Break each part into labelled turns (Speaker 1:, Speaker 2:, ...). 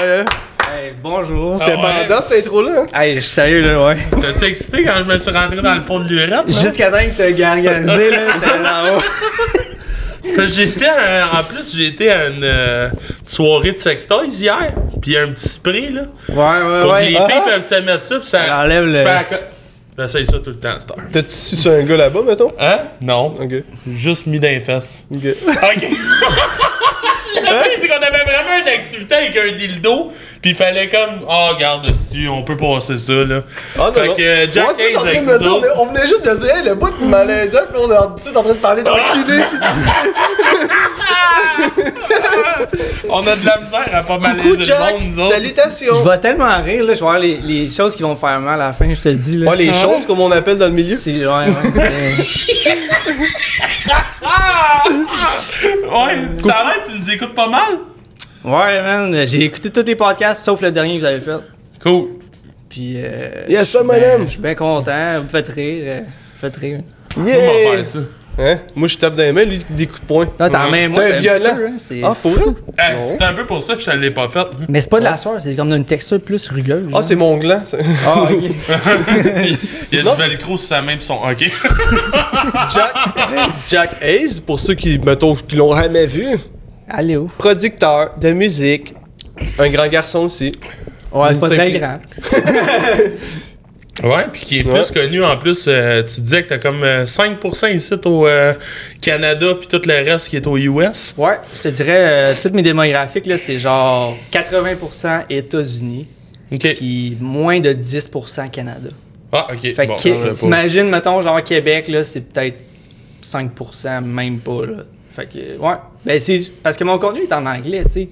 Speaker 1: Ouais. Hey, bonjour, c'était
Speaker 2: Ah ouais.
Speaker 1: pendant cette intro-là. hein? Hey, je suis sérieux, là, ouais.
Speaker 2: T'as-tu excité quand je me suis rentré dans le fond de l'urette? là?
Speaker 1: Jusqu'à temps que t'as garganisé, là, t'es là-haut.
Speaker 2: Parce que J'étais à- en plus, j'étais à une euh, soirée de sextoys hier, puis un petit spray, là.
Speaker 1: Ouais, ouais,
Speaker 2: Pour que
Speaker 1: ouais.
Speaker 2: les
Speaker 1: Ah,
Speaker 2: filles
Speaker 1: ah.
Speaker 2: peuvent se mettre ça, puis ça.
Speaker 3: Ça enlève
Speaker 2: tu
Speaker 3: le-
Speaker 2: peux acco- J'essaye ça tout le temps, Star.
Speaker 1: T'as-tu su sur un gars là-bas, mettons?
Speaker 2: Hein? Non.
Speaker 1: Ok,
Speaker 2: Juste mis dans les fesses.
Speaker 1: ok.
Speaker 2: Ok. Le pire, c'est qu'on avait vraiment une activité avec un dildo, puis il fallait comme, oh, regarde dessus, on peut passer ça, là.
Speaker 1: Ah, non,
Speaker 2: Fait
Speaker 1: non.
Speaker 2: que, euh, Jack
Speaker 1: Ouais, ça, je suis en
Speaker 2: Hayes
Speaker 1: train de
Speaker 2: avec
Speaker 1: me dire,
Speaker 2: nous
Speaker 1: on, est- on venait juste de dire, hey, le bout de malaisant, pis là, on est en, tu sais, t'es en train de parler
Speaker 2: Ah.
Speaker 1: d'enculé.
Speaker 2: On a de la misère à pas mal
Speaker 1: Coucou,
Speaker 2: le
Speaker 1: Jack!
Speaker 2: monde, nous autres.
Speaker 3: Je
Speaker 1: Salutations!
Speaker 3: vais tellement rire, là, je vais voir les, les choses qui vont me faire mal à la fin, je te le dis. Là. Ah.
Speaker 1: Ouais, les choses, comme on appelle dans le milieu.
Speaker 3: C'est ouais, ouais, c'est-
Speaker 2: Ah! Ouais, ça va, tu nous écoutes pas mal?
Speaker 3: ouais, man, j'ai écouté tous les podcasts sauf le dernier que vous avez fait.
Speaker 2: Cool.
Speaker 3: Puis, euh,
Speaker 1: Yes, sir,
Speaker 3: ben,
Speaker 1: madame!
Speaker 3: je suis bien content, vous me faites rire. euh, vous me faites rire.
Speaker 2: Ben,
Speaker 1: Yeah!
Speaker 2: ça.
Speaker 1: Hein? Moi, je tape dans les mains, lui, des coups de poing.
Speaker 3: Non, t'as
Speaker 2: Ouais.
Speaker 3: même moi,
Speaker 1: T'es
Speaker 3: t'es un
Speaker 1: violent.
Speaker 3: petit peu, hein, c'est-
Speaker 1: Ah, pour vrai?
Speaker 2: Ah, c'est un peu pour ça que je te l'ai pas fait.
Speaker 3: Mais c'est pas de la soirée, c'est comme d'une texture plus rugueuse.
Speaker 1: Ah, c'est mon gland. ça.
Speaker 2: Il y a
Speaker 1: Non.
Speaker 2: du velcro sur sa main pis son. Ok.
Speaker 1: Jack, Jack Hayes, pour ceux qui, mettons, qui l'ont jamais vu,
Speaker 3: Allez oh. où?
Speaker 1: producteur de musique, un grand garçon aussi. Ah,
Speaker 3: Ouais,
Speaker 1: D'une
Speaker 3: c'est pas très
Speaker 1: simple-
Speaker 3: grand.
Speaker 2: Ouais, puis qui est plus
Speaker 1: Ouais.
Speaker 2: connu en plus. euh, tu disais que t'as comme euh, 5% ici au euh, Canada puis tout le reste qui est aux US.
Speaker 3: Ouais, je te dirais, euh, toutes mes démographiques, là, c'est genre 80% États-Unis,
Speaker 2: Ok.
Speaker 3: puis moins de 10% Canada.
Speaker 2: Ah, ok.
Speaker 3: Fait que
Speaker 2: Bon,
Speaker 3: Qué-
Speaker 2: je savais pas.
Speaker 3: t'imagines, mettons, genre Québec, là, c'est peut-être 5%, même pas, là. Fait que, ouais. Ben, c'est parce que mon contenu est en anglais, tu sais.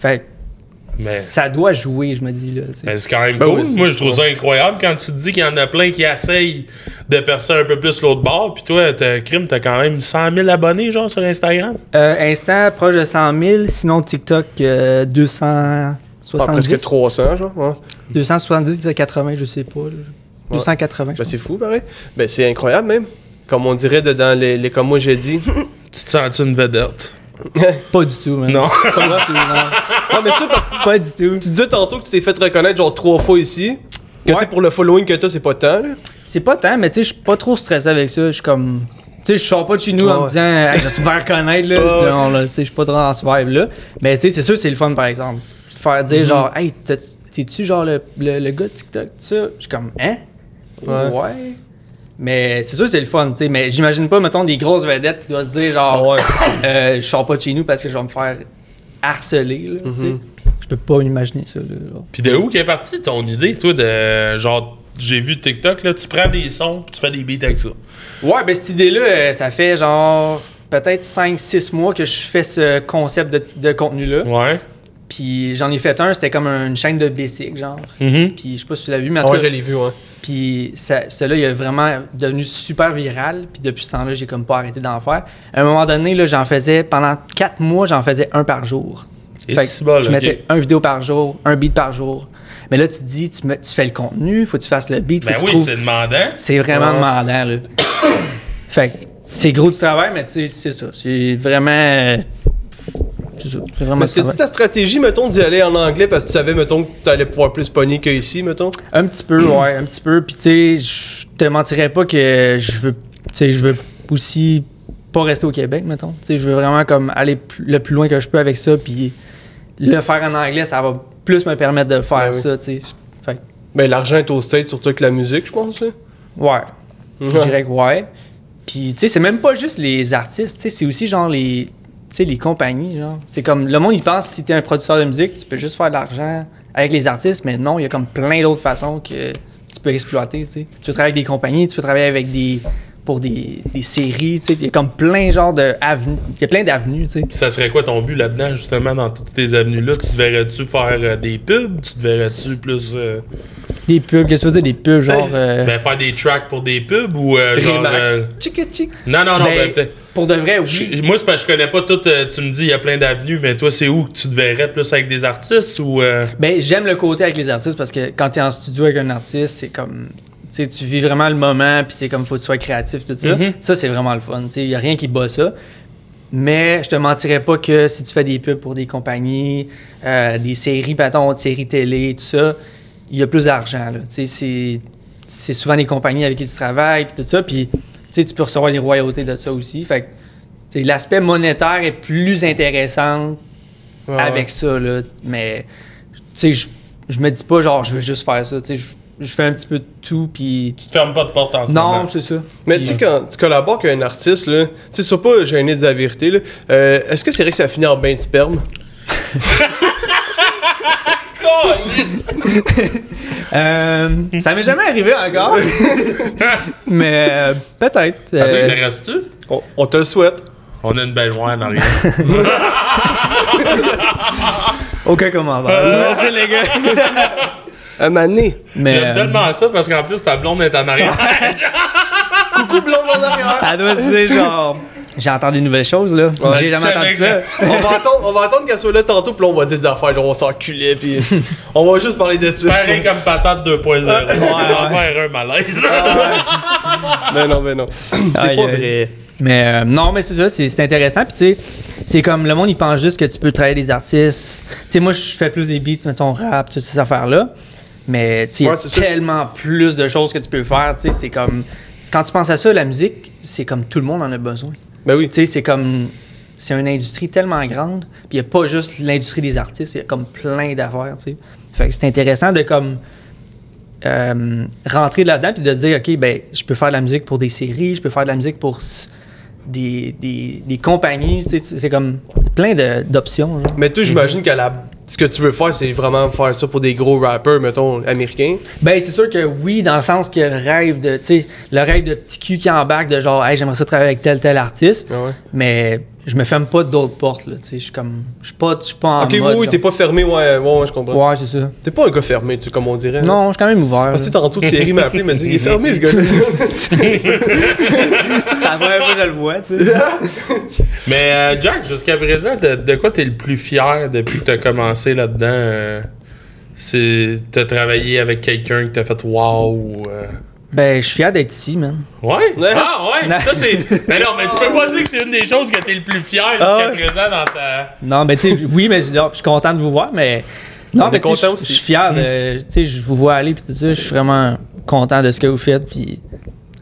Speaker 3: Fait que
Speaker 2: Mais-
Speaker 3: ça doit jouer, je me dis, là. tu sais.
Speaker 2: Mais c'est quand même
Speaker 1: Ben
Speaker 2: cool.
Speaker 1: oui, c'est-
Speaker 2: Moi, je trouve ça incroyable quand tu te dis qu'il y en a plein qui essayent de percer un peu plus l'autre bord. Puis toi, t'as, Crime, t'as quand même 100 000 abonnés, genre, sur Instagram.
Speaker 3: Euh, instant, proche de 100 000, sinon TikTok, euh, 270.
Speaker 1: Ah, presque 300, genre. ouais.
Speaker 3: 270, 80, je sais pas. là, je- 280.
Speaker 1: Ben, c'est fou, pareil. Ben, c'est incroyable, même. Comme on dirait de- dans les, les comme moi j'ai dit.
Speaker 2: Tu te sens-tu une vedette?
Speaker 3: Pas du tout, man.
Speaker 2: Non.
Speaker 3: Pas du tout, non.
Speaker 1: Non, mais ça, parce que
Speaker 3: Pas du tout.
Speaker 1: tu disais tantôt que tu t'es fait reconnaître, genre, trois fois ici. Que, tu sais,
Speaker 3: Ouais.
Speaker 1: pour le following que t'as, c'est pas tant, là.
Speaker 3: C'est pas tant, mais tu sais, je suis pas trop stressé avec ça. Je suis comme. Tu sais, je sors pas de chez nous
Speaker 1: Ah
Speaker 3: en
Speaker 1: ouais.
Speaker 3: me disant, hey, je vais me faire connaître, là.
Speaker 1: Ah ouais.
Speaker 3: Non, là, tu sais, je suis pas trop dans ce vibe-là. Mais tu sais, c'est sûr, c'est le fun, par exemple. Te faire
Speaker 1: Mm-hmm.
Speaker 3: dire, genre, hey, t'as- t'es-tu genre le, le, le gars de TikTok, tout ça? Je suis comme, hein?
Speaker 1: Ouais.
Speaker 3: Ouais. Mais c'est sûr, c'est le fun, tu sais. Mais j'imagine pas, mettons, des grosses vedettes qui doivent se dire, genre, Euh, je sors pas de chez nous parce que je vais me faire harceler, là, tu
Speaker 1: Mm-hmm.
Speaker 3: sais. Je peux pas imaginer ça, là. genre.
Speaker 2: Puis de où qu'est partie ton idée, toi, de genre. J'ai vu TikTok, là, tu prends des sons, puis tu fais des beats avec ça.
Speaker 3: Ouais, ben cette idée-là, euh, ça fait genre peut-être 5-6 mois que je fais ce concept de, de contenu-là.
Speaker 2: Ouais.
Speaker 3: Puis j'en ai fait un, c'était comme une chaîne de basic, genre.
Speaker 2: Mm.
Speaker 3: Puis je sais pas si tu l'as vu, mais en
Speaker 1: Ah,
Speaker 3: tout
Speaker 1: ouais,
Speaker 3: cas,
Speaker 1: je l'ai vu, ouais.
Speaker 3: puis ça- celui-là, il est vraiment devenu super viral. Puis depuis ce temps-là, j'ai comme pas arrêté d'en faire. À un moment donné, là, j'en faisais, pendant 4 mois, j'en faisais un par jour.
Speaker 2: Et
Speaker 3: Fait que
Speaker 2: si bol,
Speaker 3: je
Speaker 2: ok.
Speaker 3: mettais un vidéo par jour, un beat par jour. Mais là, tu te dis, tu, mets- tu fais le contenu, faut que tu fasses le beat, faut
Speaker 2: Ben
Speaker 3: que tu
Speaker 2: oui,
Speaker 3: trouves-
Speaker 2: c'est demandant.
Speaker 3: c'est vraiment
Speaker 1: Ouais.
Speaker 3: demandant, là. fait que c'est gros du travail, mais tu sais, c'est ça. C'est vraiment. euh, C'est ça. C'est vraiment
Speaker 1: Mais
Speaker 3: du
Speaker 1: c'était dit
Speaker 3: travail.
Speaker 1: ta stratégie, mettons, d'y aller en anglais parce que tu savais, mettons, que t'allais pouvoir plus pogner qu'ici, mettons.
Speaker 3: Un petit peu, ouais, un petit peu. Puis tu sais, je te mentirais pas que je veux. Tu sais, je veux aussi pas rester au Québec, mettons. Tu sais, je veux vraiment comme aller pl- le plus loin que je peux avec ça. Puis le faire en anglais, ça va plus me permettre de faire
Speaker 1: Ben oui.
Speaker 3: ça, tu sais. Fait que,
Speaker 1: Ben, l'argent est au state, surtout que la musique, je pense, là.
Speaker 3: ouais. Je
Speaker 1: Ouais.
Speaker 3: dirais que ouais. Puis, tu sais, c'est même pas juste les artistes, tu sais, c'est aussi genre les, tu sais, les compagnies, genre. C'est comme, le monde, il pense, si t'es un producteur de musique, tu peux juste faire de l'argent avec les artistes, mais non, il y a comme plein d'autres façons que tu peux exploiter, tu sais. Tu peux travailler avec des compagnies, tu peux travailler avec des, pour des, des séries, tu sais, il y a comme plein genre de avenues, il y a plein d'avenues, tu sais.
Speaker 2: Ça serait quoi ton but là-dedans, justement, dans toutes tes avenues-là? Tu te verrais-tu faire euh, des pubs? Tu te verrais-tu plus. euh,
Speaker 3: Des pubs, qu'est-ce que tu veux dire, des pubs, genre... euh,
Speaker 2: ben, faire des tracks pour des pubs ou. euh, genre,
Speaker 1: Remax.
Speaker 2: euh,
Speaker 1: Tchik, tchik.
Speaker 2: Non, non, non,
Speaker 3: ben,
Speaker 2: ben, peut-être.
Speaker 3: pour de vrai, oui.
Speaker 2: Je- Moi, c'est parce que je connais pas tout. euh, tu me dis, il y a plein d'avenues, mais toi, c'est où que tu te verrais plus avec des artistes ou. euh,
Speaker 3: Ben, j'aime le côté avec les artistes parce que quand tu es en studio avec un artiste, c'est comme. Tu sais, tu vis vraiment le moment, puis c'est comme faut que tu sois créatif, tout ça.
Speaker 2: Mhm.
Speaker 3: Ça, c'est vraiment le fun. Il n'y a rien qui bat ça. Mais je te mentirais pas que si tu fais des pubs pour des compagnies, euh, des séries, mettons, des séries télé, tout ça, il y a plus d'argent. là. Tu sais, C'est c'est souvent les compagnies avec qui tu travailles, puis tout ça. Puis tu sais, tu peux recevoir les royautés de ça aussi. Fait que tu sais, l'aspect monétaire est plus intéressant
Speaker 1: Ouais,
Speaker 3: avec ça. Là. Mais tu sais, je, je me dis pas genre, je veux juste faire ça. Tu sais, je, je fais un petit peu de tout, puis.
Speaker 2: Tu te fermes pas de porte en ce moment.
Speaker 3: Non, c'est ça.
Speaker 1: Mais tu
Speaker 3: Puis-
Speaker 1: sais, quand tu collabores avec un artiste, là, tu sais, sois pas gêné de la vérité, là, euh, est-ce que c'est vrai que ça finit en bain de sperme?
Speaker 3: Euh, ça m'est jamais arrivé encore. mais euh, peut-être.
Speaker 2: Ça
Speaker 3: euh,
Speaker 2: t'intéresse-tu?
Speaker 1: On, on te le souhaite.
Speaker 2: On a une belle voix en arrière.
Speaker 3: aucun
Speaker 2: Euh,
Speaker 3: commentaire. les gars.
Speaker 1: À mané.
Speaker 3: Mais
Speaker 2: J'aime
Speaker 3: euh,
Speaker 2: tellement ça parce qu'en plus ta blonde est en arrière.
Speaker 1: Coucou blonde en arrière.
Speaker 3: elle euh, doit se dire genre. J'entends des nouvelles choses là.
Speaker 1: Ouais,
Speaker 3: J'ai jamais
Speaker 2: c'est
Speaker 3: entendu
Speaker 2: vrai.
Speaker 3: ça.
Speaker 1: on va attendre, on va attendre qu'elle soit là tantôt, puis là, on va dire des affaires, genre on s'enculait, puis on va juste parler de ça.
Speaker 2: Pareil comme patate 2.0. On va en faire un malaise.
Speaker 1: Mais non, mais non. C'est
Speaker 3: Aïe,
Speaker 1: pas
Speaker 3: aïe.
Speaker 1: vrai.
Speaker 3: Mais euh, non, mais c'est ça, c'est c'est intéressant. Puis tu sais, c'est comme le monde, il pense juste que tu peux travailler des artistes. Tu sais, moi, je fais plus des beats, mettons rap, toutes ces affaires-là. Mais tu sais, il y a
Speaker 1: Ouais, c'est sûr.
Speaker 3: tellement plus de choses que tu peux faire. Tu sais, c'est comme. Quand tu penses à ça, la musique, c'est comme tout le monde en a besoin.
Speaker 1: Ben oui.
Speaker 3: Tu sais, c'est comme. C'est une industrie tellement grande, puis il n'y a pas juste l'industrie des artistes, il y a comme plein d'affaires, tu sais. Fait que c'est intéressant de comme. euh, rentrer là-dedans puis de dire, OK, ben, je peux faire de la musique pour des séries, je peux faire de la musique pour s- des, des, des compagnies, tu sais, c'est comme plein de- d'options. genre.
Speaker 1: Mais toi, j'imagine que la- ce que tu veux faire, c'est vraiment faire ça pour des gros rappers, mettons, américains.
Speaker 3: Ben, c'est sûr que oui, dans le sens que le rêve de, tu sais, le rêve de petit cul qui embarque de genre, hey, j'aimerais ça travailler avec tel, tel artiste.
Speaker 1: Ah ouais.
Speaker 3: Mais je me ferme pas d'autres portes, là, tu sais. Je suis comme, je suis pas, je suis pas en.
Speaker 1: ok, oui,
Speaker 3: mode,
Speaker 1: oui, t'es
Speaker 3: genre.
Speaker 1: pas fermé, ouais, ouais, ouais, je comprends.
Speaker 3: Ouais, c'est ça.
Speaker 1: T'es pas un gars fermé, tu comme on dirait. là.
Speaker 3: Non, je suis quand même ouvert.
Speaker 1: Parce que tantôt, Thierry m'a appelé, il m'a dit, il est fermé, ce gars-là.
Speaker 3: la première fois que je le vois, tu sais.
Speaker 2: Mais euh, Jack, jusqu'à présent, de, de quoi t'es le plus fier depuis que t'as commencé là-dedans? euh, c'est t'as travaillé avec quelqu'un que t'as fait wow ou euh,
Speaker 3: Ben, je suis fier d'être ici, man.
Speaker 2: Ouais?
Speaker 1: Ouais.
Speaker 2: Ah ouais!
Speaker 3: Non.
Speaker 2: Ça c'est. Mais non, mais tu peux pas dire que c'est une des choses que t'es le plus fier jusqu'à
Speaker 1: Ah ouais.
Speaker 2: présent dans ta.
Speaker 3: Non, mais tu sais, oui, mais je non, je suis content de vous voir, mais. Non,
Speaker 1: On est
Speaker 3: mais tu sais,
Speaker 1: content
Speaker 3: je- je
Speaker 1: aussi.
Speaker 3: suis fier de. Tu sais, je vous vois aller, puis tout ça, je suis vraiment content de ce que vous faites, puis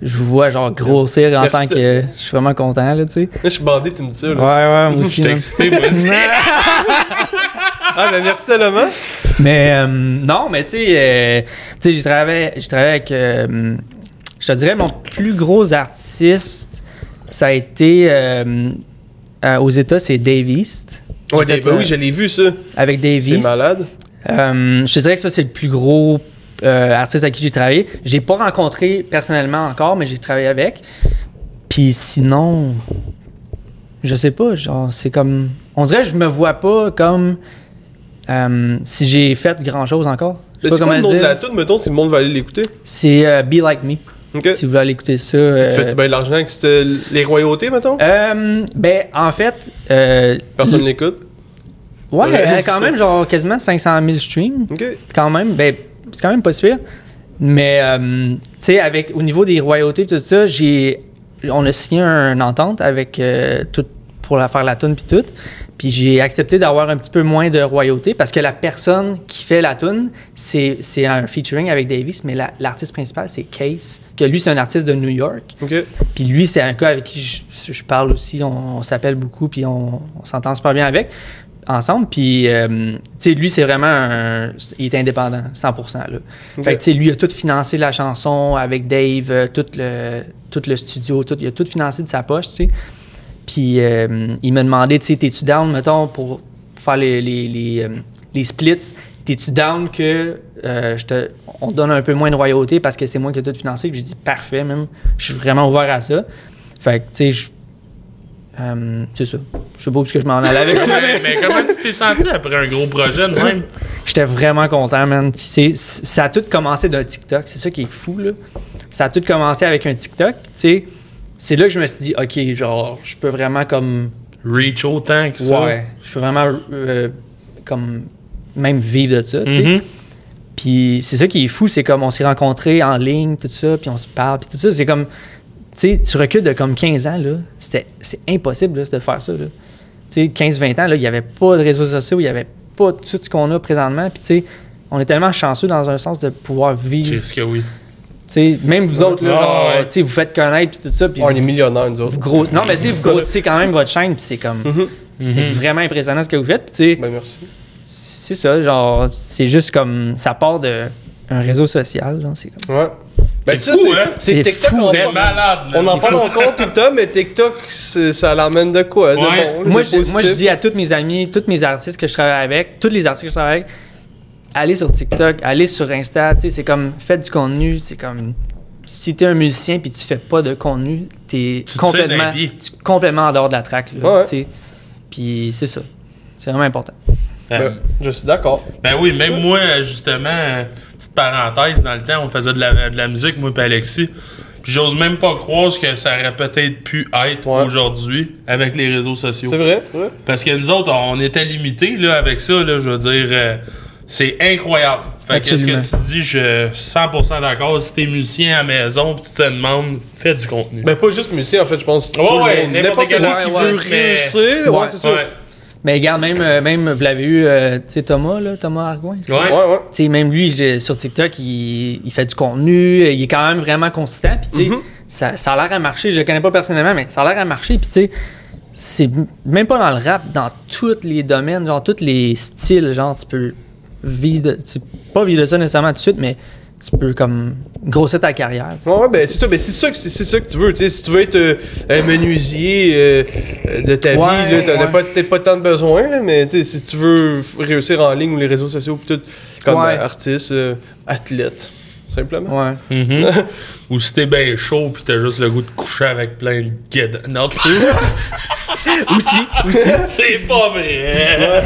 Speaker 3: je vous vois, genre, grossir en
Speaker 1: Merci.
Speaker 3: tant que. Je suis vraiment content, là, tu sais.
Speaker 1: Je suis bandé, tu me dis ça,
Speaker 3: Ouais,
Speaker 1: là.
Speaker 3: ouais, moi
Speaker 2: Je
Speaker 3: aussi. hein.
Speaker 2: suis
Speaker 3: man.
Speaker 2: excité, moi aussi.
Speaker 1: Ah, ben merci tellement.
Speaker 3: Mais euh, non, mais tu sais, euh, tu sais, j'ai travaillé, j'ai travaillé avec, euh, je te dirais, mon plus gros artiste, ça a été euh, euh, aux États, c'est Dave East.
Speaker 1: Ouais,
Speaker 3: J'ai fait,
Speaker 1: ben
Speaker 3: euh,
Speaker 1: oui, je l'ai vu, ça.
Speaker 3: Avec Dave
Speaker 1: C'est
Speaker 3: East.
Speaker 1: malade.
Speaker 3: Euh, je te dirais que ça, c'est le plus gros euh, artiste avec qui j'ai travaillé. J'ai pas rencontré personnellement encore, mais j'ai travaillé avec. Puis sinon, je sais pas, genre, c'est comme. On dirait que je me vois pas comme. euh, si j'ai fait grand chose encore. Je
Speaker 1: Mais
Speaker 3: sais
Speaker 1: c'est
Speaker 3: pas
Speaker 1: quoi
Speaker 3: comment
Speaker 1: le
Speaker 3: le
Speaker 1: nom de la
Speaker 3: dire.
Speaker 1: toune, mettons, si le monde va aller l'écouter?
Speaker 3: C'est euh, Be Like Me.
Speaker 1: Ok.
Speaker 3: Si vous voulez aller écouter
Speaker 1: Tu
Speaker 3: ça. euh,
Speaker 1: fais-tu bien de l'argent avec c'était les royautés, mettons?
Speaker 3: euh, ben, en fait. euh,
Speaker 1: Personne l'écoute.
Speaker 3: Ouais,
Speaker 1: Ouais,
Speaker 3: elle a
Speaker 1: c'est
Speaker 3: quand
Speaker 1: ça.
Speaker 3: même, genre, quasiment 500 000 streams.
Speaker 1: Ok.
Speaker 3: quand même, ben, c'est quand même pas si pire. Mais, euh, tu sais, avec, au niveau des royautés et tout ça, j'ai, on a signé une entente avec euh, tout, pour la, faire la toune puis tout. Puis j'ai accepté d'avoir un petit peu moins de royautés parce que la personne qui fait la toune, c'est, c'est un featuring avec Davis, mais la- l'artiste principal, c'est Case, que lui, c'est un artiste de New York.
Speaker 1: Ok.
Speaker 3: Puis lui, c'est un gars avec qui je, je parle aussi, on, on s'appelle beaucoup, puis on, on s'entend super bien avec, ensemble. Puis, euh, tu sais, lui, c'est vraiment un- Il est indépendant, 100%. Là. Fait que, tu sais, lui, il a tout financé la chanson avec Dave, euh, tout le, tout le studio, tout, il a tout financé de sa poche, tu sais. Puis, euh, il m'a demandé, tu sais, t'es-tu down, mettons, pour faire les, les, les, euh, les splits? T'es-tu down que euh, je te, on te donne un peu moins de royauté parce que c'est moi qui ai tout financé? Puis j'ai dit, parfait, man. Je suis vraiment ouvert à ça. Fait que, tu sais, je- euh, c'est ça. Je sais pas où est-ce que je m'en allais avec ça.
Speaker 2: mais, mais comment tu t'es senti après un gros projet de même?
Speaker 3: J'étais vraiment content, man. Puis c'est- c- ça a tout commencé d'un TikTok. C'est ça qui est fou, là. Ça a tout commencé avec un TikTok. Puis, tu sais, c'est là que je me suis dit, OK, genre, je peux vraiment comme.
Speaker 2: Reach autant que ça.
Speaker 3: Ouais. Je peux vraiment, euh, comme, même vivre de ça, tu sais.
Speaker 2: Mhm.
Speaker 3: Puis c'est ça qui est fou, c'est comme on s'est rencontrés en ligne, tout ça, puis on se parle, puis tout ça. C'est comme. sais, tu recules de comme 15 ans, là, c'était, c'est impossible là, de faire ça. Là. Tu sais, 15-20 ans, là, il n'y avait pas de réseaux sociaux, il n'y avait pas tout ce qu'on a présentement. Puis, tu sais, on est tellement chanceux dans un sens de pouvoir vivre. Tu
Speaker 2: Qu'est-ce que oui.
Speaker 3: sais, même vous autres, là,
Speaker 2: Ah,
Speaker 3: genre,
Speaker 2: ouais.
Speaker 3: tu sais, vous faites connaître, puis tout ça. Puis
Speaker 1: On
Speaker 3: vous-
Speaker 1: est millionnaires, nous autres.
Speaker 3: vous grosse- Non, mais tu sais, vous grossissez quand même votre chaîne, puis c'est comme. C'est
Speaker 2: Mhm.
Speaker 3: vraiment impressionnant ce que vous faites. Puis, tu sais,
Speaker 1: Ben, merci.
Speaker 3: c'est ça, genre, c'est juste comme. Ça part de un réseau social, genre, c'est comme.
Speaker 1: Ouais. Ben,
Speaker 2: C'est fou,
Speaker 1: c'est-
Speaker 2: hein?
Speaker 1: C'est
Speaker 3: C'est
Speaker 1: TikTok.
Speaker 3: fou,
Speaker 1: on
Speaker 2: C'est
Speaker 1: en-
Speaker 2: malade, là.
Speaker 1: On en
Speaker 2: C'est
Speaker 1: parle
Speaker 2: fou.
Speaker 1: encore tout le temps, mais TikTok, c'est- ça l'emmène de quoi? De
Speaker 2: Ouais.
Speaker 1: bon,
Speaker 3: Moi
Speaker 1: de
Speaker 3: je, moi, je
Speaker 1: positif.
Speaker 3: dis à tous mes amis, tous mes artistes que je travaille avec, tous les artistes que je travaille avec, allez sur TikTok, allez sur Insta, tu sais, c'est comme, faites du contenu, c'est comme, si t'es un musicien puis tu fais pas de contenu, t'es
Speaker 2: Tu te tires dans
Speaker 3: complètement,
Speaker 2: les pieds.
Speaker 3: tu- complètement en dehors de la track, là,
Speaker 1: Ouais.
Speaker 3: tu sais. Puis c'est ça, c'est vraiment important.
Speaker 2: Euh,
Speaker 1: Ben, je suis d'accord.
Speaker 2: Ben oui, même moi, justement, euh, petite parenthèse, dans le temps, on faisait de la, de la musique, moi et Alexis. Puis j'ose même pas croire ce que ça aurait peut-être pu être
Speaker 1: Ouais.
Speaker 2: aujourd'hui avec les réseaux sociaux.
Speaker 1: C'est vrai? ouais.
Speaker 2: Parce que nous autres, on était limités là, avec ça, là, je veux dire, euh, c'est incroyable. Fait que ce
Speaker 3: Absolument.
Speaker 2: que tu dis, je suis 100% d'accord. Si t'es musicien à la maison, pis tu te demandes, fais du contenu.
Speaker 1: Ben, pas juste musicien, en fait, je pense. tout
Speaker 2: Ouais,
Speaker 1: le
Speaker 2: ouais,
Speaker 1: monde,
Speaker 2: n'importe
Speaker 1: n'importe
Speaker 2: quel
Speaker 1: qui
Speaker 2: artiste,
Speaker 1: veut
Speaker 2: mais-
Speaker 1: réussir. Ouais,
Speaker 3: Ouais.
Speaker 1: c'est ça.
Speaker 2: ouais,
Speaker 1: Ouais,
Speaker 3: Mais regarde, même, euh, même vous l'avez eu, euh, tu sais, Thomas, là, Thomas Argoin.
Speaker 2: ouais.
Speaker 1: ouais.
Speaker 3: Tu sais, même lui, je- sur TikTok, il, il fait du contenu, il est quand même vraiment consistant. Puis, tu sais,
Speaker 1: Mhm.
Speaker 3: ça, ça a l'air à marcher. Je le connais pas personnellement, mais ça a l'air à marcher. Puis, tu sais, c'est m- même pas dans le rap, dans tous les domaines, genre, tous les styles. Genre, tu peux vivre, de- tu peux pas vivre de ça nécessairement tout de suite, mais tu peux, comme, grossir ta carrière. tu sais.
Speaker 1: Ouais, ouais, ben c'est ça, ben c'est ça que c'est c'est ça que tu veux, tu sais, si tu veux être euh, un menuisier euh, euh, de ta
Speaker 3: Ouais,
Speaker 1: vie, là, t'en as
Speaker 3: ouais.
Speaker 1: pas- peut-être pas tant de besoin, là, mais tu sais, si tu veux f- réussir en ligne ou les réseaux sociaux pis tout, comme
Speaker 3: Ouais.
Speaker 1: euh, artiste, euh, athlète, simplement.
Speaker 3: Ouais.
Speaker 2: Mhm. Ou si t'es bien chaud pis t'as juste le goût de coucher avec plein de guedes. Non,
Speaker 3: aussi, aussi.
Speaker 2: c'est pas vrai.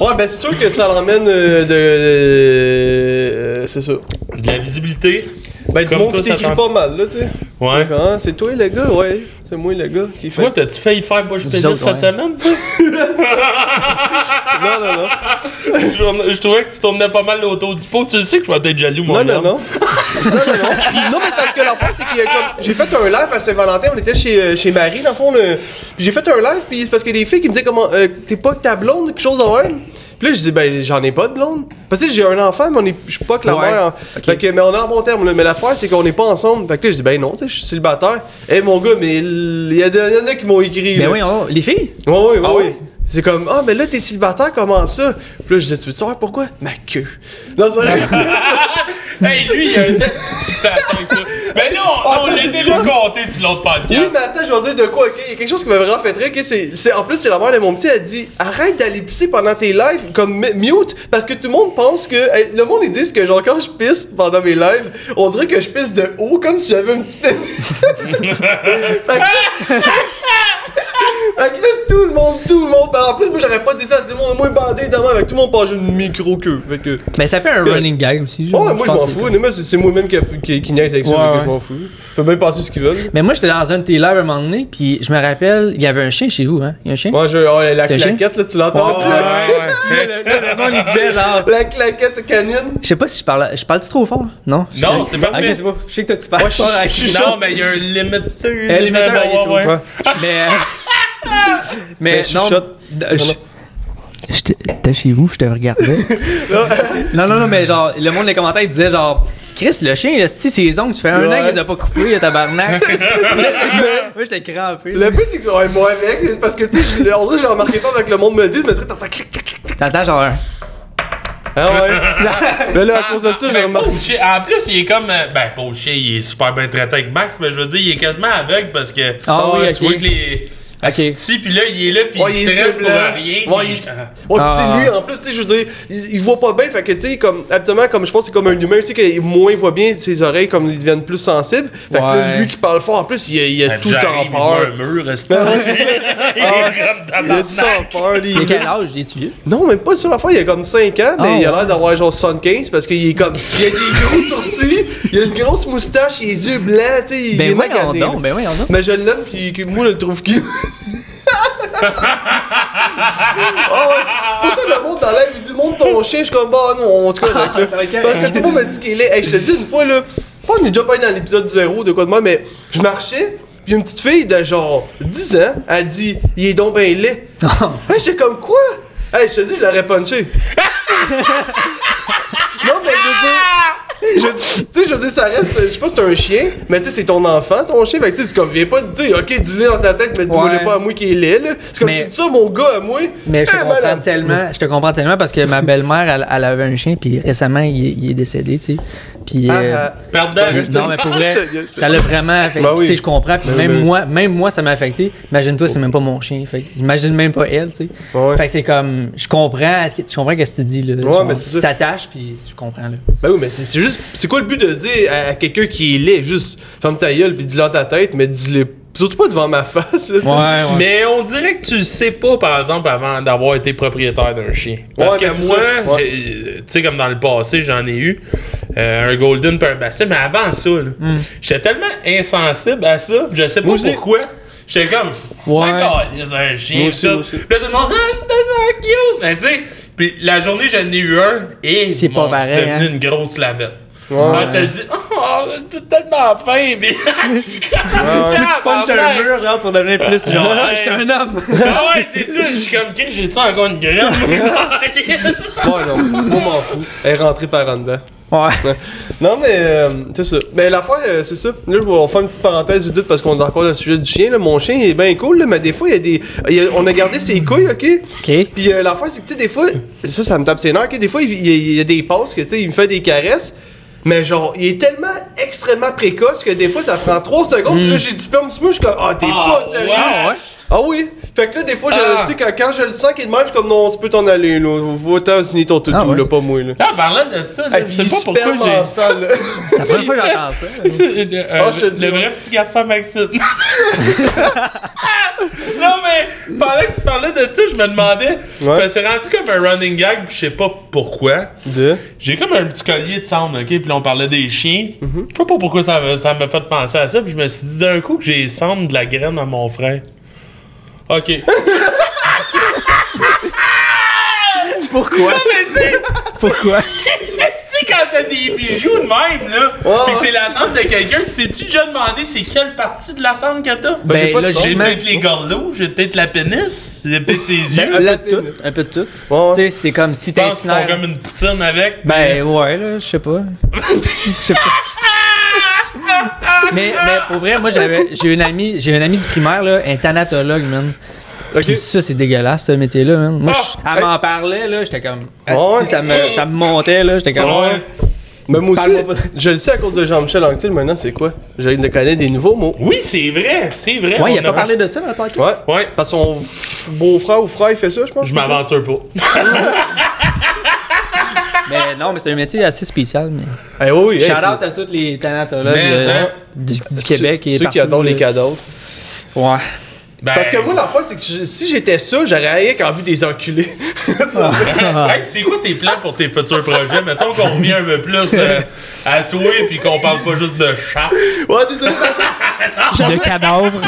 Speaker 1: Ouais, ben c'est sûr que ça l'emmène euh, de, euh, c'est ça.
Speaker 2: De la visibilité.
Speaker 1: Ben du
Speaker 2: Comme
Speaker 1: monde
Speaker 2: toi,
Speaker 1: qui
Speaker 2: ça
Speaker 1: t'écrit
Speaker 2: t'en-
Speaker 1: pas mal, là, tu sais.
Speaker 2: Ouais.
Speaker 1: Fait que, hein, c'est toi le gars, ouais, c'est moi le gars qui fait.
Speaker 2: Toi, t'as-tu failli faire Bush
Speaker 3: Vous
Speaker 2: Pénis
Speaker 3: autres,
Speaker 2: cette
Speaker 3: ouais.
Speaker 2: semaine? toi?
Speaker 1: Non, non, non,
Speaker 2: je, je trouvais que tu tournais pas mal autour du pot. Tu le sais que je vais être jaloux, mon
Speaker 1: non, non,
Speaker 2: homme.
Speaker 1: non, non, non, non, non, mais parce que l'enfant c'est qu'il y a comme, j'ai fait un live à Saint-Valentin, on était chez, euh, chez Marie dans le fond, le- puis j'ai fait un live, puis c'est parce que des filles qui me disaient comment, euh, t'es pas que ta blonde, quelque chose de même, puis là je dis ben j'en ai pas de blonde, parce que j'ai un enfant, mais on est, je suis pas que la
Speaker 3: Ouais,
Speaker 1: mère, hein.
Speaker 3: ok.
Speaker 1: Fait que, mais on est en bon terme, là. mais l'affaire c'est qu'on est pas ensemble, fait que là je dis ben non, tu sais, je suis célibataire, Eh mon gars, mais il y, a des- il y en a qui m'ont écrit,
Speaker 3: Ben
Speaker 1: là.
Speaker 3: oui, on- les filles?
Speaker 1: Ouais, ouais, ouais,
Speaker 3: Ah
Speaker 1: ouais.
Speaker 3: ouais?
Speaker 1: C'est comme, ah, mais là, t'es célibataire, comment ça? Puis là, je disais, tu veux savoir pourquoi? Ma queue. Non, ça,
Speaker 2: Hey, lui, il a un esti de fixation avec ça. Mais là, on,
Speaker 1: Ah,
Speaker 2: on
Speaker 1: toi,
Speaker 2: l'a
Speaker 1: c'est
Speaker 2: déjà
Speaker 1: toi?
Speaker 2: compté sur l'autre
Speaker 1: Oui,
Speaker 2: podcast.
Speaker 1: mais attends, je vais dire de quoi, ok? Il y a quelque chose qui m'a vraiment fait rire, ok? C'est, c'est- en plus, c'est la mère de mon petit, elle dit arrête d'aller pisser pendant tes lives, comme m- mute, parce que tout le monde pense que. hey, le monde, ils disent que, genre, quand je pisse pendant mes lives, on dirait que je pisse de haut, comme si j'avais un petit pénis. fait, que... Fait que là, tout le monde, tout le monde. En plus, moi, j'aurais pas dit ça à tout le monde, moi, bandé, demain, avec tout le monde, pas une micro-queue. Fait que.
Speaker 3: Mais Ben, ça fait un
Speaker 1: Que-
Speaker 3: running gag aussi.
Speaker 1: Ouais, moi
Speaker 3: genre, je
Speaker 1: je m'en
Speaker 3: pense que-
Speaker 1: fous, mais moi, c'est c'est moi-même qui, qui, qui niaise avec ça,
Speaker 3: Ouais,
Speaker 1: donc
Speaker 3: ouais.
Speaker 1: je m'en fous. Ils peuvent même penser ce qu'ils veulent.
Speaker 3: Mais moi, j'étais dans un de tes lives à un moment donné, puis je me rappelle, il y avait un chien chez vous, hein? Il y a un chien?
Speaker 1: Moi je, oh, la
Speaker 3: T'as
Speaker 1: claquette, là, tu l'entends?
Speaker 3: Ouais,
Speaker 1: tu vois?
Speaker 2: ouais.
Speaker 1: La claquette canine.
Speaker 3: Je sais pas si je parle. Je parle trop fort? Non?
Speaker 2: Non, c'est
Speaker 3: Ok,
Speaker 2: parfait.
Speaker 3: c'est bon. Je sais que toi, tu parles
Speaker 1: Ouais, je-
Speaker 3: fort avec-
Speaker 1: je- je-
Speaker 2: Non, mais il y a un limiteur.
Speaker 3: Elle est metteur,
Speaker 2: Ouais,
Speaker 3: elle est
Speaker 2: ouais.
Speaker 1: Ouais.
Speaker 3: Mais. euh,
Speaker 1: Mais
Speaker 3: mais
Speaker 2: Eh,
Speaker 1: je
Speaker 3: non.
Speaker 1: shot.
Speaker 3: je- je te- T'es chez vous, je te regardais. non, non, non, mais genre, le monde, les commentaires, ils disaient genre. Chris, le chien, si ses ongles, tu fais un
Speaker 1: Ouais.
Speaker 3: an qu'il les a pas coupé, le tabarnak. Moi, j'étais crampé.
Speaker 1: Le plus, c'est que ouais, moi avec, mais c'est parce que tu sais, je- on dirait que je l'ai remarqué pas avec le monde me le dise, mais c'est vrai, t'entends clic, clic, clic.
Speaker 3: T'entends genre un.
Speaker 1: Ah ouais. mais là, à cause de ça, je l'ai
Speaker 2: Ben,
Speaker 1: remarqué.
Speaker 2: pauvre chien. En plus, il est comme. euh, Ben, pauvre chien, il est super bien traité avec Max, mais je veux dire, il est quasiment aveugle parce que.
Speaker 3: Ah oui,
Speaker 2: tu
Speaker 3: ok.
Speaker 2: vois que les. Si, puis là, il est là, puis
Speaker 1: Ouais,
Speaker 2: il
Speaker 1: est
Speaker 2: stresse
Speaker 1: sur
Speaker 2: pour
Speaker 1: blanc.
Speaker 2: rien.
Speaker 1: Ouais,
Speaker 2: puis-
Speaker 1: il- Ouais, puis, tu sais,
Speaker 3: Ah.
Speaker 1: lui, en plus, tu sais, je veux dire, il, il voit pas bien, fait que, tu sais, comme, habituellement, comme je pense, c'est comme un humain, tu sais, que moins il voit bien ses oreilles, comme ils deviennent plus sensibles. Fait que là,
Speaker 3: Ouais.
Speaker 1: lui qui parle fort, en plus, il a, il a
Speaker 2: Ben,
Speaker 1: tout
Speaker 2: j'arrive,
Speaker 1: en
Speaker 2: il voit
Speaker 1: peur.
Speaker 2: un mur, esti. Il est comme
Speaker 1: Il a tout en
Speaker 2: tabarnak.
Speaker 1: peur, lui.
Speaker 3: Il a quel âge? Il est-tu vieux?
Speaker 1: Non, même pas sur la fois, il a comme 5 ans, mais
Speaker 3: Ah,
Speaker 1: il a
Speaker 3: ouais.
Speaker 1: l'air d'avoir genre 75 parce qu'il est comme. Il a des gros sourcils, il a une grosse moustache, il a les yeux blancs, tu sais, il est
Speaker 3: Ben oui, on
Speaker 1: magané, là.
Speaker 3: donc, ben oui, on donc.
Speaker 1: Mais je l'aime pis que moi je le trouve cute. Ah ouais. Pour ça le monde dans l'air, il dit monte ton chien, je suis comme bah non, on se connaît avec là.
Speaker 3: Ça va être
Speaker 1: Parce que tout le monde m'a dit qu'il est. Hey, je te dis une fois là, pas, on est déjà pas allé dans l'épisode 0 de quoi de moi, mais je marchais, puis une petite fille de genre 10 ans, a dit Il est donc ben laid. Hey, j'étais comme quoi Hey, je te dis, je l'aurais punché. non, mais je veux dire. je- Tu sais, je veux dire, ça reste. Je sais pas si c'est un chien, mais tu sais, c'est ton enfant, ton chien. Fait que tu sais, c'est comme, viens pas te dire, ok, dis-le dans ta tête, mais dis-moi
Speaker 3: Ouais.
Speaker 1: le pas à moi qui est laid, là. C'est comme,
Speaker 3: Mais-
Speaker 1: tu dis ça, mon gars, à moi.
Speaker 3: Mais je te
Speaker 1: Eh,
Speaker 3: comprends
Speaker 1: madame.
Speaker 3: tellement, je te comprends tellement parce que ma belle-mère, elle, elle avait un chien, puis récemment, il, est- il est décédé, tu sais. Puis.
Speaker 1: Ah,
Speaker 3: euh,
Speaker 1: ah.
Speaker 2: Pardon.
Speaker 3: puis-
Speaker 1: je te
Speaker 3: non,
Speaker 1: dis-
Speaker 3: mais pour
Speaker 1: je
Speaker 3: vrai,
Speaker 1: te- je te-
Speaker 3: ça l'a vraiment affecté.
Speaker 1: Ben oui.
Speaker 3: Tu sais, je comprends. Puis
Speaker 1: Ben
Speaker 3: même,
Speaker 1: oui.
Speaker 3: moi, même moi, ça m'a affecté. Imagine-toi, c'est même pas mon chien. Fait que imagine même pas elle, tu sais.
Speaker 1: Bah Ouais.
Speaker 3: Fait que c'est comme. Je comprends, je comprends ce que tu dis, là. Ouais,
Speaker 1: mais c'est
Speaker 3: tu
Speaker 1: ça.
Speaker 3: t'attaches, puis je comprends, là.
Speaker 1: Ben oui, mais c'est c'est juste. C'est quoi le but de dire à, à quelqu'un qui est laid Juste ferme ta gueule puis dis-le dans ta tête, mais dis-le surtout pas devant ma face. Là, tu sais.
Speaker 2: Mais on dirait que tu le sais pas, par exemple, avant d'avoir été propriétaire d'un chien. Parce
Speaker 1: Ouais, ben,
Speaker 2: que
Speaker 1: c'est
Speaker 2: moi,
Speaker 1: ça. Ouais.
Speaker 2: j'ai- euh, tu sais, comme dans le passé, j'en ai eu euh, un golden par basset, mais avant ça, là, j'étais tellement insensible à ça, puis je sais pas
Speaker 1: Hmm. Moi aussi.
Speaker 2: pourquoi. J'étais comme, oh,
Speaker 3: Ouais.
Speaker 2: ouais. c'est un chien.
Speaker 1: Moi
Speaker 2: pis
Speaker 1: aussi,
Speaker 2: tout.
Speaker 1: moi aussi.
Speaker 2: Puis là, tout le monde, ah, c'est tellement cute. Mais tu sais, puis la journée, j'en ai eu un, et
Speaker 3: C'est pas
Speaker 2: mon,
Speaker 3: pareil,
Speaker 2: c'est devenu
Speaker 3: hein.
Speaker 2: une grosse lavette.
Speaker 1: Ouais.
Speaker 2: On te dit, oh, t'es tellement fin, Ah, pis.
Speaker 1: Ah.
Speaker 3: Tu punches un
Speaker 2: ben.
Speaker 3: mur, genre, pour devenir plus genre.
Speaker 2: Ouais.
Speaker 3: J'étais un homme!
Speaker 2: Ah ouais, c'est ça, je suis comme, Chris, j'ai-tu encore une graine?
Speaker 1: Ouais, non, moi m'en fous. Elle est rentrée par en dedans.
Speaker 3: Ouais.
Speaker 1: Non, mais euh, c'est ça. Mais l'affaire, euh, c'est ça. Là, on va faire une petite parenthèse vite parce qu'on est encore dans le sujet du chien. Là. Mon chien il est bien cool, là, mais des fois, il y a des. il y a- on a gardé ses couilles, ok?
Speaker 3: Ok.
Speaker 1: Puis euh, l'affaire, c'est que, tu sais, des fois, ça, ça me tape ses nerfs, ok? Des fois, il, il y a- il y a des passes que, tu sais, il me fait des caresses. Mais genre, il est tellement extrêmement précoce que des fois, ça prend 3 secondes.
Speaker 3: Hmm.
Speaker 1: Puis là, j'ai du perme sur moi, je suis comme, ah, t'es
Speaker 2: Ah,
Speaker 1: pas sérieux.
Speaker 2: ouais.
Speaker 1: Ah oui! Fait que là, des fois, je-
Speaker 2: Ah.
Speaker 1: tu sais, quand, quand je le sens qu'il est de même, je suis comme, non, tu peux t'en aller, là. Va-t'en, signer ton toutou,
Speaker 3: Ah ouais.
Speaker 1: là, pas moi, là.
Speaker 2: Là, en parlant de ça, là,
Speaker 3: Ah,
Speaker 1: Et puis,
Speaker 2: je
Speaker 1: il
Speaker 2: sais pas pourquoi
Speaker 1: sperme en
Speaker 2: j'ai.
Speaker 1: salle, là.
Speaker 3: C'est la première fois que j'entends ça.
Speaker 2: Euh,
Speaker 1: Ah, je te
Speaker 2: le,
Speaker 1: dis,
Speaker 2: le
Speaker 1: ouais.
Speaker 2: vrai petit garçon Maxime. non, mais pendant que tu parlais de ça, je me demandais.
Speaker 1: Ouais.
Speaker 2: Je me suis rendu comme un running gag, puis je sais pas pourquoi.
Speaker 1: De?
Speaker 2: J'ai comme un petit collier de cendre, ok? Puis là, on parlait des chiens.
Speaker 1: Mhm.
Speaker 2: Je sais pas pourquoi ça m'a ça m'a fait penser à ça. Puis je me suis dit d'un coup que j'ai les cendres de la graine à mon frère. Ok.
Speaker 3: Pourquoi?
Speaker 2: Non, mais tu sais,
Speaker 3: Pourquoi?
Speaker 2: tu sais, quand t'as des bijoux de même, là,
Speaker 1: Ouais.
Speaker 2: pis que c'est la cendre de quelqu'un, tu t'es-tu déjà demandé c'est quelle partie de la cendre que t'as?
Speaker 1: Ben, j'ai pas de
Speaker 3: là,
Speaker 1: son.
Speaker 2: j'ai
Speaker 1: sûrement.
Speaker 2: peut-être les gorlots, j'ai peut-être la pénis, j'ai peut-être ses
Speaker 3: Ben,
Speaker 2: yeux.
Speaker 3: un
Speaker 1: La
Speaker 3: peu de
Speaker 1: pine.
Speaker 3: tout. Un peu de tout.
Speaker 1: Ouais, ouais.
Speaker 3: Tu sais, c'est comme si
Speaker 2: Je pense qu'ils font comme
Speaker 3: t'es
Speaker 2: une poutine avec.
Speaker 3: Ben ouais, là, je sais pas. Je sais pas. mais, mais pour vrai, moi, j'avais, j'ai une amie, j'ai une amie du primaire, là, un thanatologue, man.
Speaker 1: Ok.
Speaker 3: Puis ça, c'est dégueulasse, ce métier-là, man. Moi, je-
Speaker 1: Ah!
Speaker 3: elle m'en parlait, là, j'étais comme.
Speaker 1: Ouais.
Speaker 3: asti, ça, me, ça me montait, là, j'étais comme.
Speaker 2: Ouais.
Speaker 1: Mais moi aussi,
Speaker 3: Parle-moi pas
Speaker 1: je le sais à cause de Jean-Michel Anctil maintenant, c'est quoi? Je ne connais des nouveaux mots.
Speaker 2: Oui, c'est vrai, c'est vrai.
Speaker 3: Ouais, il a
Speaker 2: on
Speaker 3: pas parlé de ça dans le podcast.
Speaker 1: Ouais.
Speaker 2: Ouais.
Speaker 1: Parce que son f- beau-frère ou frère, il fait ça, je pense.
Speaker 2: Je m'aventure pas.
Speaker 3: Mais non, mais c'est un métier assez spécial. Mais...
Speaker 1: Eh oui, oui, hey,
Speaker 3: Shout
Speaker 1: faut-
Speaker 3: out à tous les thanatologues
Speaker 2: Mais,
Speaker 3: euh,
Speaker 2: hein.
Speaker 3: du, du
Speaker 1: ceux-
Speaker 3: Québec. et
Speaker 1: Ceux qui
Speaker 3: partout,
Speaker 1: adorent les
Speaker 3: là.
Speaker 1: cadavres.
Speaker 3: Ouais.
Speaker 2: Ben,
Speaker 1: Parce que moi, l'affaire, c'est que je- si j'étais ça, j'aurais rien qu'envie des enculés.
Speaker 3: Ah.
Speaker 2: Ben, Hey, c'est quoi tes plans pour tes futurs projets? Mettons qu'on revient un peu plus euh, à toi puis qu'on parle pas juste de chat.
Speaker 1: ouais, désolé, Nathan.
Speaker 3: Le cadavre.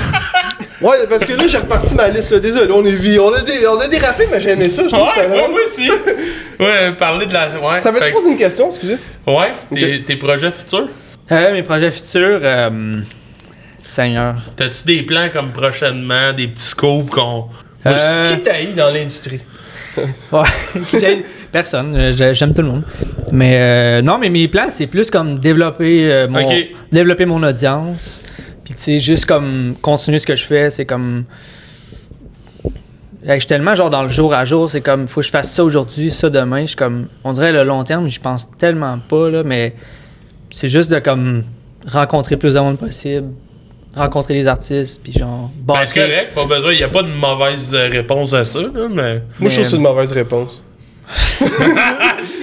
Speaker 1: Ouais, parce que là, j'ai reparti ma liste, là. Désolé, on est vie. On a, dé- on a dérapé, mais j'aimais ça. Je trouve que
Speaker 2: Ouais,
Speaker 1: c'était
Speaker 2: ouais,
Speaker 1: drôle.
Speaker 2: moi aussi. Ouais, parler de la. Ouais.
Speaker 1: T'avais-tu
Speaker 2: Fait-
Speaker 1: posé une question, excusez?
Speaker 2: Ouais, tes, tes projets futurs.
Speaker 3: Euh, mes projets futurs, euh, Seigneur.
Speaker 2: T'as-tu des plans comme prochainement, des petits scoops qu'on.
Speaker 3: Euh,
Speaker 1: Qui t'haït dans l'industrie?
Speaker 3: ouais, j'ai- personne, euh, j'ai- j'aime tout le monde. Mais euh, non, mais mes plans, c'est plus comme développer, euh, mon,
Speaker 2: Ok.
Speaker 3: développer mon audience. Puis tu sais, juste comme continuer ce que je fais, c'est comme. Là, Je suis tellement genre dans le jour à jour, c'est comme faut que je fasse ça aujourd'hui, ça demain. Je suis comme, on dirait le long terme, je pense tellement pas, là, mais c'est juste de comme rencontrer plus de monde possible, rencontrer les artistes, puis genre.
Speaker 2: Ben, c'est
Speaker 3: bâtir-
Speaker 2: correct, pas besoin. Y a pas de mauvaise euh, réponse à ça, là, mais.
Speaker 1: Moi, je trouve
Speaker 3: Mais-
Speaker 1: que c'est une mauvaise réponse.
Speaker 2: Si,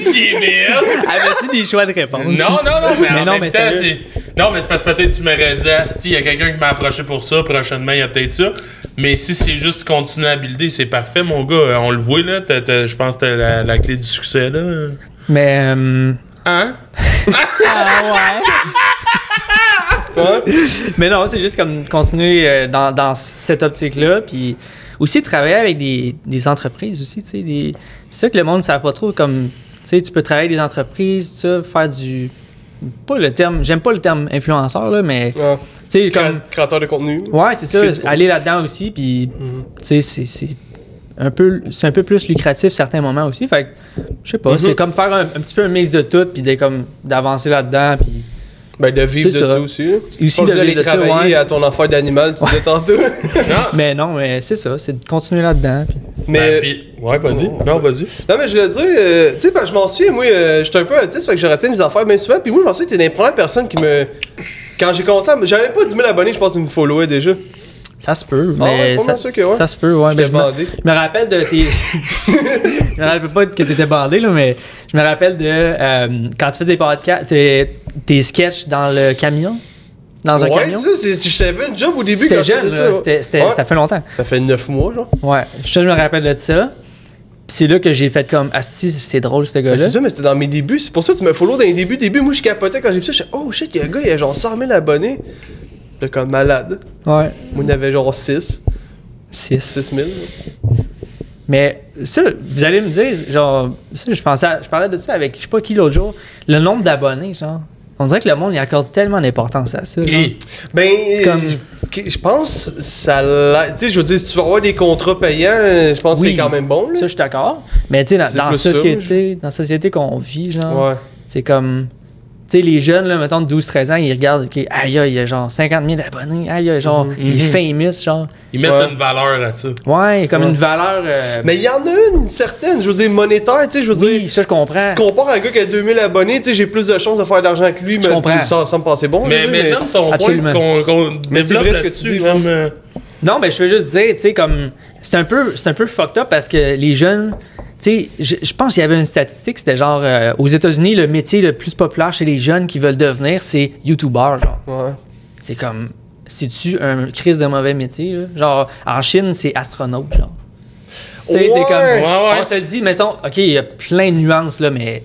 Speaker 2: il est BS.
Speaker 3: Avais-tu des choix de réponse?
Speaker 2: Non, non, non, mais,
Speaker 3: Mais
Speaker 2: en
Speaker 3: non,
Speaker 2: même
Speaker 3: mais
Speaker 2: temps,
Speaker 3: sérieux.
Speaker 2: t'es- Non, mais c'est parce que peut-être tu m'aurais dit, ah, si, y a quelqu'un qui m'a approché pour ça, prochainement, y a peut-être ça. Mais si c'est juste continuer à builder, c'est parfait, mon gars. Euh, On le voit, là. t'as- t'as- Je pense que t'as la, la clé du succès, là.
Speaker 3: Mais. euh,
Speaker 2: Hein?
Speaker 1: Ouais.
Speaker 3: Mais non, c'est juste comme continuer euh, dans, dans cette optique-là. Puis aussi travailler avec des, des entreprises aussi. tu sais, des- C'est ça que le monde ne savent pas trop. Comme, tu sais, tu peux travailler avec des entreprises, tout ça, faire du, pas le terme, j'aime pas le terme influenceur, là, mais tu
Speaker 1: Ouais.
Speaker 3: sais,
Speaker 1: Cré-
Speaker 3: comme.
Speaker 1: Créateur de contenu.
Speaker 3: Ouais, c'est
Speaker 1: Créer du
Speaker 3: ça, aller là-dedans aussi, puis
Speaker 1: Mhm.
Speaker 3: tu sais, c'est- c'est un peu c'est un peu plus lucratif certains moments aussi fait que je sais pas
Speaker 1: Mhm.
Speaker 3: c'est comme faire un, un petit peu un mix de tout puis de, comme d'avancer là-dedans puis
Speaker 1: Ben, de vivre
Speaker 3: C'est
Speaker 1: de
Speaker 3: ça.
Speaker 1: ça aussi. hein.
Speaker 3: Aussi
Speaker 1: On
Speaker 3: de
Speaker 1: disait
Speaker 3: vivre
Speaker 1: aller
Speaker 3: de ça,
Speaker 1: travailler
Speaker 3: ouais.
Speaker 1: à ton affaire d'animal, tu disais tantôt.
Speaker 2: Non,
Speaker 3: mais non mais c'est ça c'est de continuer là-dedans puis
Speaker 1: Mais.
Speaker 2: Ben, puis- ouais, vas-y. Non, vas-y.
Speaker 1: Non, mais je le dis, euh, tu sais, parce que je m'en souviens, moi, euh, j'étais un peu autiste, fait que je retiens les affaires bien souvent. Puis moi, je m'en souviens, t'es les premières personnes qui me. Quand j'ai commencé, à me- j'avais pas 10 000 abonnés, je pense, qu'ils me followaient déjà.
Speaker 3: ça se peut
Speaker 1: Ah
Speaker 3: mais
Speaker 1: ouais, pas
Speaker 3: ça,
Speaker 1: mal sûr que ouais.
Speaker 3: ça se peut ouais mais
Speaker 1: J'étais
Speaker 3: je me-
Speaker 1: bandé.
Speaker 3: je me rappelle de tes je me rappelle pas que t'étais bandé là mais je me rappelle de euh, quand tu fais des podcasts tes, tes sketchs dans le camion dans un
Speaker 1: Ouais,
Speaker 3: camion
Speaker 1: ça, c'est- tu savais une job au début
Speaker 3: c'était
Speaker 1: quand je
Speaker 3: jeune
Speaker 1: faisais
Speaker 3: là,
Speaker 1: ça.
Speaker 3: c'était- c'était-
Speaker 1: Ouais.
Speaker 3: ça fait longtemps
Speaker 1: Ça fait 9 mois, genre.
Speaker 3: Ouais, ça, je me rappelle de ça. Puis c'est là que j'ai fait comme Asti, c'est drôle ce
Speaker 1: Ben,
Speaker 3: gars-là.
Speaker 1: c'est ça, mais c'était dans mes débuts. C'est pour ça que tu me follow dans les débuts. Début, moi, je capotais quand j'ai vu ça. Je suis oh shit, il y a un gars, il a genre 100 000 abonnés. J'étais comme malade.
Speaker 3: Ouais,
Speaker 1: Moi, il y en avait genre 6.
Speaker 3: 6.
Speaker 1: 6 000.
Speaker 3: Mais ça, vous allez me dire, genre, ça, je pensais, à- je parlais de ça avec je sais pas qui l'autre jour, le nombre d'abonnés, genre. On dirait que le monde y accorde tellement d'importance à ça. genre.
Speaker 2: Et-
Speaker 1: Ben,
Speaker 3: C'est comme-
Speaker 1: je, je pense ça l'a. Tu sais, je veux dire, si tu vas avoir des contrats payants, je pense que
Speaker 3: Oui.
Speaker 1: c'est quand même bon.
Speaker 3: Ça, je
Speaker 1: Là.
Speaker 3: suis d'accord. Mais tu sais,
Speaker 1: C'est
Speaker 3: dans, dans la
Speaker 1: plus ça,
Speaker 3: société, dans la société qu'on vit, genre,
Speaker 1: Ouais.
Speaker 3: c'est comme. Tu sais, les jeunes, là, mettons, de 12-13 ans, ils regardent, OK, aïe, aïe, il y a genre 50 000 abonnés, aïe, aïe, genre,
Speaker 1: Mhm.
Speaker 3: il est famous, genre.
Speaker 2: Ils mettent
Speaker 1: Ouais.
Speaker 2: une valeur à ça.
Speaker 3: Ouais, il y a comme
Speaker 1: Ouais.
Speaker 3: une valeur. euh,
Speaker 1: Mais il y en a une certaine, je veux dire, monétaire, tu sais, je veux
Speaker 3: oui,
Speaker 1: dire.
Speaker 3: ça, je comprends.
Speaker 1: Si tu compares à un gars qui a 2000 abonnés, tu sais, j'ai plus de chances de faire de l'argent que lui, mais
Speaker 3: comprends.
Speaker 1: sans, sans me passer bon. je
Speaker 2: Mais,
Speaker 1: veux
Speaker 2: mais
Speaker 1: dire,
Speaker 2: j'aime ton
Speaker 3: Absolument.
Speaker 2: point qu'on qu'on
Speaker 1: Mais c'est
Speaker 2: développe
Speaker 1: vrai ce que
Speaker 2: là-dessus,
Speaker 1: tu dis,
Speaker 2: j'aime, euh,
Speaker 3: Non, mais je veux juste dire, tu sais, comme. C'est un, peu, c'est un peu fucked up parce que les jeunes. Tu sais, je, je pense qu'il y avait une statistique, c'était genre. euh, aux États-Unis, le métier le plus populaire chez les jeunes qui veulent devenir, c'est YouTuber, genre.
Speaker 1: Ouais.
Speaker 3: C'est comme. C'est-tu un crise de mauvais métier, là? Genre, en Chine, c'est astronaute, genre. Tu sais,
Speaker 1: Ouais.
Speaker 3: c'est comme.
Speaker 1: Ouais,
Speaker 2: ouais.
Speaker 3: On se dit, mettons, OK, il y a plein de nuances, là, mais.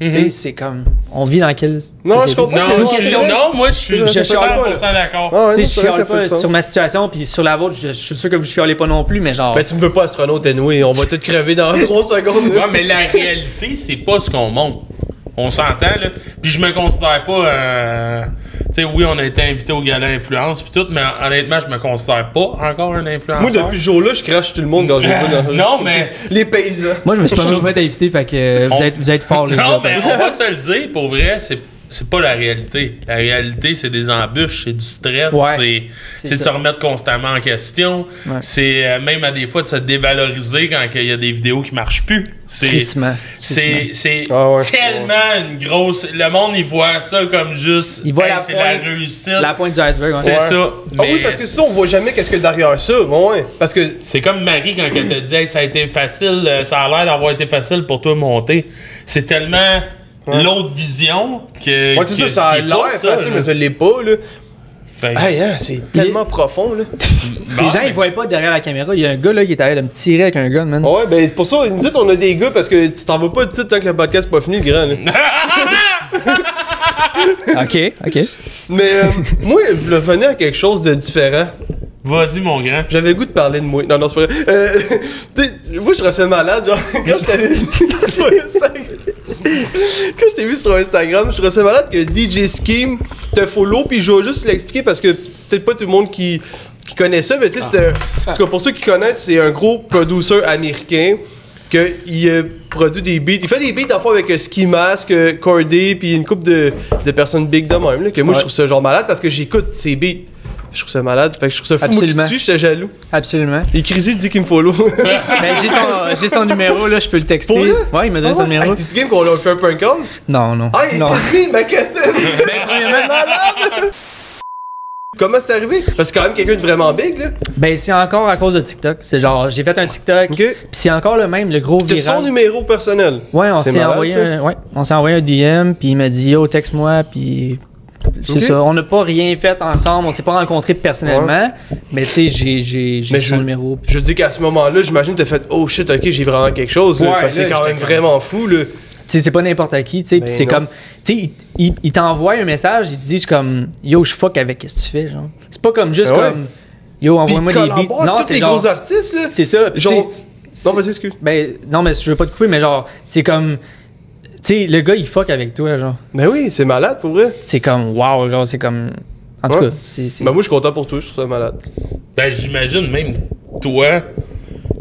Speaker 3: Tu sais,
Speaker 1: Mm-hmm.
Speaker 2: Mhm.
Speaker 3: c'est comme. On vit dans quelle.
Speaker 1: Non,
Speaker 3: société?
Speaker 1: je comprends.
Speaker 2: Non,
Speaker 1: c'est
Speaker 2: je-
Speaker 1: une question.
Speaker 2: non, moi, je suis
Speaker 1: Je
Speaker 2: je suis
Speaker 1: chiale
Speaker 2: 100% d'accord.
Speaker 1: Ah ouais,
Speaker 3: Tu
Speaker 1: non, c'est vrai
Speaker 3: sais, je
Speaker 1: que
Speaker 3: chiale
Speaker 1: ça fait
Speaker 3: pas
Speaker 1: du sens.
Speaker 3: sur ma situation, puis sur la vôtre, je, je suis sûr que vous chialez pas non plus, mais genre.
Speaker 1: Ben, tu me veux pas astronaute, anyway, on va tous crever dans 3 secondes.
Speaker 2: Ouais, mais la réalité, c'est pas ce qu'on montre. On s'entend, là. Puis je me considère pas. euh, Tu sais, oui, on a été invité au gala influence, puis tout, mais honnêtement, je me considère pas encore un influenceur.
Speaker 1: Moi, depuis ce jour-là, je crache tout le monde quand j'ai vu dans
Speaker 2: non, mais.
Speaker 1: Les paysans.
Speaker 3: Moi, je me suis pas fait invité, fait que euh, vous,
Speaker 2: On-
Speaker 3: êtes, vous êtes forts, les gars. ben,
Speaker 1: ben,
Speaker 2: Non, mais on va se le dire, pour vrai, c'est. C'est pas la réalité. La réalité, c'est des embûches, c'est du stress,
Speaker 3: Ouais,
Speaker 2: c'est-
Speaker 3: c'est
Speaker 2: c'est de se
Speaker 3: ça.
Speaker 2: remettre constamment en question,
Speaker 3: Ouais.
Speaker 2: c'est euh, même à des fois de se dévaloriser quand il y a des vidéos qui marchent plus. C'est-
Speaker 3: Crissement,
Speaker 2: C'est c'est
Speaker 1: Ah ouais.
Speaker 2: tellement une grosse. Le monde, il voit ça comme juste.
Speaker 3: Il voit
Speaker 2: hey,
Speaker 3: la
Speaker 2: C'est la
Speaker 3: pointe.
Speaker 2: réussite.
Speaker 3: La pointe du iceberg, hein. ouais.
Speaker 2: C'est ça.
Speaker 1: Ah oui,
Speaker 2: mais
Speaker 1: parce que ça, on voit jamais qu'est-ce que derrière ça. Bon, ouais. Parce que.
Speaker 2: C'est comme Marie quand elle te dit Hey, ça a été facile, euh, ça a l'air d'avoir été facile pour toi monter. C'est tellement l'autre vision que.
Speaker 1: Moi, tu
Speaker 2: que-
Speaker 1: sais, ça a
Speaker 2: qui est pas
Speaker 1: l'air
Speaker 2: ça,
Speaker 1: facile,
Speaker 2: là.
Speaker 1: mais ça l'est pas, là.
Speaker 2: Fait-
Speaker 1: Hey, hein, c'est tellement profond, là.
Speaker 2: bon,
Speaker 3: les gens,
Speaker 2: mais-
Speaker 3: ils voyaient pas derrière la caméra. Il y a un gars, là, qui est allé de me tirer avec un gun, man.
Speaker 1: Ouais, ben, c'est pour ça, nous dites, on a des gars parce que tu t'en vas pas de titre tant que le podcast est pas fini, le grand, là.
Speaker 3: OK, OK.
Speaker 1: Mais euh, moi, je voulais venir à quelque chose de différent.
Speaker 2: Vas-y, mon grand.
Speaker 1: J'avais le goût de parler de moi. Non, non, c'est pas vrai. Euh, tu sais, tu- moi, je restais malade. Genre, quand je t'avais vu sur Instagram. quand je t'ai vu sur Instagram, je restais malade que DJ Scheme te follow. Puis je vais juste l'expliquer parce que c'est peut-être pas tout le monde qui, qui connaît ça. Mais tu sais, c'est un- en tout cas, pour ceux qui connaissent, c'est un gros producer américain. Que il euh, produit des beats. Il fait des beats parfois avec euh, Ski Mask, euh, Corday, puis une couple de, de personnes big de même. là, que moi, je trouve ça genre malade parce que j'écoute ses beats. Je trouve ça malade. Fait que je trouve ça fou. Moi qui
Speaker 3: Absolument.
Speaker 1: suis, j'étais jaloux.
Speaker 3: Absolument.
Speaker 1: Et Crazy dit qu'il me follow.
Speaker 3: Ben, j'ai son, j'ai son numéro, là, je peux le texter.
Speaker 1: Pour vrai? Ah
Speaker 3: Ouais, il m'a donné son numéro.
Speaker 1: Hey, T'es-tu game qu'on leur fait un prank call? Ah,
Speaker 3: Non, non.
Speaker 1: Hey,
Speaker 3: non. Ben,
Speaker 1: it's me, ma cassette! malade! Comment c'est arrivé? Parce que c'est quand même quelqu'un de vraiment big, là.
Speaker 3: Ben, c'est encore à cause de TikTok. C'est genre, j'ai fait un TikTok.
Speaker 1: Ok.
Speaker 3: Puis c'est encore le même, le gros
Speaker 1: T'as son
Speaker 3: viral.
Speaker 1: numéro personnel.
Speaker 3: Ouais, on
Speaker 1: C'est
Speaker 3: s'est
Speaker 1: malade,
Speaker 3: envoyé,
Speaker 1: ça.
Speaker 3: un- ouais, on s'est envoyé un DM, puis il m'a dit Yo, texte-moi, puis. C'est
Speaker 1: Ok.
Speaker 3: ça. On n'a pas rien fait ensemble, on s'est pas rencontrés personnellement, mais tu sais, j'ai- j'ai j'ai
Speaker 1: Mais
Speaker 3: son
Speaker 1: je-
Speaker 3: numéro.
Speaker 1: Je dis qu'à ce moment-là, j'imagine t'as fait Oh shit, ok, j'ai vraiment quelque chose, là.
Speaker 3: Ouais,
Speaker 1: parce que
Speaker 3: là,
Speaker 1: c'est quand
Speaker 3: j'étais
Speaker 1: même
Speaker 3: comme-
Speaker 1: vraiment fou, là.
Speaker 3: Tu sais, c'est pas n'importe qui, tu sais,
Speaker 1: Ben
Speaker 3: puis c'est
Speaker 1: non.
Speaker 3: comme. Tu sais, il, il- il t'envoie un message, il te dit je suis comme Yo, je fuck avec, qu'est-ce que tu fais, genre. C'est pas comme juste
Speaker 1: Ben ouais.
Speaker 3: comme Yo,
Speaker 1: Puis
Speaker 3: envoie-moi des
Speaker 1: collabore
Speaker 3: beats. Non,
Speaker 1: tous
Speaker 3: c'est
Speaker 1: les
Speaker 3: genre.
Speaker 1: gros artistes, là.
Speaker 3: C'est ça. puis tu sais,
Speaker 1: Genre.
Speaker 3: c'est-
Speaker 1: Non, vas-y, excuse.
Speaker 3: Ben, non, mais je veux pas te couper, mais genre, c'est comme. Tu sais, le gars, il fuck avec toi, genre.
Speaker 1: Mais oui, c'est malade pour vrai.
Speaker 3: C'est comme, wow, genre, c'est comme. En tout
Speaker 1: Ouais.
Speaker 3: cas, c'est. c'est-
Speaker 1: Mais moi, je suis content pour toi, je trouve ça malade.
Speaker 2: Ben, j'imagine même toi,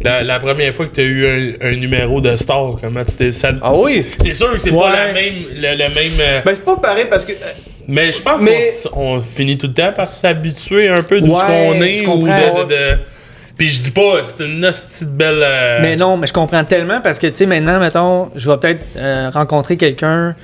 Speaker 2: la, la première fois que tu as eu un, un numéro de star, comment tu t'es. ça-
Speaker 1: Ah oui?
Speaker 2: C'est sûr que c'est
Speaker 3: Ouais.
Speaker 2: pas la même, le, le même. euh,
Speaker 1: Ben, c'est pas pareil parce que. euh,
Speaker 2: mais je pense
Speaker 1: mais-
Speaker 2: qu'on s- on finit tout le temps par s'habituer un peu d'où
Speaker 3: Ouais,
Speaker 2: ce qu'on est
Speaker 3: je
Speaker 2: ou
Speaker 3: comprends.
Speaker 2: de. de- de- Puis je dis pas, c'est une hostie de belle. euh,
Speaker 3: Mais non, mais je comprends tellement parce que, tu sais, maintenant, mettons, je vais peut-être euh, rencontrer quelqu'un,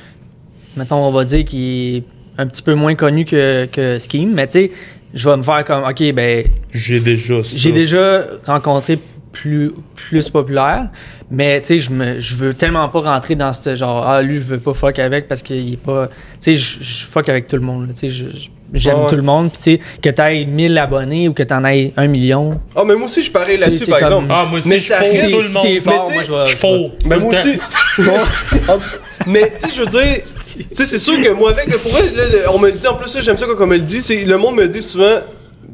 Speaker 3: mettons, on va dire, qui est un petit peu moins connu que, que Scheme, mais tu sais, je vais me faire comme, OK, ben.
Speaker 2: J'ai déjà ça.
Speaker 3: J'ai déjà rencontré plus, plus populaire, mais tu sais, je me- je veux tellement pas rentrer dans ce genre, ah, lui, je veux pas fuck avec parce qu'il est pas. Tu sais, je je fuck avec tout le monde, là, tu sais, je- je- j'aime
Speaker 1: Ouais, ouais.
Speaker 3: tout le monde, puis tu sais, que t'ailles 1000 abonnés ou que t'en ailles 1 million.
Speaker 1: Ah, mais moi aussi, je suis pareil là-dessus,
Speaker 3: c'est
Speaker 1: par
Speaker 3: comme-
Speaker 1: exemple.
Speaker 2: Ah, moi aussi,
Speaker 1: Mais
Speaker 2: je
Speaker 1: ça
Speaker 2: fous
Speaker 1: reste-
Speaker 2: tout le
Speaker 3: si
Speaker 2: monde.
Speaker 3: t'es
Speaker 1: Mais
Speaker 3: fort,
Speaker 1: tu sais,
Speaker 3: moi, je vais-
Speaker 2: Je
Speaker 3: je vais-
Speaker 2: fous.
Speaker 1: Ben,
Speaker 2: tout
Speaker 1: moi
Speaker 2: le
Speaker 1: aussi.
Speaker 2: temps.
Speaker 1: mais tu sais, je veux dire, tu sais, c'est sûr que moi, avec le pour vrai, là, le- on me le dit, en plus, là, j'aime ça quand on me le dit, c'est le monde me dit souvent,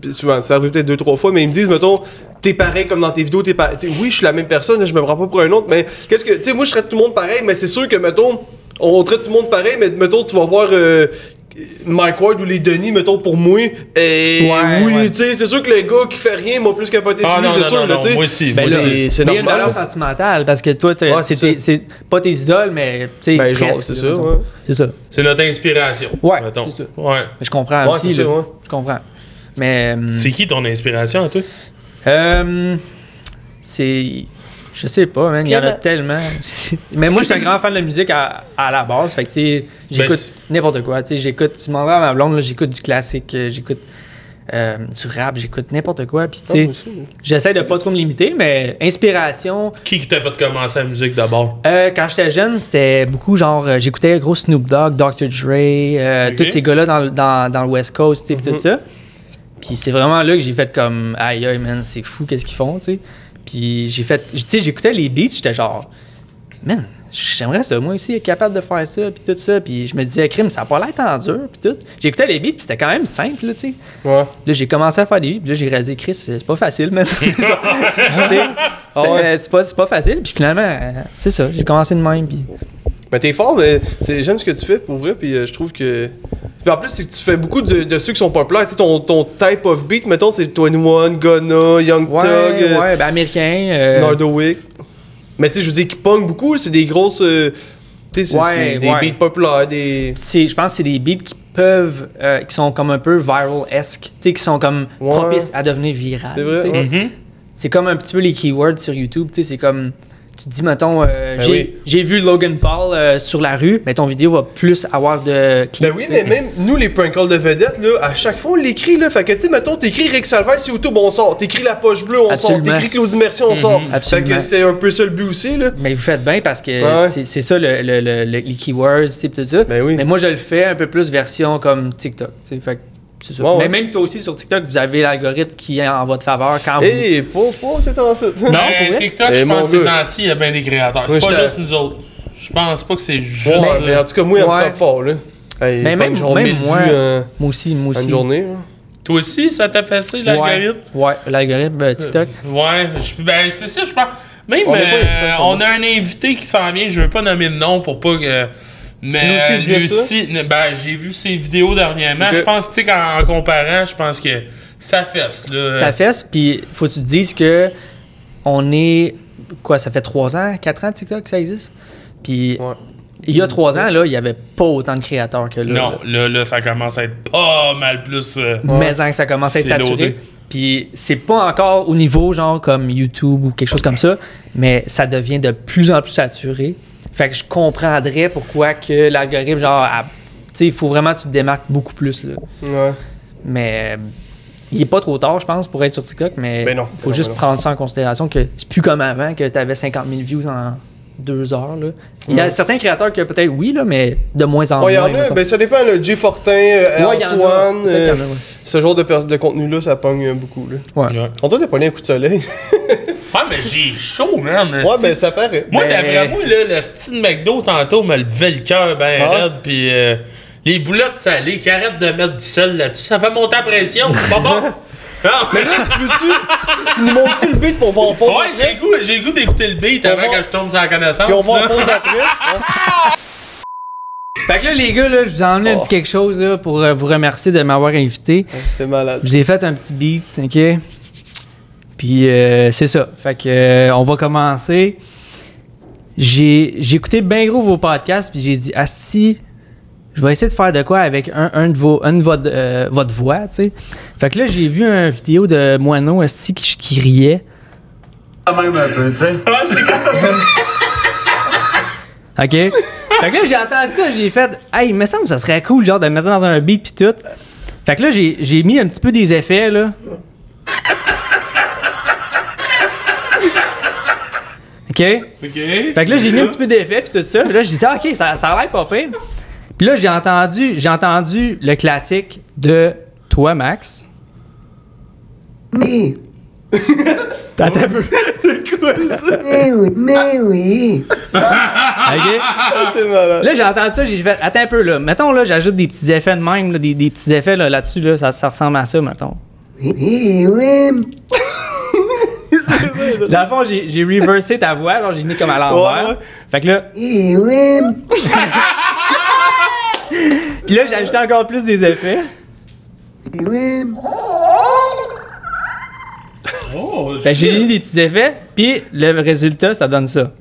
Speaker 1: pis souvent, ça arrive peut-être deux, trois fois, mais ils me disent, mettons, t'es pareil comme dans tes vidéos, t'es pareil. Tu sais, oui, je suis la même personne, je me prends pas pour un autre, mais qu'est-ce que, tu sais, moi, je traite tout le monde pareil, mais c'est sûr que, mettons, on traite tout le monde pareil, mais mettons, tu vas voir. euh, Mike Ward ou les Denis, mettons, pour moi, euh,
Speaker 3: Ouais,
Speaker 1: oui,
Speaker 3: ouais.
Speaker 1: tu sais, c'est sûr que le gars qui fait rien m'a plus capoté
Speaker 2: Ah
Speaker 1: sur lui,
Speaker 2: non,
Speaker 1: c'est
Speaker 2: non,
Speaker 1: sûr,
Speaker 2: non,
Speaker 1: là,
Speaker 2: non,
Speaker 1: tu sais.
Speaker 2: moi aussi.
Speaker 1: Ben,
Speaker 2: moi
Speaker 1: là,
Speaker 2: aussi.
Speaker 1: c'est- c'est
Speaker 3: Mais il y a une
Speaker 1: normal.
Speaker 3: valeur sentimentale parce que toi, t'as-
Speaker 1: Ouais,
Speaker 3: c'est
Speaker 1: c'est
Speaker 3: tes- c'est pas tes idoles, mais tu sais.
Speaker 1: Ben, genre,
Speaker 3: presque,
Speaker 1: c'est
Speaker 3: là,
Speaker 1: ça,
Speaker 3: mettons.
Speaker 1: ouais.
Speaker 3: C'est ça.
Speaker 2: C'est notre inspiration.
Speaker 3: Ouais,
Speaker 2: mettons.
Speaker 3: c'est ça.
Speaker 2: Ouais.
Speaker 3: Mais je comprends
Speaker 1: Ouais,
Speaker 3: aussi.
Speaker 1: c'est ça,
Speaker 3: là.
Speaker 1: ouais.
Speaker 3: Je comprends. Mais. hum,
Speaker 2: C'est qui ton inspiration à toi?
Speaker 3: Euh, c'est. Je sais pas, man. Il y en a
Speaker 1: Clément.
Speaker 3: tellement. Mais moi, je suis un grand fan de la musique à, à la base. Fait que, tu sais, j'écoute
Speaker 1: Ben,
Speaker 2: c'est-
Speaker 3: n'importe quoi. Tu sais, j'écoute. Tu m'en vas à ma blonde, là, j'écoute du classique, euh, j'écoute euh, du rap, j'écoute n'importe quoi. Puis, tu
Speaker 1: Ah, moi
Speaker 3: sais,
Speaker 1: aussi, oui.
Speaker 3: j'essaie de pas trop me limiter, mais inspiration.
Speaker 2: Qui qui t'a fait commencer la musique d'abord?
Speaker 3: Euh, quand j'étais jeune, c'était beaucoup genre. euh, J'écoutais gros Snoop Dogg, Dr. Dre, euh,
Speaker 2: Ok.
Speaker 3: tous ces gars-là dans, le- dans, dans le West Coast, tu sais, pis tout ça. Puis c'est vraiment là que j'ai fait comme. Aïe, aïe, man, c'est fou, qu'est-ce qu'ils font, tu sais. Puis j'ai fait. Tu sais, j'écoutais les beats, j'étais genre. Man, j'aimerais ça, moi aussi, être capable de faire ça, puis tout ça. Puis je me disais, crime, ça a pas l'air tant dur, puis tout. J'écoutais les beats, puis c'était quand même simple, là, tu sais.
Speaker 1: Ouais.
Speaker 3: Là, j'ai commencé à faire des beats, puis là, j'ai réalisé, Chris, c'est pas facile, man. Tu sais, c'est-
Speaker 1: Ah
Speaker 3: euh,
Speaker 1: ouais.
Speaker 3: C'est pas, c'est pas facile, puis finalement, euh, c'est ça, j'ai commencé de même, puis.
Speaker 1: Mais Ben, t'es fort, mais c'est- j'aime ce que tu fais pour vrai, puis euh, je trouve que. Puis en plus, c'est que tu fais beaucoup de, de ceux qui sont populaires. Tu sais, ton, ton type of beat, mettons, c'est 21, Ghana, Young
Speaker 3: Ouais,
Speaker 1: Thug, euh,
Speaker 3: ouais, ben américain. euh,
Speaker 1: Nardowick. Mais tu sais, je veux dire, qui pong beaucoup, c'est des grosses. euh, tu sais, c'est
Speaker 3: Ouais,
Speaker 1: c'est des
Speaker 3: ouais.
Speaker 1: beats populaires, des.
Speaker 3: c'est- je pense que c'est des beats qui peuvent, euh, qui sont comme un peu viral-esque, tu sais, qui sont comme
Speaker 1: Ouais.
Speaker 3: propices à devenir virales.
Speaker 1: C'est vrai,
Speaker 3: tu sais.
Speaker 1: ouais.
Speaker 2: Mhm.
Speaker 3: C'est comme un petit peu les keywords sur YouTube, tu sais, c'est comme, tu te dis, mettons, euh, j'ai
Speaker 1: Ben oui.
Speaker 3: j'ai vu Logan Paul euh, sur la rue, mais ton vidéo va plus avoir de clics.
Speaker 1: Ben oui,
Speaker 3: tu
Speaker 1: mais
Speaker 3: sais.
Speaker 1: même nous, les prank calls de vedettes, là, à chaque fois, on l'écrit, là. Fait que, tu sais, mettons, t'écris Rick Salvaire sur YouTube, on sort. T'écris La Poche Bleue, on sort.
Speaker 3: Absolument. Mhm.
Speaker 1: T'écris Claudie Mercier, on sort. Fait
Speaker 3: Absolument. Mhm.
Speaker 1: que c'est un peu ça le but aussi, là.
Speaker 3: Mais vous faites bien parce que
Speaker 1: Ouais, ouais.
Speaker 3: c'est- c'est ça le, le- le- le- les keywords, c'est tout ça.
Speaker 1: Ben oui.
Speaker 3: Mais moi, je le fais un peu plus version comme TikTok. tu sais, Fait que c'est ça.
Speaker 1: Ouais, ouais.
Speaker 3: Mais même toi aussi sur TikTok, vous avez l'algorithme qui est en votre faveur quand vous.
Speaker 1: Hé, Eh, pour, pour, c'est ensuite.
Speaker 2: Non,
Speaker 3: pour vrai?
Speaker 2: TikTok,
Speaker 1: Eh,
Speaker 2: je
Speaker 1: mon
Speaker 2: pense que ces
Speaker 1: gars.
Speaker 2: temps-ci, il y a bien des créateurs.
Speaker 1: Moi,
Speaker 2: C'est
Speaker 1: j'étais- Ben,
Speaker 2: pas juste nous autres. Je pense pas que c'est juste.
Speaker 1: Ouais,
Speaker 2: euh,
Speaker 1: mais en tout cas, moi, il me
Speaker 3: Ouais.
Speaker 1: frappe fort, là. Hey,
Speaker 3: Mais
Speaker 1: pas
Speaker 3: même-
Speaker 1: une journée,
Speaker 3: même
Speaker 1: mille
Speaker 3: moi,
Speaker 1: vues, euh,
Speaker 3: Moi aussi, moi
Speaker 1: en
Speaker 3: aussi.
Speaker 1: une journée. hein.
Speaker 2: Toi aussi, ça t'a fessé l'algorithme?
Speaker 3: Ouais, ouais, l'algorithme euh, TikTok.
Speaker 2: Ouais, je- ben c'est ça, je pense. Même,
Speaker 1: On est pas les seuls,
Speaker 2: euh,
Speaker 1: sûrement.
Speaker 2: on a un invité qui s'en vient, je veux pas nommer de nom pour pas que. Mais
Speaker 1: Lui aussi, il disait
Speaker 2: lui aussi, ben, j'ai vu ses vidéos dernièrement.
Speaker 1: Ok.
Speaker 2: Je pense, tu sais, qu'en en comparant, je pense que ça fesse, là.
Speaker 3: Ça fesse, puis faut que tu te dises que on est. Quoi, ça fait 3 ans, 4 ans TikTok que ça existe? Puis
Speaker 1: Ouais.
Speaker 3: il y a 3 ans, là, il n'y avait pas autant de créateurs que là. là.
Speaker 2: Non, là, là, ça commence à être pas mal plus. euh,
Speaker 3: mais en que ça commence à être
Speaker 2: C'est
Speaker 3: saturé.
Speaker 2: loadé.
Speaker 3: Puis c'est pas encore au niveau genre comme YouTube ou quelque chose comme ça, mais ça devient de plus en plus saturé. Fait que je comprendrais pourquoi que l'algorithme genre a- tu sais, il faut vraiment que tu te démarques beaucoup plus là.
Speaker 1: Ouais.
Speaker 3: Mais euh, il est pas trop tard je pense pour être sur TikTok, mais
Speaker 1: Ben non,
Speaker 3: faut
Speaker 1: ben non,
Speaker 3: juste
Speaker 1: ben non.
Speaker 3: prendre ça en considération que c'est plus comme avant que tu avais 50 000 views en deux heures là. Il y a
Speaker 1: Ouais.
Speaker 3: certains créateurs que peut-être oui là, mais de moins en
Speaker 1: Mm. Ouais, y
Speaker 3: moins.
Speaker 1: en a,
Speaker 3: mettons.
Speaker 1: ben ça dépend, le Jay Fortin, euh,
Speaker 3: Ouais, y en a.
Speaker 1: Antoine,
Speaker 3: Peut-être
Speaker 1: euh,
Speaker 3: qu'il y en a, ouais.
Speaker 1: ce genre de, pers- de contenu-là, ça pogne euh, beaucoup, là.
Speaker 3: Ouais.
Speaker 2: Ouais.
Speaker 1: On dirait que t'as pas un coup de soleil.
Speaker 2: Ouais, mais j'ai chaud, man.
Speaker 1: ouais, ben ça paraît.
Speaker 2: Moi,
Speaker 3: Mais-
Speaker 2: d'après moi, là, le style McDo, tantôt, me levait le cœur ben
Speaker 1: Ah.
Speaker 2: raide, puis euh, les boulettes salées, qui arrêtent de mettre du sel là-dessus, ça fait monter la pression, c'est pas bon? Ah, Non, mais-
Speaker 1: Mais là, tu veux-tu... tu nous montres-tu le beat pour voir en pause?
Speaker 2: Ouais, j'ai le goût, j'ai le goût d'écouter le beat
Speaker 1: On
Speaker 2: avant
Speaker 1: va-
Speaker 2: que je tombe sur la connaissance.
Speaker 1: Puis on va en
Speaker 2: là.
Speaker 1: pause après. hein?
Speaker 3: Fait que là, les gars, là, je vous ai emmené un
Speaker 1: Oh.
Speaker 3: petit quelque chose là, pour euh, vous remercier de m'avoir invité.
Speaker 1: C'est malade.
Speaker 3: Je vous ai fait un petit beat, ok? Puis euh, c'est ça. Fait que euh, on va commencer. J'ai j'ai écouté bien gros vos podcasts, puis j'ai dit, Asti, je vais essayer de faire de quoi avec un, un de vos, un de votre, euh, votre voix, tu sais. Fait que là, j'ai vu une vidéo de Moineau, Asti, qui, qui riait.
Speaker 4: même un peu, tu sais.
Speaker 3: OK? fait que là, j'ai entendu ça, j'ai fait, hey, il me semble que ça serait cool, genre, de mettre ça dans un beat pis tout. Fait que là, j'ai j'ai mis un petit peu des effets, là. OK?
Speaker 2: Ok.
Speaker 3: Fait que là, j'ai mis un petit peu d'effets pis tout ça. Puis là, j'ai dit, ah, OK, ça, ça a l'air pas pire. Puis là, j'ai entendu, j'ai entendu le classique de toi, Max.
Speaker 5: Mais,
Speaker 3: T'entends un peu?
Speaker 5: mais oui, mais oui.
Speaker 3: OK?
Speaker 1: Ah, C'est malade.
Speaker 3: Là, j'ai entendu ça, j'ai fait, attends un peu, là. Mettons, là, j'ajoute des petits effets de même, là, des, des petits effets là, là-dessus, là, ça, ça ressemble à ça, mettons.
Speaker 5: Mais oui,
Speaker 3: Dans le fond, j'ai, j'ai reversé ta voix, genre j'ai mis comme à l'envers.
Speaker 1: Ouais, ouais.
Speaker 3: Fait que là,
Speaker 5: mais oui.
Speaker 3: pis là, j'ai ajouté encore plus des effets.
Speaker 5: Mais oui.
Speaker 2: Oh,
Speaker 1: Ben,
Speaker 3: Fait que Ben, j'ai mis des petits effets, puis le résultat, ça donne ça.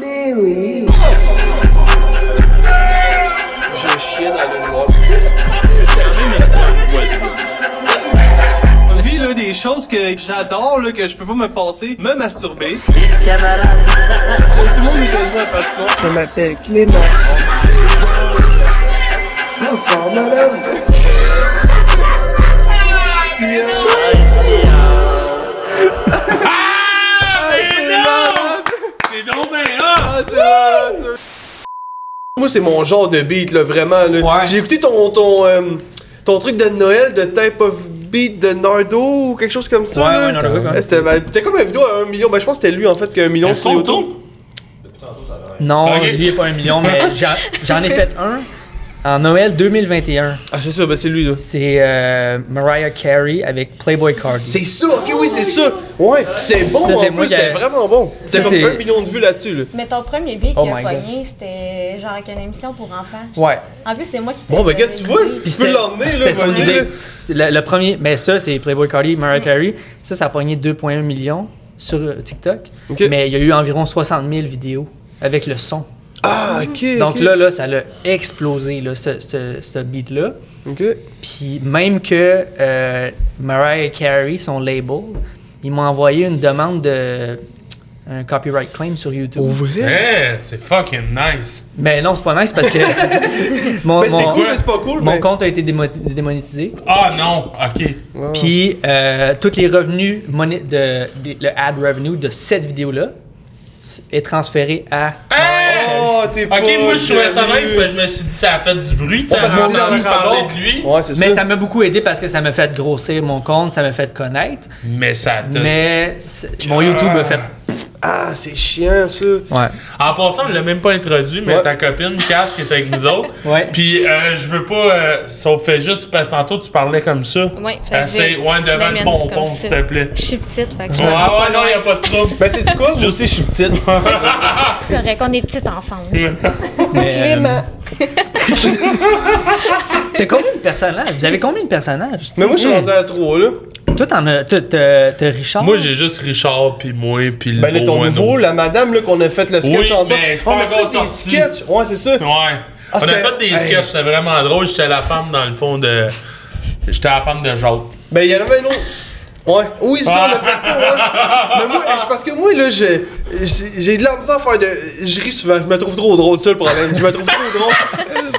Speaker 5: Mais oui.
Speaker 1: J'ai un chien dans le noir. Vie, là, des choses que j'adore, là, que je peux pas me passer, me masturber. Tout le monde est déjà parce que
Speaker 5: Je m'appelle Clément. Enfant malade.
Speaker 1: Ah, c'est malade!
Speaker 2: c'est donc ben hot!
Speaker 1: Ah, c'est malade, ça. Moi, c'est mon genre de beat, là, vraiment. là.
Speaker 3: Ouais.
Speaker 1: J'ai écouté ton, ton, euh, ton truc de Noël de Type of Beat de Nardo ou quelque chose comme ça.
Speaker 3: Ouais,
Speaker 1: là.
Speaker 3: ouais, Nardo, ouais.
Speaker 1: Eh, C'était ben, c'était comme une vidéo à un million. Ben, je pense que c'était lui, en fait, qu'un million
Speaker 2: Est-ce
Speaker 1: sur
Speaker 2: qu'on
Speaker 1: YouTube.
Speaker 2: tourne?
Speaker 3: Non,
Speaker 2: Ok.
Speaker 3: lui, il est pas un million, mais j'en, j'en ai fait un en Noël 2021.
Speaker 1: Ah, c'est ça, ben, c'est lui, là.
Speaker 3: C'est euh, Mariah Carey avec Playboy Cardi.
Speaker 1: C'est ça, ok, oui, c'est ça. Ouais, pis c'est bon,
Speaker 3: Ça,
Speaker 1: en
Speaker 3: c'est
Speaker 1: plus,
Speaker 3: moi qui
Speaker 1: c'était
Speaker 3: a-
Speaker 1: vraiment bon. C'était
Speaker 3: Ça,
Speaker 1: comme
Speaker 3: c'est-
Speaker 1: un million de vues là-dessus, là.
Speaker 6: Mais ton premier beat
Speaker 3: Oh
Speaker 6: qui
Speaker 3: my
Speaker 6: a
Speaker 3: God.
Speaker 6: pogné, c'était genre avec une émission pour enfants.
Speaker 3: Ouais.
Speaker 6: En plus, c'est moi qui t'ai
Speaker 1: Bon, ben,
Speaker 6: donné
Speaker 1: gars, tu vois, si
Speaker 6: l'idée.
Speaker 1: tu
Speaker 3: C'était-
Speaker 1: peux l'emmener, là,
Speaker 3: c'était son
Speaker 1: vas-y. là.
Speaker 3: idée. C'est Le, le premier, mais ça, c'est Playboy Cardi, Mariah Carey. Ça, ça a pogné 2,1 millions sur euh, TikTok.
Speaker 1: Ok.
Speaker 3: Mais il y a eu environ 60 000 vidéos avec le son.
Speaker 1: Ah, ok.
Speaker 3: Donc
Speaker 1: ok,
Speaker 3: là, là, ça l'a explosé, là, ce, ce- ce beat-là.
Speaker 1: Ok.
Speaker 3: Puis même que euh, Mariah Carey, son label, ils m'ont envoyé une demande de un copyright claim sur YouTube.
Speaker 1: Au vrai.
Speaker 2: Eh, c'est fucking nice.
Speaker 3: Mais non, c'est pas nice parce que mon,
Speaker 1: Ben, c'est
Speaker 3: mon-
Speaker 1: cool, mais c'est pas cool,
Speaker 3: mon
Speaker 1: mais.
Speaker 3: compte a été démo- démonétisé.
Speaker 2: Ah non, ok. Eh!
Speaker 1: Ouais.
Speaker 3: Puis, euh, tous les revenus, moni- de, des- le ad revenue de cette vidéo-là s- est transféré à.
Speaker 2: Hey!
Speaker 1: Oh, t'es pas.
Speaker 2: Ok, moi je trouvais ça nice,
Speaker 1: sérieux.
Speaker 2: mais je me suis dit ça a fait du bruit, tu
Speaker 1: Ouais,
Speaker 2: sais,
Speaker 1: parce que
Speaker 2: avant
Speaker 1: t'es dans le
Speaker 2: de parler
Speaker 1: radar.
Speaker 2: de lui.
Speaker 1: Ouais, c'est
Speaker 3: Mais
Speaker 1: ça.
Speaker 3: ça m'a beaucoup aidé parce que ça m'a fait grossir mon compte, ça m'a fait connaître.
Speaker 2: Mais ça t'a.
Speaker 3: Mais c'est- mon YouTube a fait.
Speaker 1: Ah, c'est chiant, ça.
Speaker 3: Ouais.
Speaker 2: En passant, on l'a même pas introduit, mais
Speaker 1: Ouais.
Speaker 2: ta copine Cass qui est avec nous autres.
Speaker 3: Ouais.
Speaker 2: Puis euh, je veux pas. euh, sauf fait juste parce que tantôt tu parlais comme ça.
Speaker 6: Ouais, fait que
Speaker 2: Essaye,
Speaker 6: j'ai
Speaker 2: ouais,
Speaker 6: la
Speaker 2: devant le
Speaker 6: mienne
Speaker 2: bonbon,
Speaker 6: comme
Speaker 2: s'il
Speaker 6: ça.
Speaker 2: te plaît.
Speaker 6: Je suis petite, fait que je
Speaker 2: Ouais,
Speaker 6: me rends
Speaker 2: ouais,
Speaker 6: pas
Speaker 2: non,
Speaker 6: loin.
Speaker 2: y a pas de trouble.
Speaker 1: Ben, c'est du quoi? Moi aussi, je suis petite.
Speaker 6: C'est correct, on est petites ensemble.
Speaker 3: Mais, euh, T'as combien de personnages Vous avez combien de personnages
Speaker 1: Mais moi, je suis
Speaker 3: Hmm.
Speaker 1: rendu à 3, là.
Speaker 3: Toi, t'en as. T'as t'as- t'as Richard
Speaker 2: Moi j'ai juste Richard, puis moi, puis le
Speaker 1: Ben, là, ton
Speaker 2: beau
Speaker 1: nouveau,
Speaker 2: Renaud.
Speaker 1: la madame, là, qu'on a fait le sketch
Speaker 2: Oui,
Speaker 1: ensemble.
Speaker 2: mais c'est pas
Speaker 1: On a
Speaker 2: encore
Speaker 1: fait des
Speaker 2: sorti.
Speaker 1: sketchs. Ouais, c'est ça.
Speaker 2: Ouais.
Speaker 1: Ah,
Speaker 2: on a
Speaker 1: c'était-
Speaker 2: fait des
Speaker 1: Hey.
Speaker 2: sketchs, c'était vraiment drôle. J'étais la femme, dans le fond, de. J'étais la femme de Jacques.
Speaker 1: Ben, il y en avait un autre. Ouais. Oui, ça, on a fait ça, ouais. Mais moi, c'est parce que moi, là, j'ai, j'ai j'ai de la misère à faire de. Je ris souvent, je me trouve trop drôle, c'est ça le problème. Je me trouve trop drôle.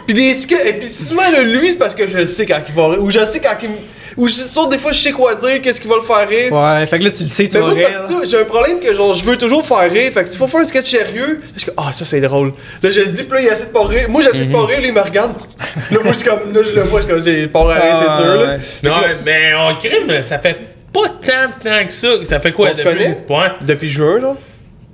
Speaker 1: Puis des sketchs. Et puis souvent, là, lui, c'est parce que je le sais quand il va rire. Ou je sais quand il. me- Ou je suis sûr, des fois, je sais quoi dire, qu'est-ce qu'il va le faire rire.
Speaker 3: Ouais, fait que là, tu le sais, tu
Speaker 1: Mais
Speaker 3: vas
Speaker 1: moi, c'est
Speaker 3: rire.
Speaker 1: parce que ça, j'ai un problème que genre, je veux toujours faire rire. Fait que s'il faut faire un sketch sérieux, je suis comme, ah, ça c'est drôle. Là, je le dis, puis là, il essaie de pas rire. Moi, j'essaie de
Speaker 3: Mhm.
Speaker 1: pas rire, là, il me regarde. Là, moi, je suis comme, là, je le vois, je suis comme, j'ai pas rire, c'est
Speaker 3: Ah,
Speaker 1: sûr, là.
Speaker 3: ouais.
Speaker 2: Non, mais on crime, mais ça fait pas tant de temps que ça. Ça fait quoi
Speaker 1: On se connaît?
Speaker 2: Ouais.
Speaker 1: Depuis juin, genre.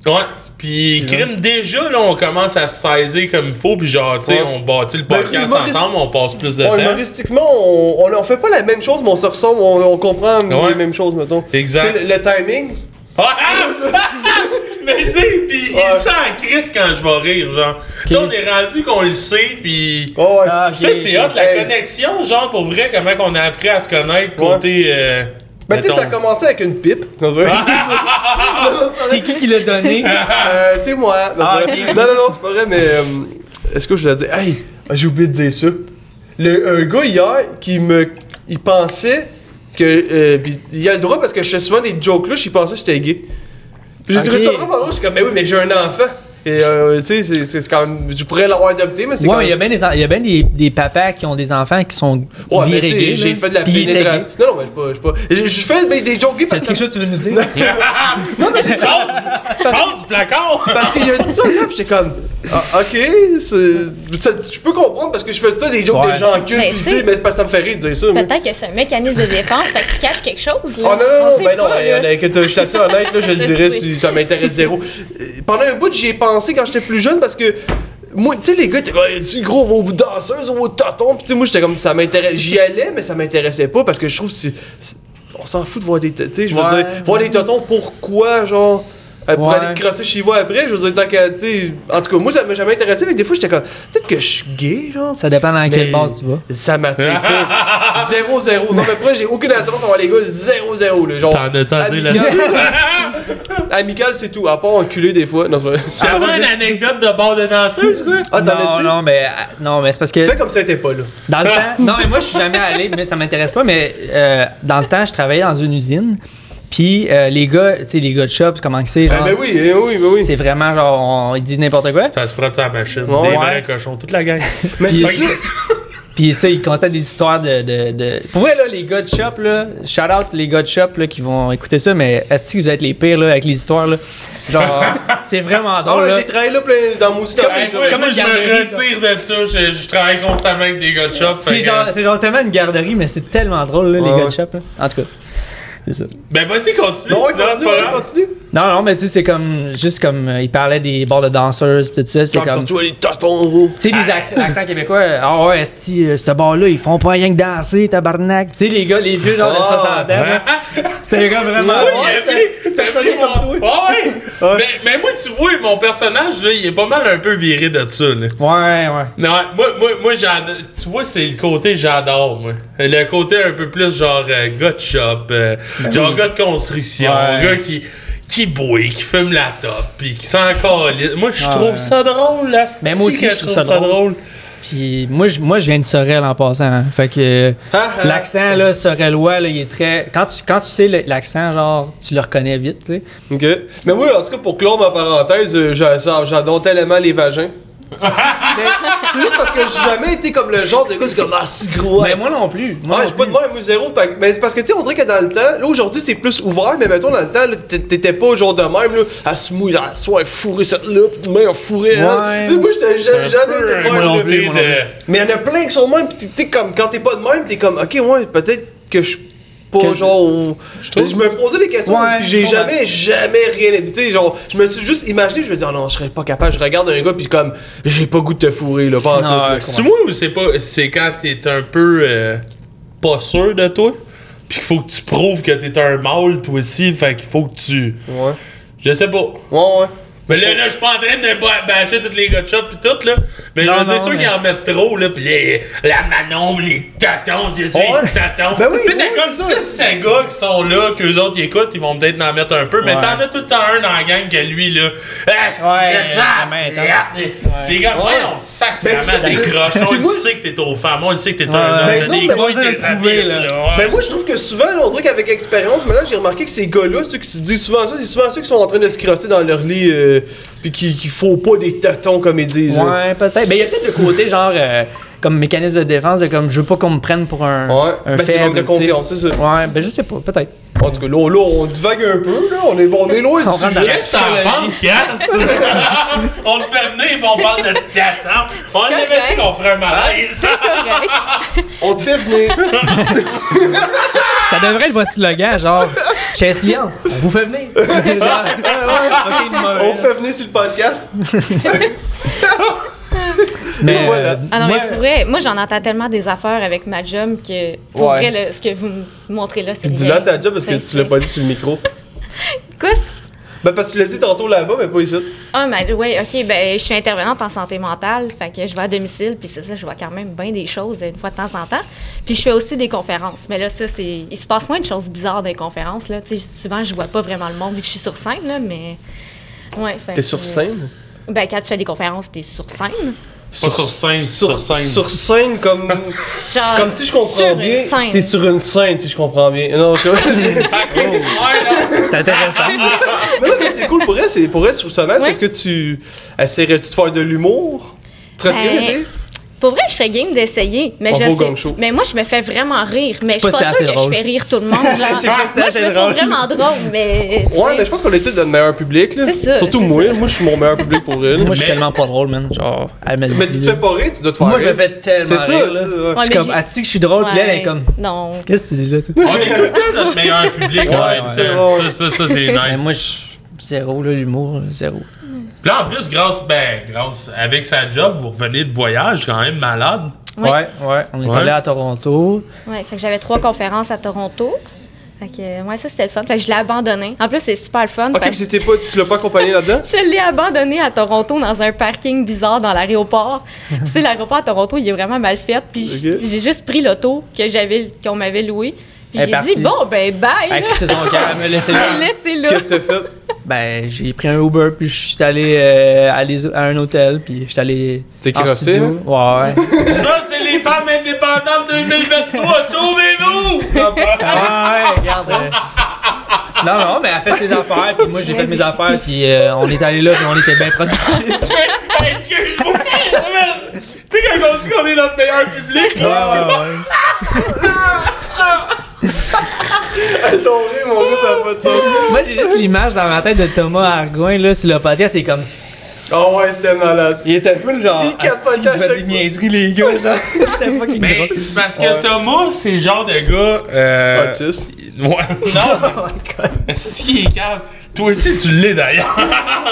Speaker 2: Ouais. Puis, crime, déjà, là, on commence à se saisir comme il faut. Puis, genre, tu sais,
Speaker 1: Ouais.
Speaker 2: on bâtit le
Speaker 1: Ben,
Speaker 2: podcast
Speaker 1: humoriste-
Speaker 2: ensemble, on passe plus de
Speaker 1: Bon,
Speaker 2: temps.
Speaker 1: Ah, humoristiquement, on, on, on fait pas la même chose, mais on se ressemble, on, on comprend
Speaker 2: Ouais.
Speaker 1: les mêmes choses, mettons.
Speaker 2: Exact.
Speaker 1: Tu sais, Le, le timing,
Speaker 2: Ah, ah! Mais tu sais, pis
Speaker 1: Ouais.
Speaker 2: il sent en crise quand je vais rire, genre. Tu sais, on est rendu qu'on le sait, pis.
Speaker 1: oh, ouais.
Speaker 3: Ah,
Speaker 2: Tu sais, c'est hot, la
Speaker 1: Hey.
Speaker 2: connexion, genre, pour vrai, comment qu'on a appris à se connaître côté. euh,
Speaker 1: Ben, tu sais,
Speaker 2: mettons-
Speaker 1: ça a commencé avec une pipe. Non, c'est vrai. Non, non, c'est pas vrai.
Speaker 3: C'est qui qui l'a donné?
Speaker 1: Euh, c'est moi. Non,
Speaker 3: Ah,
Speaker 1: c'est vrai. non, non, non, c'est pas vrai, mais euh, est-ce que je l'ai dit? Hey, ah, j'ai oublié de dire ça. Le, un gars hier qui me. Il pensait que. euh, pis il a le droit parce que je fais souvent des jokes louches, il pensait que j'étais gay. Puis j'ai trouvé
Speaker 3: Ok.
Speaker 1: ça vraiment drôle, je suis comme, mais oui, mais j'ai un enfant. Et euh, tu sais, c'est- c'est c'est quand même. Je pourrais l'avoir adopté, mais c'est quand
Speaker 3: Ouais,
Speaker 1: même.
Speaker 3: il y a bien des, en- il y a bien des, des papas qui ont des enfants qui sont
Speaker 1: Ouais, mais
Speaker 3: virés
Speaker 1: tu sais,
Speaker 3: gays,
Speaker 1: j'ai
Speaker 3: là,
Speaker 1: fait de la
Speaker 3: puis ils étaient gays.
Speaker 1: pénétration. Non, non, mais je suis pas- je suis pas. Je je fais ben, des jokes gays parce
Speaker 3: C'est
Speaker 1: que.
Speaker 3: quelque chose que tu veux nous dire?
Speaker 2: Sors du- Sors du placard!
Speaker 1: Parce qu'il y a dit ça là, pis j'étais comme ah, OK, c'est ça- je peux comprendre parce que je fais ça des jokes
Speaker 3: Ouais.
Speaker 1: de gens en cul
Speaker 6: Mais
Speaker 1: pis je
Speaker 6: tu sais-
Speaker 1: dis mais c'est parce que ça me fait rire de dire ça. moi.
Speaker 6: Peut-être que c'est un mécanisme de défense, fait que tu caches quelque chose,
Speaker 1: Oh
Speaker 6: là.
Speaker 1: non, non,
Speaker 6: On
Speaker 1: non,
Speaker 6: sait
Speaker 1: ben non,
Speaker 6: Ah, pas,
Speaker 1: ben,
Speaker 6: là.
Speaker 1: honnête, que t'as- je suis assez honnête, là, je le
Speaker 6: Je
Speaker 1: dirais
Speaker 6: sais.
Speaker 1: si ça m'intéresse zéro. Euh, Pendant un bout, j'y ai pensé quand j'étais plus jeune parce que. Moi, tu sais, les gars, t'es comme, Hey, tu gros, vos danseuses, vos tatons. Puis, tu sais, moi, j'étais comme, ça m'intéresse. J'y allais, mais ça m'intéressait pas parce que je trouve que c'est. c'est- On s'en fout de voir des. t- Tu sais, je veux
Speaker 3: Ouais.
Speaker 1: dire, voir des tatons, pourquoi, genre. euh, Pour
Speaker 3: Ouais.
Speaker 1: aller te crosser chez vous après, je veux dire, tant qu'à. Tu sais, en tout cas, moi, ça m'a jamais intéressé, mais des fois, j'étais comme, peut-être que je suis gay, genre.
Speaker 3: Ça dépend dans quelle
Speaker 1: Mais-
Speaker 3: base tu vas.
Speaker 1: Ça m'attire pas. Zéro, zéro. Non, mais après, j'ai aucune attirance envers les gars. Zéro, zéro. Là. Genre,
Speaker 2: T'en as-tu à dire
Speaker 1: amical, amical, c'est tout. À part enculé des fois. Non, c'est vrai.
Speaker 2: T'as pas une anecdote de bord de danseuse, quoi?
Speaker 1: Ah, t'en
Speaker 3: non,
Speaker 1: as-tu?
Speaker 3: non, mais, ah, non, mais c'est parce que
Speaker 1: Fais comme ça, t'es pas là.
Speaker 3: dans le temps. Non, mais moi, je suis jamais allé, mais ça m'intéresse pas. Mais euh, dans le temps, je travaillais dans une usine. Puis euh, les gars, tu sais, les gars de shop, comment que c'est?
Speaker 1: Ah,
Speaker 3: genre,
Speaker 1: ben oui, eh oui, ben oui.
Speaker 3: C'est vraiment genre, on- ils disent n'importe quoi.
Speaker 2: Ça se frotte sa machine.
Speaker 1: Ouais.
Speaker 2: Des vrais cochons, toute la gang.
Speaker 1: Mais c'est
Speaker 2: Fait que-
Speaker 1: sûr.
Speaker 3: Puis ça, ils contaient des histoires de, de, de- Pour vrai, là, les gars de shop, là, shout out les gars de shop là, qui vont écouter ça, mais est-ce que vous êtes les pires là, avec les histoires? Là? Genre, c'est vraiment
Speaker 1: Ah,
Speaker 3: drôle.
Speaker 1: là,
Speaker 3: là.
Speaker 1: j'ai travaillé là plein dans mon aussi. dans plein
Speaker 2: Hey,
Speaker 1: de
Speaker 2: moi,
Speaker 1: jobs.
Speaker 3: comme
Speaker 2: moi,
Speaker 3: une
Speaker 2: je me
Speaker 3: garderie, quoi.
Speaker 2: retire de ça. Je, je travaille constamment avec des gars de shop. fait
Speaker 3: C'est
Speaker 2: que-
Speaker 3: genre, c'est genre tellement une garderie, mais c'est tellement drôle, là,
Speaker 1: hein. Ouais.
Speaker 3: les gars de shop. Là. En tout cas, c'est ça.
Speaker 2: Ben, vas-y, continue.
Speaker 1: Non, ouais,
Speaker 2: Non, c'est
Speaker 1: continue,
Speaker 2: pas
Speaker 1: ouais,
Speaker 2: grave.
Speaker 1: continue.
Speaker 3: Non, non, mais tu sais, c'est comme. Juste comme. euh, ils parlaient des bars de danseuses, pis tout ça. C'est
Speaker 1: Comme
Speaker 3: comme. Tu
Speaker 1: surtout les tatons, gros.
Speaker 3: sais, les accents, accents québécois. euh, Ah ouais, si, euh, ce bar-là, ils font pas rien que danser, tabarnak. Tu sais, les gars, les vieux, genre de
Speaker 1: Ah,
Speaker 3: 60 ans.
Speaker 2: Hein?
Speaker 3: là, C'était les gars vraiment.
Speaker 1: Ouais,
Speaker 2: Il a
Speaker 1: ça-
Speaker 2: pris-
Speaker 1: ça
Speaker 2: il a
Speaker 1: sonnait
Speaker 2: pris
Speaker 1: comme
Speaker 2: mon- Ah, Ouais. Mais, mais moi, tu vois, mon personnage, là, il est pas mal un peu viré de ça, là.
Speaker 3: Ouais, ouais.
Speaker 2: Non, moi, moi, moi j'adore. Tu vois, c'est le côté j'adore, moi. Le côté un peu plus genre euh, gars de shop, euh, genre gars de construction,
Speaker 3: Ouais.
Speaker 2: gars qui, qui bouille, qui fume la top, puis qui s'en calisse. Moi, je
Speaker 3: Ouais.
Speaker 2: trouve ça drôle, là.
Speaker 3: Mais moi aussi, je trouve ça drôle. Puis moi, je, moi, je viens de Sorel en passant. hein. Fait que euh,
Speaker 1: Ah, ah.
Speaker 3: l'accent, là, Sorellois, là, il est très. Quand tu, quand tu sais le- l'accent, genre, tu le reconnais vite, tu sais.
Speaker 1: Ok. Mais moi, en tout cas, pour clore ma parenthèse, euh, j'a- ça- j'adore tellement les vagins. Mais c'est juste parce que j'ai jamais été comme le genre de gars, c'est comme ah, c'est gros.
Speaker 3: Mais moi non plus. Moi
Speaker 1: Ouais,
Speaker 3: non
Speaker 1: j'ai pas de
Speaker 3: plus.
Speaker 1: même, moi, zéro. fait que- mais c'est parce que, tu sais, on dirait que dans le temps, là, aujourd'hui, c'est plus ouvert, mais mettons, dans le temps, là, t'é- t'étais pas genre de même, là, à se mouiller, à soi, à fourrer cette là, pis demain, à fourrer elle.
Speaker 3: Ouais.
Speaker 1: Tu sais, moi, j'étais j'ai- jamais été de
Speaker 2: Un
Speaker 1: même,
Speaker 3: non
Speaker 1: là.
Speaker 3: plus,
Speaker 2: côté
Speaker 3: moi non
Speaker 2: de-
Speaker 1: Mais y'en a plein qui sont de même, pis tu sais, comme, quand t'es pas de même, t'es comme, ok, ouais, peut-être que je suis pas
Speaker 3: Que-
Speaker 1: genre. au- Je,
Speaker 2: trouve-
Speaker 1: me posais des questions,
Speaker 3: Ouais,
Speaker 1: pis
Speaker 3: je
Speaker 1: j'ai
Speaker 3: comprends.
Speaker 1: jamais, jamais rien. Tu sais, genre, je me suis juste imaginé, je me dis, oh non, je serais pas capable, je regarde un gars, pis comme, j'ai pas goût de te fourrer, là, pas en
Speaker 3: Non,
Speaker 1: tout, là.
Speaker 3: ouais,
Speaker 2: Ah, C'est moi ou c'est pas. C'est quand t'es un peu euh, pas sûr de toi, puis qu'il faut que tu prouves que t'es un mâle, toi aussi, fait qu'il faut que tu.
Speaker 1: Ouais.
Speaker 2: Je sais pas.
Speaker 1: Ouais, ouais.
Speaker 2: Mais là, là, je suis pas en train de ba- bâcher tous les gars de shop pis tout, là. Mais
Speaker 3: Non,
Speaker 2: je veux
Speaker 3: non,
Speaker 2: dire, ceux
Speaker 3: mais-
Speaker 2: qui en mettent trop, là, pis les, la Manon, les tatons, je suis
Speaker 1: Ouais.
Speaker 2: les tatons.
Speaker 1: Ben oui,
Speaker 2: tu sais, t'as
Speaker 1: oui,
Speaker 2: comme
Speaker 1: c'est ça.
Speaker 2: 6 ces gars qui sont là, qu'eux autres, ils écoutent, ils vont peut-être en mettre un peu, mais
Speaker 3: Ouais.
Speaker 2: t'en as tout le temps un dans la gang que lui, là. Ah, c'est
Speaker 3: Ouais,
Speaker 2: ça,
Speaker 3: vraiment intense.
Speaker 1: hein.
Speaker 2: regarde, les- Les gars,
Speaker 1: Ouais.
Speaker 2: voyons,
Speaker 1: Ben, c'est-
Speaker 2: sacrément, des croches. On le sait que t'es au femme, on le sait que t'es un
Speaker 3: Ouais.
Speaker 2: homme.
Speaker 1: Ben
Speaker 2: T'as
Speaker 1: non,
Speaker 2: des
Speaker 1: mais
Speaker 2: couilles,
Speaker 3: moi, je le
Speaker 2: t'es
Speaker 3: trouvais,
Speaker 2: rapide,
Speaker 3: là.
Speaker 2: là. ouais.
Speaker 1: Ben moi je trouve que souvent, là, on dirait qu'avec expérience, mais là j'ai remarqué que ces gars-là, ceux que tu dis souvent ça, c'est souvent ceux qui sont en train de se crosser dans leur lit euh, pis qui, qui faut pas des tatons comme ils disent. là.
Speaker 3: Ouais, peut-être. Mais il y a peut-être le côté, genre, euh, comme mécanisme de défense, de comme, je veux pas qu'on me prenne pour un.
Speaker 1: Ouais.
Speaker 3: un
Speaker 1: Ben, c'est manque de
Speaker 3: tu sais.
Speaker 1: confiance, c'est ça.
Speaker 3: Ouais, ben, je sais pas, peut-être.
Speaker 1: En tout cas, là, on- là, on divague un peu, là, on est, on est loin du
Speaker 3: On rentre dans-
Speaker 1: sujet.
Speaker 2: Qu'est-ce que t'en
Speaker 3: Psychologie.
Speaker 2: penses, Cass? on te fait venir et on parle de tatons. On avait dit
Speaker 6: correct.
Speaker 2: qu'on ferait un malaise.
Speaker 6: C'est correct.
Speaker 1: On te fait venir.
Speaker 3: Ça devrait être votre slogan, genre, Chaise pliante, on vous fait venir. Genre, ok,
Speaker 1: Ah, On
Speaker 3: demain.
Speaker 1: fait venir sur le podcast.
Speaker 3: Mais, euh,
Speaker 1: Voilà.
Speaker 6: Ah non,
Speaker 3: moi-
Speaker 6: mais pour vrai, moi j'en entends tellement des affaires avec ma job que pour
Speaker 3: Ouais.
Speaker 6: vrai, le- ce que vous me montrez là, c'est.
Speaker 1: Dis-la
Speaker 6: rien.
Speaker 1: ta job parce que
Speaker 6: C'est-
Speaker 1: tu l'as pas dit sur le micro.
Speaker 6: Quoi? c'est-
Speaker 1: Ben parce que tu l'as dit tantôt là-bas, mais pas ici.
Speaker 6: Ah, mais ouais, ok, ben je suis intervenante en santé mentale, fait que je vais à domicile, puis c'est ça, je vois quand même bien des choses euh, une fois de temps en temps. Puis je fais aussi des conférences, mais là, ça, c'est. Il se passe moins de choses bizarres dans les conférences, là. Tu sais, souvent, je vois pas vraiment le monde vu que je suis sur scène, là, mais. Ouais, fait
Speaker 1: T'es
Speaker 6: que-
Speaker 1: sur scène?
Speaker 6: Ben, quand tu fais des conférences, t'es sur scène.
Speaker 2: Pas sur scène, sur scène.
Speaker 1: Sur scène comme.
Speaker 6: Genre,
Speaker 1: Comme si je comprends
Speaker 6: Ah, sur
Speaker 1: bien.
Speaker 6: Une scène.
Speaker 1: T'es sur une scène si je comprends bien. Non, je... non,
Speaker 2: Ah, ok. Ouais, non.
Speaker 3: C'est intéressant.
Speaker 1: non, mais c'est cool pour elle, c'est pour elle sur scène.
Speaker 6: Ouais.
Speaker 1: Est-ce que tu essaierais-tu de faire de l'humour? Tu
Speaker 6: Ben,
Speaker 1: serais-tu capable d'essayer?
Speaker 6: Pour vrai, je serais game d'essayer, mais
Speaker 1: Mon
Speaker 6: je
Speaker 1: beau gang show.
Speaker 6: sais. Mais moi, je me fais vraiment rire. Mais je
Speaker 3: sais
Speaker 6: suis
Speaker 3: pas
Speaker 6: pas
Speaker 3: si
Speaker 6: sûre
Speaker 3: c'est
Speaker 6: que
Speaker 3: drôle.
Speaker 6: je fais rire tout le monde. Genre,
Speaker 1: Je sais pas si c'est
Speaker 6: moi, je
Speaker 1: assez
Speaker 6: me
Speaker 1: drôle.
Speaker 6: trouve vraiment drôle, mais. tu
Speaker 1: Ouais,
Speaker 6: sais.
Speaker 1: mais je pense qu'on est tous notre meilleur public. Là.
Speaker 6: C'est ça,
Speaker 1: Surtout
Speaker 6: c'est
Speaker 1: moi.
Speaker 6: ça.
Speaker 1: Moi, je suis mon meilleur public pour elle.
Speaker 3: Moi, je suis
Speaker 2: Mais-
Speaker 3: tellement pas drôle, man. Genre, elle me le
Speaker 1: mais
Speaker 3: dit,
Speaker 1: tu te
Speaker 3: là.
Speaker 1: fais pas rire, tu dois te faire
Speaker 3: Moi, je
Speaker 1: rire.
Speaker 3: me fais tellement.
Speaker 1: C'est ça.
Speaker 3: rire, là.
Speaker 1: là, ouais.
Speaker 6: Ouais,
Speaker 3: Je suis
Speaker 6: mais
Speaker 3: comme,
Speaker 6: j'ai-
Speaker 3: Asti, que je suis drôle, puis elle elle est comme.
Speaker 6: Non.
Speaker 3: Qu'est-ce que tu dis là, toi?
Speaker 2: On est tout le temps notre meilleur public.
Speaker 1: Oh. Ouais,
Speaker 2: ouais,
Speaker 1: ouais.
Speaker 2: c'est ça.
Speaker 1: Ouais.
Speaker 2: Ça, ça, ça, c'est
Speaker 3: Mais
Speaker 2: nice.
Speaker 3: moi, je. Zéro, là, l'humour, là, zéro.
Speaker 2: Puis Là, en plus, grâce, ben, grâce, avec sa job, vous revenez de voyage, quand même malade.
Speaker 6: Ouais.
Speaker 3: ouais. On est
Speaker 2: Ouais.
Speaker 3: allé à Toronto.
Speaker 6: Ouais, fait que j'avais trois conférences à Toronto. Fait que, euh, ouais, ça, c'était le fun. Fait que je l'ai abandonné. En plus, c'est super le fun.
Speaker 1: Ok,
Speaker 6: parce
Speaker 1: puis c'était pas, tu l'as pas accompagné là-dedans?
Speaker 6: Je l'ai abandonné à Toronto dans un parking bizarre dans l'aéroport. Puis, tu sais, l'aéroport à Toronto, il est vraiment mal fait. Puis j-
Speaker 1: Ok.
Speaker 6: j'ai juste pris l'auto que j'avais, qu'on m'avait loué.
Speaker 3: Elle est
Speaker 6: J'ai
Speaker 3: partie.
Speaker 6: dit, bon, ben, bye.
Speaker 3: Elle
Speaker 6: là.
Speaker 3: crissait son cœur, elle me laissait là.
Speaker 6: Laissez-le.
Speaker 1: Qu'est-ce que t'as fait?
Speaker 3: Ben, j'ai pris un Uber, puis je suis allé euh, à, les- à un hôtel, puis je suis allé.
Speaker 1: T'es
Speaker 3: en
Speaker 1: crossé,
Speaker 3: studio. Ouais, ouais.
Speaker 2: Ça, c'est les femmes indépendantes 2023. Sauvez-vous!
Speaker 3: Ah ouais, regarde. euh, Non, non, mais elle a fait ses affaires, puis moi j'ai fait mes affaires, puis euh, on est allé là, puis on était bien productifs.
Speaker 2: Hey, Excuse-moi, merde. Tu sais, quand on dit qu'on est notre meilleur public,
Speaker 3: Ouais,
Speaker 2: là,
Speaker 3: ouais, ouais.
Speaker 1: Ton rire, mon gars, ça a pas de sens.
Speaker 3: Moi j'ai juste l'image dans ma tête de Thomas Argoin, là, sur le podcast, c'est comme.
Speaker 1: Oh ouais, c'était malade.
Speaker 3: Il était full, genre.
Speaker 1: Ah, Il capotait
Speaker 3: asti,
Speaker 1: à
Speaker 3: vous faites
Speaker 1: chaque
Speaker 3: des
Speaker 1: fois.
Speaker 3: niaiseries, les gars, genre. C'était fucking
Speaker 2: Mais
Speaker 3: drôle.
Speaker 2: c'est parce que
Speaker 1: Ouais.
Speaker 2: Thomas, c'est le genre de gars. Euh,
Speaker 1: Autiste.
Speaker 2: ouais. Non, mais si il est calme. Toi aussi, tu l'es d'ailleurs.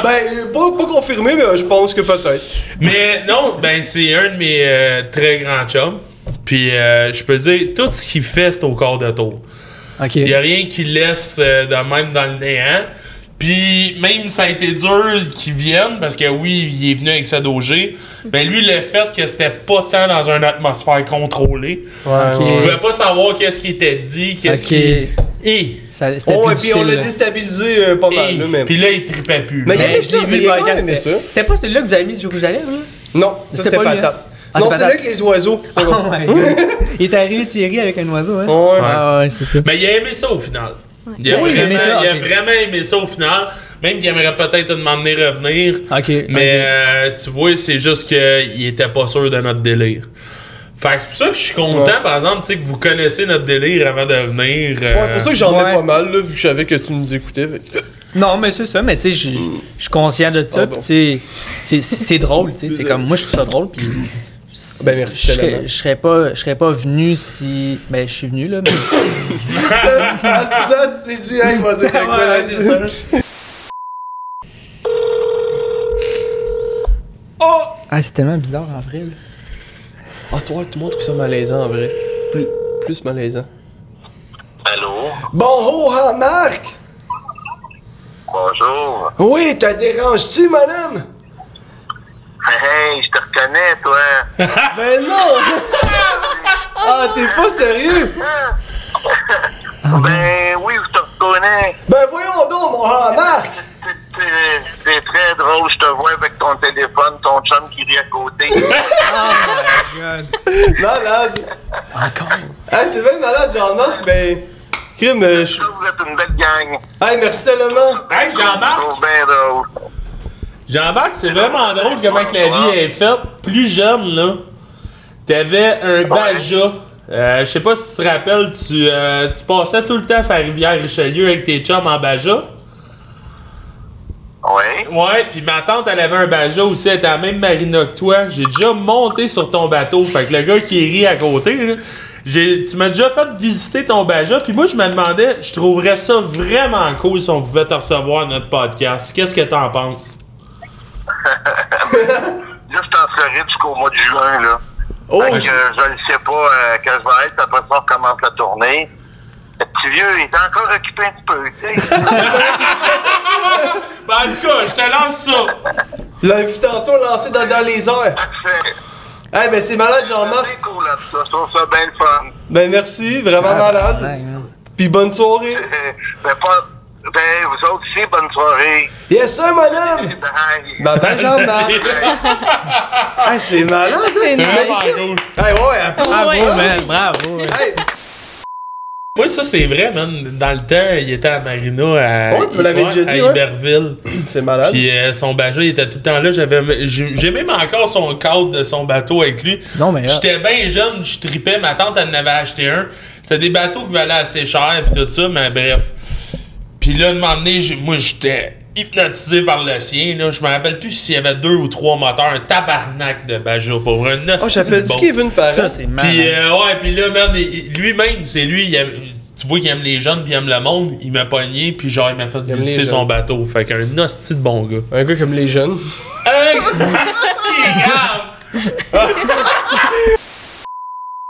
Speaker 1: Ben, pas, pas confirmé, mais je pense que peut-être.
Speaker 2: Mais non, ben c'est un de mes euh, très grands chums. Puis euh, je peux dire, tout ce qu'il fait, c'est au corps de tour.
Speaker 3: Ok.
Speaker 2: Il n'y a rien qui laisse euh, de même dans le néant. Puis même ça a été dur qu'il vienne, parce que oui, il est venu avec sa dogé, mais lui, le fait que c'était pas tant dans une atmosphère contrôlée,
Speaker 3: Ouais,
Speaker 2: je
Speaker 3: ouais.
Speaker 2: pouvais pas savoir qu'est-ce qui était dit, qu'est-ce
Speaker 3: Ok.
Speaker 2: qui... Et,
Speaker 3: Ça- C'était
Speaker 1: Oh,
Speaker 3: plus
Speaker 1: et puis on
Speaker 3: difficile,
Speaker 1: l'a
Speaker 3: là.
Speaker 1: déstabilisé euh, pas mal, là, mais.
Speaker 2: puis là, il tripait plus.
Speaker 1: Mais il y
Speaker 2: là.
Speaker 1: avait ça,
Speaker 3: j'ai vu
Speaker 1: mais il
Speaker 3: le
Speaker 1: y a quand
Speaker 3: podcast,
Speaker 1: même aimé
Speaker 3: c'était-
Speaker 1: ça.
Speaker 3: C'était pas celui-là que vous avez mis sur Rouge à lèvres, là?
Speaker 1: Non, ça
Speaker 3: C'était
Speaker 1: c'était
Speaker 3: pas
Speaker 1: pas
Speaker 3: lui,
Speaker 1: patate.
Speaker 3: Ah,
Speaker 1: non,
Speaker 3: c'est
Speaker 1: c'est là
Speaker 3: patate.
Speaker 1: que les oiseaux.
Speaker 3: Oh my god. Il est arrivé Thierry avec un oiseau, hein?
Speaker 1: Ouais.
Speaker 3: Ah ouais, c'est ça.
Speaker 2: Mais il a aimé ça au final. Il a,
Speaker 3: Oui, il a
Speaker 2: vraiment,
Speaker 3: aimé ça,
Speaker 2: il a
Speaker 3: ok.
Speaker 2: vraiment aimé ça au final, même qu'il aimerait peut-être de m'emmener revenir.
Speaker 3: Ok.
Speaker 2: Mais euh, tu vois, c'est juste qu'il était pas sûr de notre délire. Fait que c'est pour ça que je suis content,
Speaker 1: Ouais.
Speaker 2: par exemple, tu sais, que vous connaissez notre délire avant de venir. euh,
Speaker 1: Ouais, c'est pour ça que j'en mets
Speaker 3: Ouais.
Speaker 1: pas mal, là, vu que je savais que tu nous écoutais. fait que-
Speaker 3: Non, mais c'est ça, mais tu sais, je je suis conscient de ça,
Speaker 1: Pardon.
Speaker 3: puis tu sais, c'est- c'est c'est drôle, tu sais, c'est comme, moi je trouve ça drôle, puis... c'est-
Speaker 1: Ben, merci,
Speaker 3: je
Speaker 1: tellement.
Speaker 3: serais, je serais pas, je serais pas venu si, ben je suis venu là, mais
Speaker 1: en le disant, tu t'es dit, hey, il va dire quoi là Oh!
Speaker 3: ah c'est tellement bizarre en vrai. là.
Speaker 1: Ah, tu vois, tout le monde trouve ça malaisant en vrai. Plus, plus malaisant.
Speaker 7: Allô?
Speaker 1: Bonjour, hein, Marc!
Speaker 7: Bonjour.
Speaker 1: Oui, te déranges-tu, madame?
Speaker 7: Hey, je te reconnais, toi.
Speaker 1: Ben non! ah, t'es pas sérieux?
Speaker 7: ben oui, je te reconnais.
Speaker 1: Ben voyons donc, mon hein, Marc!
Speaker 7: T'es- t'es- T'es très drôle, je te vois avec ton téléphone, ton chum qui rit à côté.
Speaker 1: Malade!
Speaker 2: Ah,
Speaker 1: Encore! Hey, c'est bien malade, Jean-Marc, ben. Crime, euh, je-
Speaker 7: Ça, vous êtes une belle gang.
Speaker 1: Hey, merci tellement!
Speaker 2: euh. Hey,
Speaker 7: Je
Speaker 2: Jean-Marc!
Speaker 7: trouve bien drôle.
Speaker 2: Jean-Marc, c'est vraiment drôle comment que la vie est faite. Plus jeune, là, t'avais un baja. Euh, je sais pas si tu te rappelles, tu, euh, tu passais tout le temps sur la rivière Richelieu avec tes chums en baja.
Speaker 7: Oui?
Speaker 2: Ouais, puis ma tante, elle avait un baja aussi, elle était à la même marina que toi. J'ai déjà monté sur ton bateau. Fait que le gars qui rit à côté, là, J'ai- Tu m'as déjà fait visiter ton Baja, puis moi, je me demandais, je trouverais ça vraiment cool si on pouvait te recevoir à notre podcast. Qu'est-ce que t'en penses?
Speaker 7: Là, c'est en Floride jusqu'au mois de juin, là.
Speaker 1: Oh,
Speaker 2: Ah,
Speaker 7: Fait que euh, je ne sais pas euh, quand je vais être, puis après ça, on recommence la tournée. Le petit vieux, il est encore occupé un petit peu, tu sais.
Speaker 2: Ben, en tout cas, je te lance ça.
Speaker 1: l'invitation lancée dans, dans les airs.
Speaker 7: Parfait.
Speaker 1: Eh ben c'est malade
Speaker 7: C'est
Speaker 1: Jean-Marc.
Speaker 7: cool, là, ça. Je trouve ça bien le fun.
Speaker 1: Ben merci, vraiment malade. Puis bonne soirée.
Speaker 7: Euh, ben, pas... ben, vous autres aussi, bonne soirée.
Speaker 1: Yes sir madame.
Speaker 7: Bye.
Speaker 1: Bye bye Jean-Marc. hey, c'est malade.
Speaker 6: C'est
Speaker 2: C'est
Speaker 6: nice.
Speaker 2: vraiment cool.
Speaker 1: Hey ouais, après-
Speaker 3: Bravo,
Speaker 6: Ouais.
Speaker 3: man, bravo.
Speaker 1: hey,
Speaker 2: Moi, ça, c'est vrai, man. Dans le temps, il était à Marina, à,
Speaker 1: Ouais, tu me l'avais déjà dit,
Speaker 2: à
Speaker 1: ouais.
Speaker 2: Iberville.
Speaker 1: c'est malade.
Speaker 2: Puis euh, son bateau il était tout le temps là. J'avais, j'ai j'ai même encore son cadre de son bateau avec lui.
Speaker 3: Non, mais là-
Speaker 2: J'étais bien jeune, je tripais. Ma tante, elle en avait acheté un. C'était des bateaux qui valaient assez cher, puis tout ça, mais bref. Puis là, un moment donné, j'ai- moi, j'étais hypnotisé par le sien. Là. Je me rappelle plus s'il y avait deux ou trois moteurs. Un tabarnak de Baja, pour vrai. Un
Speaker 1: Oh,
Speaker 2: hostie
Speaker 1: j'appelle
Speaker 2: de
Speaker 1: du
Speaker 2: bon.
Speaker 1: Kevin par
Speaker 3: ah, Ça, c'est malade.
Speaker 2: Puis euh, ouais, puis là, merde, il- lui-même, c'est lui, il aime- tu vois qu'il aime les jeunes, puis il aime le monde. Il m'a pogné, puis genre, il m'a fait
Speaker 1: aime
Speaker 2: visiter
Speaker 1: les
Speaker 2: son
Speaker 1: jeunes.
Speaker 2: bateau. Fait qu'un hostie de bon gars.
Speaker 1: Un gars comme les jeunes.
Speaker 2: Hey! Regarde!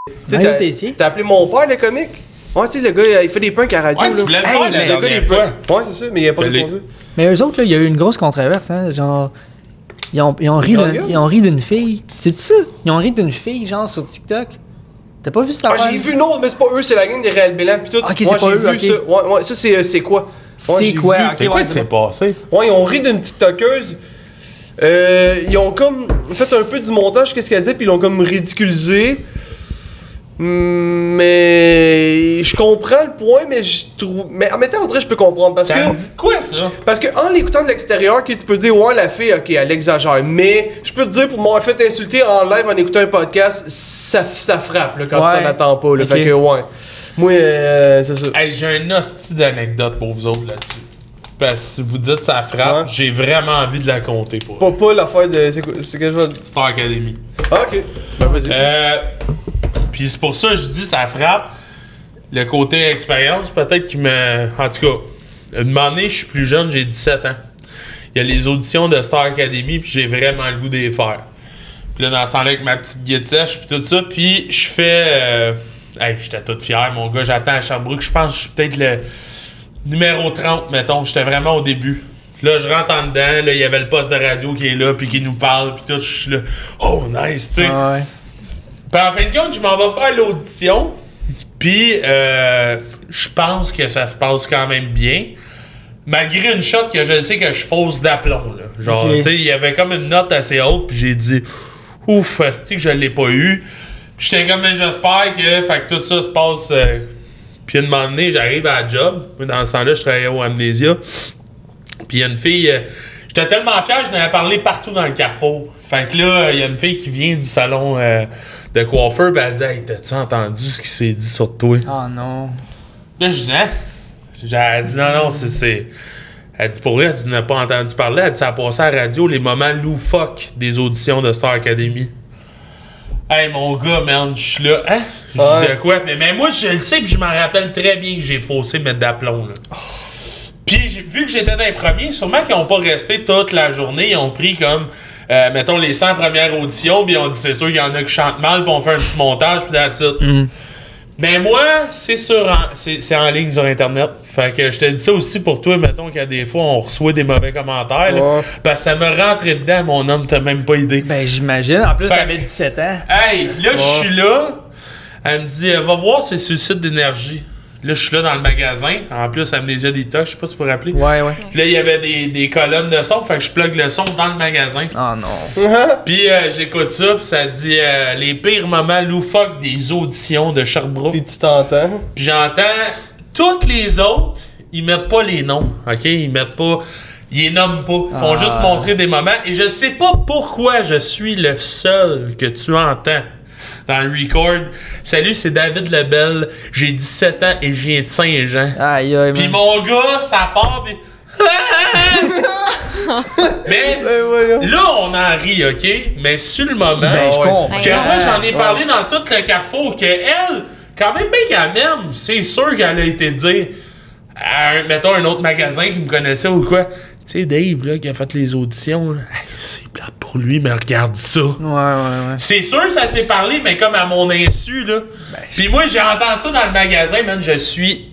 Speaker 1: Tu sais,
Speaker 3: Mario
Speaker 1: t'as-
Speaker 3: Tessier.
Speaker 1: T'as appelé mon père, le comique? Ouais, tu sais, le gars, il fait des punks à radio.
Speaker 2: Ouais, tu
Speaker 1: là.
Speaker 2: voulais le
Speaker 1: Hey,
Speaker 2: faire la
Speaker 1: le gars,
Speaker 2: dernière
Speaker 1: des
Speaker 2: fois.
Speaker 1: punks. Ouais, c'est ça, mais il a pas
Speaker 2: Fallait-
Speaker 1: répondu.
Speaker 3: Mais eux autres, là, il y a eu une grosse controverse, hein, genre... Ils ont, ils ont ri
Speaker 1: Grande
Speaker 3: d'un-
Speaker 1: gueule.
Speaker 3: ils ont ri d'une fille. C'est-tu ça? Ils ont ri d'une fille, genre, sur TikTok. T'as pas vu ça?
Speaker 1: Ah, j'ai vu une autre, mais c'est pas eux, c'est la gang des Real Bélan pis tout.
Speaker 3: Ok, c'est
Speaker 1: Ouais,
Speaker 3: pas
Speaker 1: j'ai
Speaker 3: eux,
Speaker 1: vu
Speaker 3: ok.
Speaker 1: ça. Ouais, ouais, ça, c'est euh, c'est quoi? Ouais,
Speaker 3: C'est
Speaker 1: j'ai
Speaker 3: quoi?
Speaker 1: vu.
Speaker 3: Ok,
Speaker 2: C'est quoi
Speaker 3: ouais,
Speaker 2: qui s'est passé?
Speaker 1: Ouais, ils ont ri d'une TikTokeuse. Euh, ils ont comme fait un peu du montage, qu'est-ce qu'elle dit, puis ils l'ont comme ridiculisé. Hmm, Mais je comprends le point, mais je trouve. Mais en même temps, on dirait que je peux comprendre. Parce
Speaker 2: Ça
Speaker 1: que
Speaker 2: me dit de quoi, ça?
Speaker 1: Parce que en l'écoutant de l'extérieur, ok, tu peux dire ouais la fille, ok, elle exagère, mais je peux te dire pour m'avoir fait insulter en live en écoutant un podcast, ça, ça frappe là, quand
Speaker 3: Ouais.
Speaker 1: tu t'en attends pas. Là,
Speaker 3: Ok.
Speaker 1: Fait que ouais. Moi, euh, c'est ça.
Speaker 2: Hey, j'ai une hostie d'anecdote pour vous autres là-dessus. Parce que si vous dites ça frappe,
Speaker 1: Ouais.
Speaker 2: j'ai vraiment envie de la compter pour
Speaker 1: Pas pas l'affaire de. C'est quoi c'est que je vais.
Speaker 2: Star Academy.
Speaker 1: Ah, ok. Ben, vas-y.
Speaker 2: Euh, Puis c'est pour ça que je dis ça frappe. Le côté expérience, peut-être qui me. En tout cas, une année, je suis plus jeune, j'ai 17 ans. Il y a les auditions de Star Academy, puis j'ai vraiment le goût de les faire. Puis là, dans ce temps-là, avec ma petite guide sèche, puis tout ça, puis je fais. euh, Hey, j'étais tout fier, mon gars, j'attends à Sherbrooke. Je pense que je suis peut-être le numéro 30, mettons. J'étais vraiment au début. Là, je rentre en dedans, là, il y avait le poste de radio qui est là, puis qui nous parle, puis tout. Je suis là, oh, nice, tu sais.
Speaker 3: Ah ouais.
Speaker 2: Puis Ben, en fin de compte, je m'en vais faire l'audition. Puis euh, je pense que ça se passe quand même bien. Malgré une shot que je sais que je fausse d'aplomb. Là. Genre,
Speaker 3: Ok.
Speaker 2: tu sais, il y avait comme une note assez haute. Puis j'ai dit, ouf, asti que je l'ai pas eu. Puis j'étais comme, mais j'espère que, fait que tout ça se passe. euh. Puis à un moment donné, j'arrive à la job. Moi, Dans ce temps-là, je travaillais au Amnésia. Puis il y a une fille. euh, J'étais tellement fier, j'en avais parlé partout dans le carrefour. Fait que là, il y a une fille qui vient du salon euh, de coiffeur, pis elle dit Hey, t'as-tu entendu ce qui s'est dit sur toi
Speaker 3: Ah non.
Speaker 2: Là, je dis Hein J'ai- Elle dit Non, non, c'est. c'est- Elle dit Pour vrai, elle dit, n'a pas entendu parler. Elle dit Ça a passé à la radio les moments loufoques des auditions de Star Academy. Hey, mon gars, man, je suis là. Hein Je
Speaker 1: Ouais.
Speaker 2: dis de quoi mais, mais moi, je le sais, puis je m'en rappelle très bien que j'ai faussé mettre d'aplomb, là. Puis j'ai- vu que j'étais dans les premiers, sûrement qu'ils ont pas resté toute la journée. Ils ont pris comme, euh, mettons, les 100 premières auditions, puis on dit c'est sûr qu'il y en a qui chantent mal, puis on fait un petit montage, puis that's it.
Speaker 1: Mm.
Speaker 2: Mais moi, c'est sur en- c'est c'est en ligne sur Internet. Fait que je te dis ça aussi pour toi, mettons qu'à des fois, on reçoit des mauvais commentaires. là,
Speaker 1: Ouais.
Speaker 2: parce que ça me rentrait dedans, mon homme, t'as même pas idée.
Speaker 3: Ben, j'imagine. En plus,
Speaker 2: Fait-
Speaker 3: t'avais 17 ans.
Speaker 2: Hey, là, je suis là. Elle me dit, euh, va voir, c'est sur le site d'énergie. Là, je suis là dans le magasin. En plus, Amnésia Detox, je sais pas si vous vous rappelez.
Speaker 3: Ouais, ouais.
Speaker 2: Puis Là, il y avait des, des colonnes de son, fait que je plug le son dans le magasin.
Speaker 3: Ah non.
Speaker 2: Puis euh, j'écoute ça, puis ça dit euh, les pires moments loufoques des auditions de Sherbrooke.
Speaker 1: Puis tu t'entends.
Speaker 2: Puis j'entends toutes les autres, ils mettent pas les noms, ok? Ils mettent pas. Ils les nomment pas. Ils font juste montrer des moments. Et je sais pas pourquoi je suis le seul que tu entends dans le record. Salut, c'est David Lebel. J'ai 17 ans et je viens de Saint-Jean.
Speaker 3: Aïe, aïe,
Speaker 2: Puis
Speaker 3: man.
Speaker 2: mon gars, ça part. pis- Mais
Speaker 1: Ben, voyons.
Speaker 2: là, on en rit, ok? Mais sur le moment.
Speaker 3: Ben, je
Speaker 1: Ah ouais.
Speaker 3: comprends.
Speaker 6: Ben,
Speaker 2: Que moi, j'en ai
Speaker 3: Ouais.
Speaker 2: parlé dans tout le carrefour que elle, quand même bien qu'elle m'aime, c'est sûr qu'elle a été dire à, un, mettons, un autre magasin qui me connaissait ou quoi. Tu sais, Dave, là, qui a fait les auditions, là, Hey, c'est plate pour lui, mais regarde ça.
Speaker 3: Ouais, ouais, ouais.
Speaker 2: C'est sûr, ça s'est parlé, mais comme à mon insu, là. Puis moi, j'ai entendu ça dans le magasin, man, je suis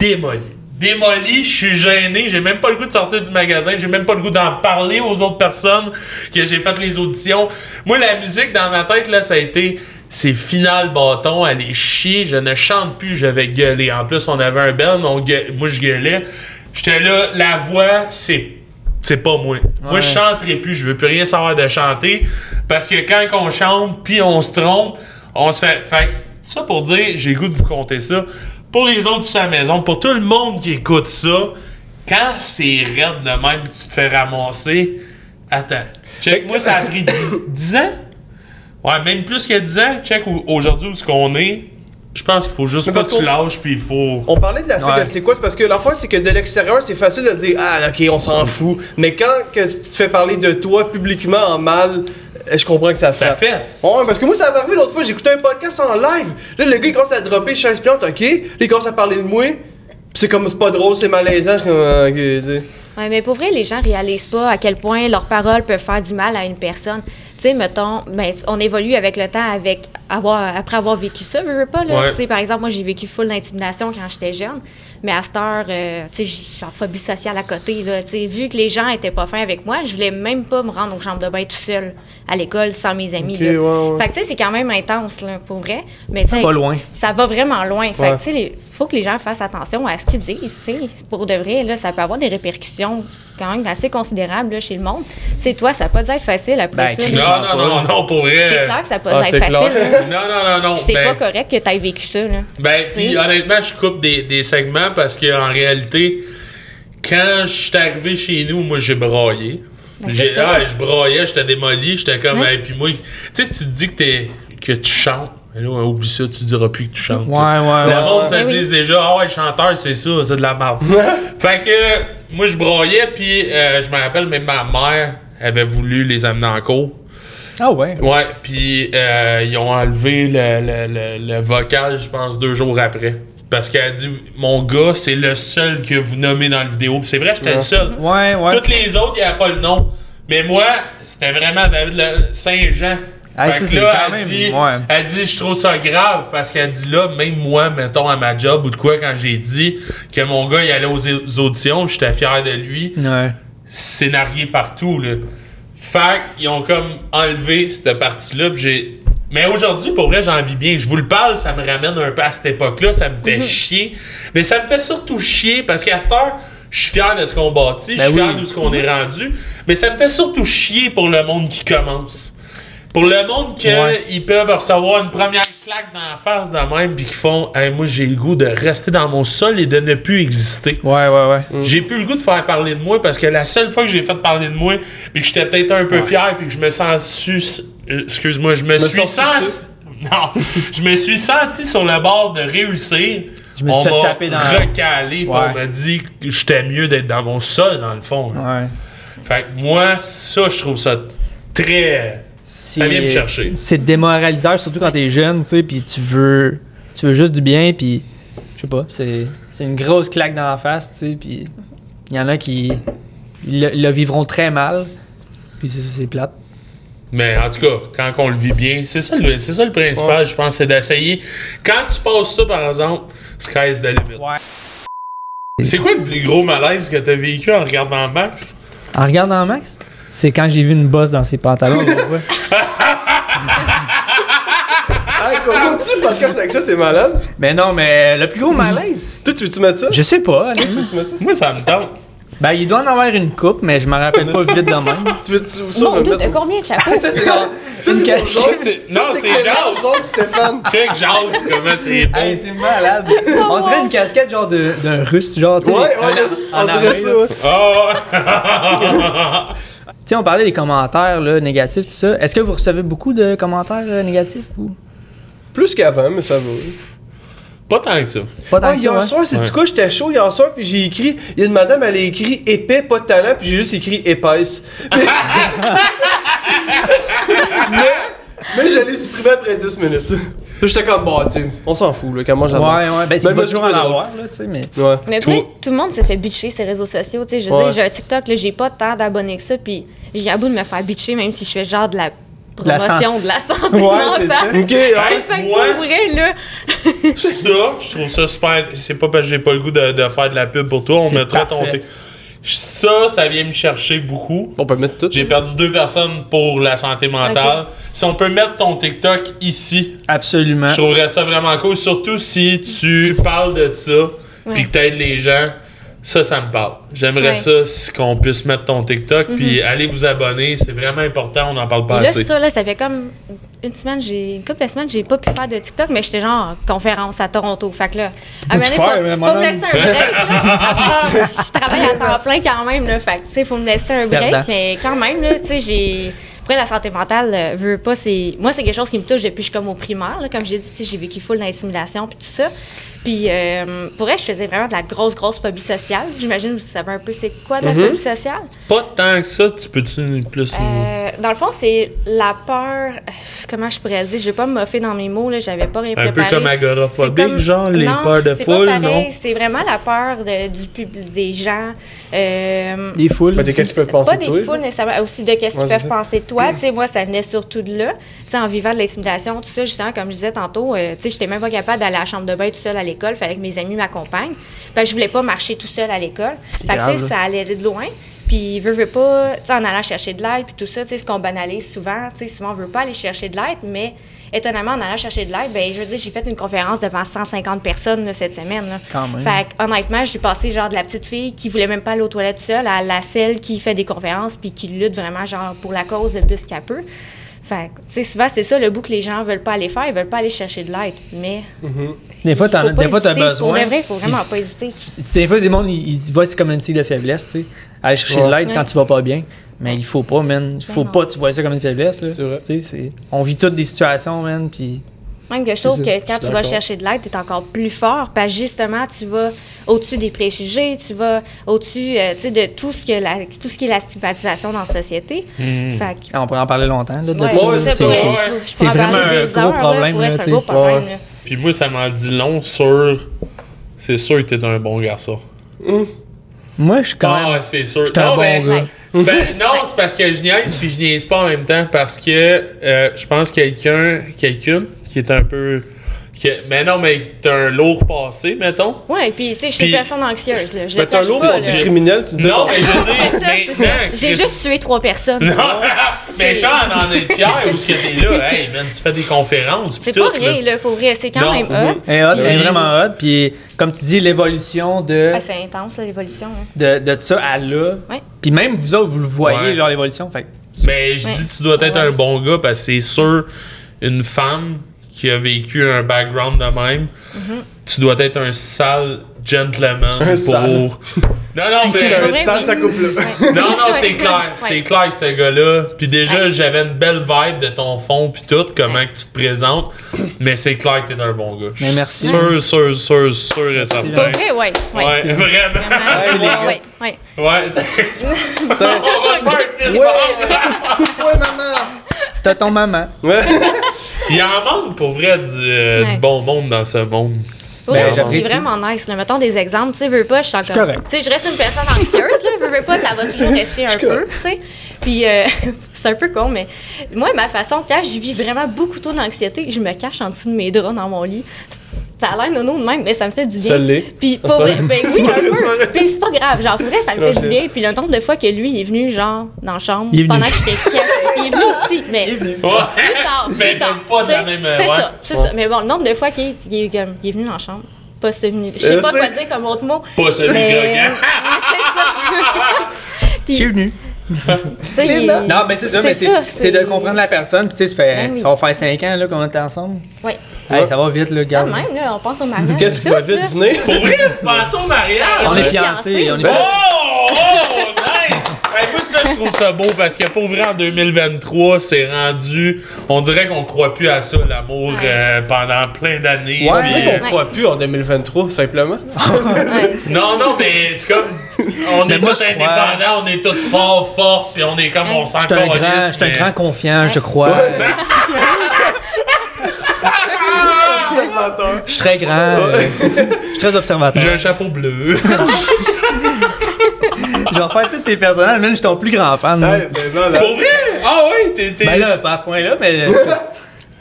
Speaker 2: démoli. Démoli, je suis gêné, j'ai même pas le goût de sortir du magasin, j'ai même pas le goût d'en parler aux autres personnes que j'ai fait les auditions. Moi, la musique dans ma tête, là, ça a été. C'est final bâton, elle est chier, je ne chante plus, je vais gueuler. En plus, on avait un bel, on gueu- moi je gueulais. J'étais là, la voix, c'est c'est pas moi. Moi, je chanterai plus. Je veux plus rien savoir de chanter. Parce que quand on chante, puis on se trompe, on se fait. Fait que ça pour dire, j'ai le goût de vous compter ça. Pour les autres de sa maison, pour tout le monde qui écoute ça, quand c'est raide de même, pis tu te fais ramasser, attends. Check, moi, ça a pris 10, 10 ans. Ouais, même plus que 10 ans. Check où- aujourd'hui où ce qu'on est. Je pense qu'il faut juste
Speaker 1: Mais
Speaker 2: pas
Speaker 1: parce
Speaker 2: que tu
Speaker 1: qu'on-
Speaker 2: lâches, puis il faut.
Speaker 1: On parlait de la fête
Speaker 3: Ouais.
Speaker 1: de c'est quoi? C'est parce que l'affaire, c'est que de l'extérieur, c'est facile de dire Ah, ok, on s'en fout. Mais quand que tu te fais parler de toi publiquement en mal, euh, je comprends que ça
Speaker 2: Ça
Speaker 1: frappe.
Speaker 2: fesse.
Speaker 1: Ouais, parce que moi, ça m'est arrivé l'autre fois, j'écoutais un podcast en live. Là, le gars, il commence à dropper chaise pliante, ok? Là, il commence à parler de moi. Pis c'est comme, c'est pas drôle, c'est malaisant. Je suis comme, Ah, ok, tu sais.
Speaker 6: Ouais, mais pour vrai, les gens réalisent pas à quel point leurs paroles peuvent faire du mal à une personne. Tu sais, mettons, ben, on évolue avec le temps, avec avoir, après avoir vécu ça, veux, veux pas, là.
Speaker 2: Ouais.
Speaker 6: Tu sais, par exemple, moi, j'ai vécu full d'intimidation quand j'étais jeune, mais à cette heure, euh, tu sais, j'ai genre phobie sociale à côté, là. Tu sais, vu que les gens étaient pas fins avec moi, je voulais même pas me rendre aux chambres de bain tout seul à l'école sans mes amis,
Speaker 1: Ok,
Speaker 6: là.
Speaker 1: ouais, ouais.
Speaker 6: Fait que, tu sais, c'est quand même intense, là, pour vrai. Mais, tu sais,
Speaker 3: Pas loin.
Speaker 6: ça va vraiment loin. Fait
Speaker 1: Ouais.
Speaker 6: que, tu sais, les- faut que les gens fassent attention à ce qu'ils disent, tu sais. Pour de vrai, là, ça peut avoir des répercussions quand même assez considérables, là, chez le monde. Tu sais, toi, ça peut pas être facile après
Speaker 3: Ben,
Speaker 6: ça.
Speaker 3: Chris,
Speaker 6: là.
Speaker 2: Non, non, non, non, pour vrai.
Speaker 6: C'est clair que ça peut
Speaker 1: Ah,
Speaker 6: pas être
Speaker 1: c'est clair.
Speaker 6: facile. là.
Speaker 2: Non, non, non, non.
Speaker 6: C'est
Speaker 2: ben-
Speaker 6: pas correct que t'aies vécu ça, là.
Speaker 2: Ben,
Speaker 6: T'sais.
Speaker 2: puis honnêtement, je coupe des, des segments parce que en réalité, quand je suis arrivé chez nous, moi j'ai braillé.
Speaker 6: Ben, c'est
Speaker 2: J'ai-
Speaker 6: ça.
Speaker 2: ah, je braillais, j'étais démoli, j'étais comme
Speaker 6: Ouais.
Speaker 2: hey, puis moi, tu sais si tu te dis que t'es que tu chantes, mais là, oublie ça, tu diras plus que tu
Speaker 3: Ouais,
Speaker 2: chantes. toi.
Speaker 3: ouais,
Speaker 2: Le
Speaker 3: ouais.
Speaker 2: monde se
Speaker 6: Ben oui.
Speaker 2: disent déjà, ah ouais, chanteur, c'est ça, c'est de la merde. fait que, moi, je broyais, puis euh, je me rappelle, même ma mère avait voulu les amener en cours.
Speaker 3: Ah ouais.
Speaker 2: Ouais, puis euh, ils ont enlevé le, le- le- le vocal, je pense, deux jours après. Parce qu'elle a dit Mon gars, c'est le seul que vous nommez dans la vidéo. Puis c'est vrai, j'étais le seul.
Speaker 3: Ouais, ouais.
Speaker 2: Toutes les autres, il n'y avait pas le nom. Mais moi, c'était vraiment David Le- Saint-Jean.
Speaker 3: Ah,
Speaker 2: fait
Speaker 3: ça,
Speaker 2: que
Speaker 3: c'est
Speaker 2: là,
Speaker 3: quand
Speaker 2: elle
Speaker 3: même-
Speaker 2: dit,
Speaker 3: ouais.
Speaker 2: elle dit, je trouve ça grave parce qu'elle dit là, même moi, mettons à ma job ou de quoi, quand j'ai dit que mon gars, il allait aux, aux auditions, j'étais fier de lui
Speaker 3: Ouais.
Speaker 2: scénarié partout. Là. Fait qu'ils ont comme enlevé cette partie-là. puis j'ai- Mais aujourd'hui, pour vrai, j'en vis bien. Je vous le parle, ça me ramène un peu à cette époque-là. Ça me fait chier. Mais ça me fait surtout chier parce qu'à cette heure, je suis fier de ce qu'on bâtit. je suis
Speaker 3: Ben
Speaker 2: fier
Speaker 3: oui.
Speaker 2: de ce qu'on est rendu. Mais ça me fait surtout chier pour le monde qui commence. Pour le monde qu'ils
Speaker 3: Ouais.
Speaker 2: peuvent recevoir une première claque dans la face de même puis qu'ils font Hey, moi j'ai le goût de rester dans mon sol et de ne plus exister
Speaker 3: Ouais, ouais, ouais.
Speaker 2: j'ai plus le goût de faire parler de moi parce que la seule fois que j'ai fait parler de moi, puis que j'étais peut-être un peu fier, puis que je me sens sus. euh, Excuse-moi, je me, suis
Speaker 1: sens
Speaker 2: senti.
Speaker 1: sucé.
Speaker 2: Non, je me suis senti sur le bord de réussir.
Speaker 3: Je me
Speaker 2: on
Speaker 3: suis fait
Speaker 2: m'a
Speaker 3: taper dans la-
Speaker 2: recalé, puis
Speaker 3: Ouais.
Speaker 2: on m'a dit que j'étais mieux d'être dans mon sol, dans le fond. là.
Speaker 3: Ouais.
Speaker 2: Fait que moi, ça, je trouve ça très.
Speaker 3: Ça
Speaker 2: vient me chercher.
Speaker 3: C'est démoraliseur, surtout quand t'es jeune, tu sais, puis tu veux, tu veux juste du bien, puis je sais pas, c'est c'est une grosse claque dans la face, tu sais, puis il y en a qui le, le vivront très mal, puis c'est- c'est plate.
Speaker 2: Mais en tout cas, quand on le vit bien, c'est ça, le- c'est ça le principal, je pense, c'est d'essayer. Quand tu passes ça, par exemple, sky's the limit.
Speaker 3: Ouais.
Speaker 2: C'est quoi le plus gros malaise que t'as vécu en regardant Max?
Speaker 3: En regardant Ah, Max, c'est quand j'ai vu une bosse dans ses pantalons. là, ouais.
Speaker 1: Ah, qu'on continue le podcast avec ça, c'est malade.
Speaker 3: mais non, mais le plus gros malaise,
Speaker 1: Toi, tu veux-tu mettre ça?
Speaker 3: je sais pas. là.
Speaker 1: Tu veux-tu mettre ça?
Speaker 2: Moi, ça me tente.
Speaker 3: Ben, il doit en avoir une coupe, mais je m'en rappelle pas vite de même.
Speaker 1: Tu veux-tu ça? je
Speaker 6: Mon
Speaker 1: vais
Speaker 6: doute,
Speaker 1: mettre-
Speaker 6: combien de chapeaux?
Speaker 1: Ça, c'est genre. Ça,
Speaker 3: Une
Speaker 1: c'est
Speaker 3: cache-
Speaker 1: pour Jacques.
Speaker 2: c'est-
Speaker 1: Ça,
Speaker 2: non, c'est
Speaker 1: clairement
Speaker 2: Jacques.
Speaker 1: Jacques Stéphane.
Speaker 2: Check, genre, comment c'est bon.
Speaker 3: Hey, c'est malade! On dirait une casquette genre de- d'un russe, genre, tu
Speaker 1: Ouais,
Speaker 3: sais,
Speaker 1: ouais,
Speaker 3: en
Speaker 1: on dirait
Speaker 3: armée,
Speaker 1: ça,
Speaker 3: là.
Speaker 1: ouais.
Speaker 2: Oh!
Speaker 3: Tu sais, on parlait des commentaires là, négatifs, tout ça. Est-ce que vous recevez beaucoup de commentaires euh, négatifs ou
Speaker 1: Plus qu'avant, mais ça va.
Speaker 2: Pas tant que ça.
Speaker 3: pas tant
Speaker 1: Ah,
Speaker 3: que
Speaker 1: hier
Speaker 3: ça, hein?
Speaker 1: soir, c'est du coup, j'étais chaud hier soir, puis j'ai écrit. Il y a une madame, elle a écrit épais, pas de talent, puis j'ai juste écrit épaisse. Mais. mais... mais je l'ai supprimé après 10 minutes. Puis j'étais comme, bah, tu sais, on s'en fout, là, quand moi j'avais.
Speaker 3: Ouais, ouais, ben
Speaker 1: Ben,
Speaker 3: c'est pas
Speaker 1: moi,
Speaker 3: toujours
Speaker 1: je
Speaker 3: à
Speaker 1: trouve
Speaker 3: l'avoir, là, tu sais, mais.
Speaker 1: Ouais.
Speaker 6: Mais
Speaker 2: Toi-
Speaker 6: peut-être tout le monde s'est fait bitcher ses réseaux sociaux. Tu sais, je veux
Speaker 1: Ouais.
Speaker 6: dire, j'ai un TikTok, là, j'ai pas tant d'abonnés que ça, puis j'ai à bout de me faire bitcher, même si je fais genre de la
Speaker 3: la
Speaker 6: promotion de la santé
Speaker 3: Ouais, c'est ça.
Speaker 6: mentale.
Speaker 1: Ok, ah,
Speaker 6: Fait que pour
Speaker 2: Ouais.
Speaker 6: vrai, là,
Speaker 2: ça, je trouve ça super. C'est pas parce que j'ai pas le goût de, de faire de la pub pour toi, on
Speaker 3: C'est
Speaker 2: mettra ton
Speaker 3: parfait.
Speaker 2: thé. Ça, ça vient me chercher beaucoup.
Speaker 1: on peut mettre tout.
Speaker 2: J'ai perdu deux personnes pour la santé mentale. Si on peut mettre ton TikTok ici,
Speaker 3: Absolument.
Speaker 2: je trouverais ça vraiment cool. Surtout si tu parles de ça, puis que t'aides les gens. Ça, ça me parle. J'aimerais
Speaker 6: Ouais. Mhm.
Speaker 2: ça si qu'on puisse mettre ton TikTok, puis allez vous abonner. C'est vraiment important, on n'en parle pas
Speaker 6: là,
Speaker 2: assez.
Speaker 6: ça, là, ça fait comme une semaine, j'ai une couple de semaines, j'ai pas pu faire de TikTok, mais j'étais genre en conférence à Toronto. Fait que là, à un moment donné,
Speaker 3: faire, mais
Speaker 6: faut, faut
Speaker 3: madame.
Speaker 6: me laisser un
Speaker 2: hein,
Speaker 6: break. Là. Après, je travaille à temps plein quand même, là. Fait que, tu sais, faut me laisser un break,
Speaker 3: Perdant.
Speaker 6: mais quand même, là, tu sais, j'ai. Après, la santé mentale, euh, veux pas, c'est. Moi, c'est quelque chose qui me touche depuis que je suis comme au primaire, là. Comme j'ai dit, tu sais, j'ai vécu full d'intimidation, puis tout ça. Puis, euh, pour vrai, je faisais vraiment de la grosse, grosse phobie sociale. J'imagine que vous savez un peu c'est quoi de la phobie sociale.
Speaker 2: Pas tant que ça, tu peux-tu nous- plus. nous-
Speaker 6: Euh, dans le fond, c'est la peur. euh, Comment je pourrais le dire Je vais pas me moffer dans mes mots là. J'avais pas rien
Speaker 2: Un
Speaker 6: préparé.
Speaker 2: peu comme agoraphobie,
Speaker 6: C'est comme-
Speaker 2: genre les
Speaker 6: Non,
Speaker 2: peurs de
Speaker 6: c'est pas
Speaker 2: foule,
Speaker 6: pareil.
Speaker 2: non?
Speaker 6: C'est vraiment la peur de- du public, des gens. euh,
Speaker 3: Des foules.
Speaker 1: Pas des Ben, qu'est-ce qu'ils peuvent penser
Speaker 6: pas
Speaker 1: de
Speaker 6: des
Speaker 1: toi.
Speaker 6: foules nécessairement, Ah, aussi de qu'est-ce
Speaker 1: Ouais,
Speaker 6: qu'ils
Speaker 1: c'est
Speaker 6: peuvent
Speaker 1: ça.
Speaker 6: penser de toi. tu sais, moi, ça venait surtout de là. Tu sais, en vivant de l'intimidation, tout ça, justement, comme je disais tantôt, euh, tu sais, j'étais même pas capable d'aller à la chambre de bain tout seul à l'école. Fallait que mes amis m'accompagnent. Fait que je voulais pas marcher tout seul à l'école. Fait que, tu
Speaker 3: grave,
Speaker 6: sais, ça allait de loin. Puis, veut, veut pas, tu sais, en allant chercher de l'aide, puis tout ça, tu sais, ce qu'on banalise souvent, tu sais, souvent, on veut pas aller chercher de l'aide, mais étonnamment, en allant chercher de l'aide, ben je veux dire, j'ai fait une conférence devant 150 personnes là, cette semaine. là.
Speaker 3: Quand même.
Speaker 6: Fait que, honnêtement, j'ai passé genre de la petite fille qui voulait même pas aller aux toilettes seule à la celle qui fait des conférences puis qui lutte vraiment genre pour la cause le plus qu'elle peut. Fait que, tu sais, souvent, c'est ça le bout que les gens veulent pas aller faire, ils veulent pas aller chercher de l'aide. Mais.
Speaker 3: Des fois, t'en-
Speaker 6: faut pas
Speaker 3: des fois, t'as
Speaker 6: hésiter.
Speaker 3: besoin.
Speaker 6: Pour de vrai, il faut vraiment
Speaker 3: Ils-
Speaker 6: pas hésiter.
Speaker 3: Des fois, les monde, ils, ils voient c'est comme une signe de faiblesse, tu sais. Aller chercher de
Speaker 1: Ouais.
Speaker 3: l'aide quand
Speaker 6: Ouais.
Speaker 3: tu vas pas bien. Mais il faut pas, man. Il faut
Speaker 6: non.
Speaker 3: pas, tu vois ça comme une faiblesse, là.
Speaker 1: C'est vrai.
Speaker 3: Tu sais, c'est- on vit toutes des situations, man, puis
Speaker 6: Même que je trouve
Speaker 1: C'est
Speaker 6: que
Speaker 1: ça,
Speaker 6: quand
Speaker 1: je suis
Speaker 6: tu vas
Speaker 1: d'accord.
Speaker 6: chercher de l'aide, t'es encore plus fort parce que justement, tu vas au-dessus des préjugés, tu vas au-dessus euh, tu sais, de tout ce, que la, tout ce qui est la stigmatisation dans la société.
Speaker 3: Mhm.
Speaker 6: Fait que,
Speaker 3: on pourrait en parler longtemps, là, de
Speaker 6: Ouais,
Speaker 3: ça,
Speaker 1: Ouais,
Speaker 3: là.
Speaker 1: c'est
Speaker 6: c'est
Speaker 3: C'est-
Speaker 1: vrai.
Speaker 3: c'est- c'est vraiment un gros problème, là,
Speaker 6: c'est
Speaker 3: tu
Speaker 6: un gros
Speaker 3: sais.
Speaker 6: problème.
Speaker 1: Ouais.
Speaker 6: là.
Speaker 2: Puis moi, ça m'en dit long sur. C'est sûr que t'es un bon garçon.
Speaker 3: Moi, je suis quand
Speaker 2: Ah,
Speaker 3: même.
Speaker 2: c'est sûr.
Speaker 3: J'étais un
Speaker 2: Non,
Speaker 3: bon
Speaker 2: ben-
Speaker 3: gars.
Speaker 2: ben, non, c'est parce que je niaise puis je niaise pas en même temps parce que euh, je pense que quelqu'un, quelqu'une qui est un peu. que- mais non, mais t'as un lourd passé, mettons.
Speaker 6: Ouais, puis tu sais, je suis
Speaker 2: Puis-
Speaker 6: une personne anxieuse. Là. Je
Speaker 1: Mais Ben,
Speaker 6: le
Speaker 1: t'as un
Speaker 6: cache
Speaker 1: lourd
Speaker 6: pas,
Speaker 1: passé
Speaker 6: là.
Speaker 1: criminel, tu dis.
Speaker 2: Non, mais je veux
Speaker 6: C'est ça,
Speaker 2: dire,
Speaker 6: c'est ça.
Speaker 2: maintenant,
Speaker 6: J'ai
Speaker 2: Christ-
Speaker 6: juste tué trois personnes.
Speaker 2: Non, mais
Speaker 6: C'est-
Speaker 2: toi, on en est fiers où ce que t'es là. Hey, man, tu fais des conférences.
Speaker 6: C'est
Speaker 2: puis
Speaker 6: pas
Speaker 2: tout,
Speaker 6: rien,
Speaker 2: là.
Speaker 6: là, pour vrai. C'est quand
Speaker 2: Non.
Speaker 6: même
Speaker 2: Mhm.
Speaker 6: hot.
Speaker 3: Elle est hot, elle est
Speaker 2: Puis-
Speaker 3: vraiment hot. Puis, comme tu dis, l'évolution de,
Speaker 6: Ah, c'est intense, là, l'évolution. hein.
Speaker 3: de, de ça à là.
Speaker 6: Ouais.
Speaker 3: Puis même vous autres, vous le voyez,
Speaker 2: Ouais.
Speaker 3: leur évolution. Fait que
Speaker 2: Mais je
Speaker 6: Ouais.
Speaker 2: dis, tu dois être
Speaker 6: Ouais.
Speaker 2: un bon gars parce que c'est sûr, une femme qui a vécu un background de même,
Speaker 6: Mm-hmm.
Speaker 2: tu dois être un sale gentleman
Speaker 1: Un
Speaker 2: pour.
Speaker 1: sale.
Speaker 2: Non, non, mais.
Speaker 1: T'as un
Speaker 6: vrai,
Speaker 1: sale,
Speaker 6: oui.
Speaker 1: ça coupe là.
Speaker 2: Non, non, c'est
Speaker 6: Ouais.
Speaker 2: clair.
Speaker 6: Ouais.
Speaker 2: C'est clair, ce gars-là. Puis déjà,
Speaker 6: Ouais.
Speaker 2: j'avais une belle vibe de ton fond, puis tout, comment que tu te présentes. Mais c'est clair que t'es un bon gars. Je suis
Speaker 3: merci.
Speaker 2: Sûr, sûr, sûr, sûr et
Speaker 6: Pour
Speaker 2: certain.
Speaker 6: vrai, ouais.
Speaker 2: Ouais,
Speaker 6: Ouais, c'est-
Speaker 2: vraiment.
Speaker 6: Vraiment,
Speaker 3: les gars.
Speaker 6: ouais, ouais.
Speaker 2: Ouais. On va se faire un fist bump.
Speaker 1: Coupe-moi, maman!
Speaker 3: t'as ton maman.
Speaker 1: Ouais.
Speaker 2: Il en manque pour vrai du, euh,
Speaker 6: Ouais.
Speaker 2: du bon monde dans ce monde.
Speaker 6: Oui,
Speaker 2: Ben,
Speaker 6: c'est
Speaker 3: j'apprécie.
Speaker 6: vraiment nice. Là. Mettons des exemples. Tu sais, veux pas, je suis encore.
Speaker 3: correct.
Speaker 6: Tu sais, je reste une personne anxieuse. Là. Veux, veux pas, ça va toujours rester un peu. Tu sais. Puis, euh, c'est un peu con, mais moi, ma façon, quand je vis vraiment beaucoup trop d'anxiété, je me cache en dessous de mes draps dans mon lit. Ça a l'air nono de même, mais ça me fait du bien.
Speaker 1: Ça l'est.
Speaker 6: Puis, pour vrai, ben oui, un peu.
Speaker 1: vrai.
Speaker 6: Puis, c'est pas grave. Genre, pour vrai, ça me fait
Speaker 1: Non,
Speaker 6: du bien. Puis, le nombre de fois que lui, il est venu, genre, dans la chambre,
Speaker 3: Il est venu.
Speaker 6: pendant que j'étais cachée, il est venu aussi. Mais,
Speaker 2: Ouais.
Speaker 6: plus tard,
Speaker 2: Mais
Speaker 6: plus tard.
Speaker 2: comme pas de la
Speaker 6: tu sais,
Speaker 2: même, euh,
Speaker 6: C'est
Speaker 2: ouais.
Speaker 6: ça, c'est ça. Mais bon, le nombre de fois qu'il est, il est comme- il est venu dans la chambre, pas c'est venu. Je sais
Speaker 1: Euh,
Speaker 6: pas quoi
Speaker 1: c'est-
Speaker 6: dire comme autre mot.
Speaker 2: Pas celui
Speaker 6: mais,
Speaker 2: là
Speaker 6: mais c'est ça. Puis,
Speaker 3: Qui est venu?
Speaker 6: tu sais, il-
Speaker 3: Non, mais c'est ça, mais c'est- c'est de comprendre la personne. Puis, tu sais, ça, fait,
Speaker 6: Ben oui.
Speaker 3: ça va faire 5 ans là, qu'on était ensemble.
Speaker 6: Ouais.
Speaker 3: Hey, ça va vite, là,
Speaker 6: Quand
Speaker 3: regarde.
Speaker 6: même, là, on pense au mariage.
Speaker 1: Qu'est-ce qui
Speaker 6: tout,
Speaker 1: va vite
Speaker 6: là.
Speaker 1: venir?
Speaker 2: Pour vrai, pensez au mariage.
Speaker 3: On
Speaker 6: On
Speaker 3: est
Speaker 6: est
Speaker 3: fiancés.
Speaker 6: fiancés.
Speaker 3: On est
Speaker 2: Oh! Oh! Nice! Hey, moi, ça, je trouve ça beau parce que pour vrai, en 2023, c'est rendu. On dirait qu'on croit plus à ça, l'amour, euh, pendant plein d'années.
Speaker 1: On
Speaker 2: puis,
Speaker 1: dirait qu'on
Speaker 2: euh,
Speaker 1: croit plus en 2023, simplement.
Speaker 6: Ouais, c'est-
Speaker 2: Non, non, mais c'est comme. On est
Speaker 3: moi,
Speaker 2: tous
Speaker 3: je crois-
Speaker 2: indépendants, on est tous forts, forts, puis on est comme on s'en
Speaker 3: Je suis un
Speaker 2: calisse,
Speaker 3: grand, je suis un
Speaker 2: mais-
Speaker 3: grand confiant, je crois. Je suis très grand. euh, je suis très observateur.
Speaker 2: J'ai un chapeau bleu.
Speaker 3: Je vais faire tous tes personnages, même je suis ton plus grand fan. moi.
Speaker 1: Hey, ben voilà.
Speaker 2: Pour vrai? Ah ouais, t'es. t'es-
Speaker 3: Ben là, pas à ce point-là, mais. euh,